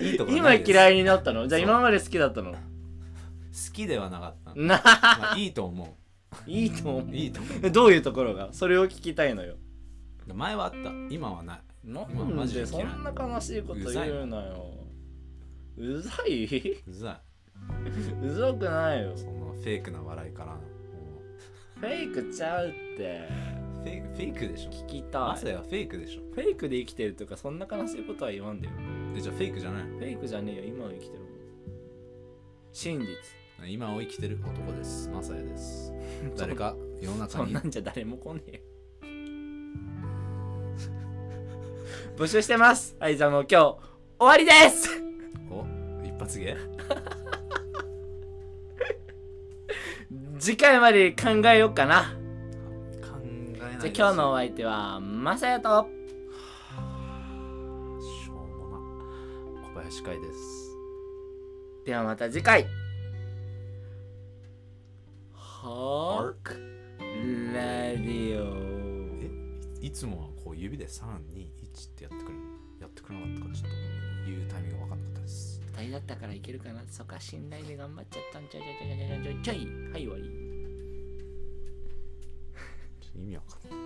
Speaker 2: いいところな
Speaker 1: 今
Speaker 2: いです
Speaker 1: 嫌
Speaker 2: 好
Speaker 1: いになったのじゃあ
Speaker 2: そう
Speaker 1: 今まで好きだったの
Speaker 2: きではなか った、
Speaker 1: な
Speaker 2: まあ、いいと思
Speaker 1: いいと思
Speaker 2: ういいと思
Speaker 1: うどういうところがそれを聞きたいのよ
Speaker 2: う前はあった今はない
Speaker 1: な
Speaker 2: まあ
Speaker 1: ん
Speaker 2: マジで
Speaker 1: で
Speaker 2: 嫌い
Speaker 1: そんな悲しいこと言うなようざいう
Speaker 2: ざ
Speaker 1: うざくないよ
Speaker 2: いそのフェイクな笑いからもう
Speaker 1: フェイクちゃうって
Speaker 2: フェイクフェイクでしょ
Speaker 1: 聞きた
Speaker 2: マ
Speaker 1: い
Speaker 2: サヤはフェイクでしょ
Speaker 1: フェイクで生きてるとかそんな悲しいことは言わんだよ
Speaker 2: えじゃあフェイクじゃない
Speaker 1: フェイクじゃねえよ今を生きてるもん真実
Speaker 2: 今を生きてる男ですマサヤ です誰か世の中
Speaker 1: そん
Speaker 2: に
Speaker 1: なんじゃ誰も来ねえよ募集してますはいじゃあもう今日終わりです
Speaker 2: お一発芸
Speaker 1: 次回まで考えようかな
Speaker 2: 考えない
Speaker 1: じゃあ
Speaker 2: で
Speaker 1: 今日のお相手はまさやと
Speaker 2: しょうもな小林会です
Speaker 1: ではまた次回は
Speaker 2: ク
Speaker 1: ーラディオ
Speaker 2: えいつもはこう指で321ってやってくれるやってくれなかったからちょっと言うタイミングが分かんなかったです
Speaker 1: 二人だったからいけるかなそっか信頼で頑張っちゃったんちょいちょいちょいちょいちょいちょいはい終わり
Speaker 2: ちょっと意味わかんない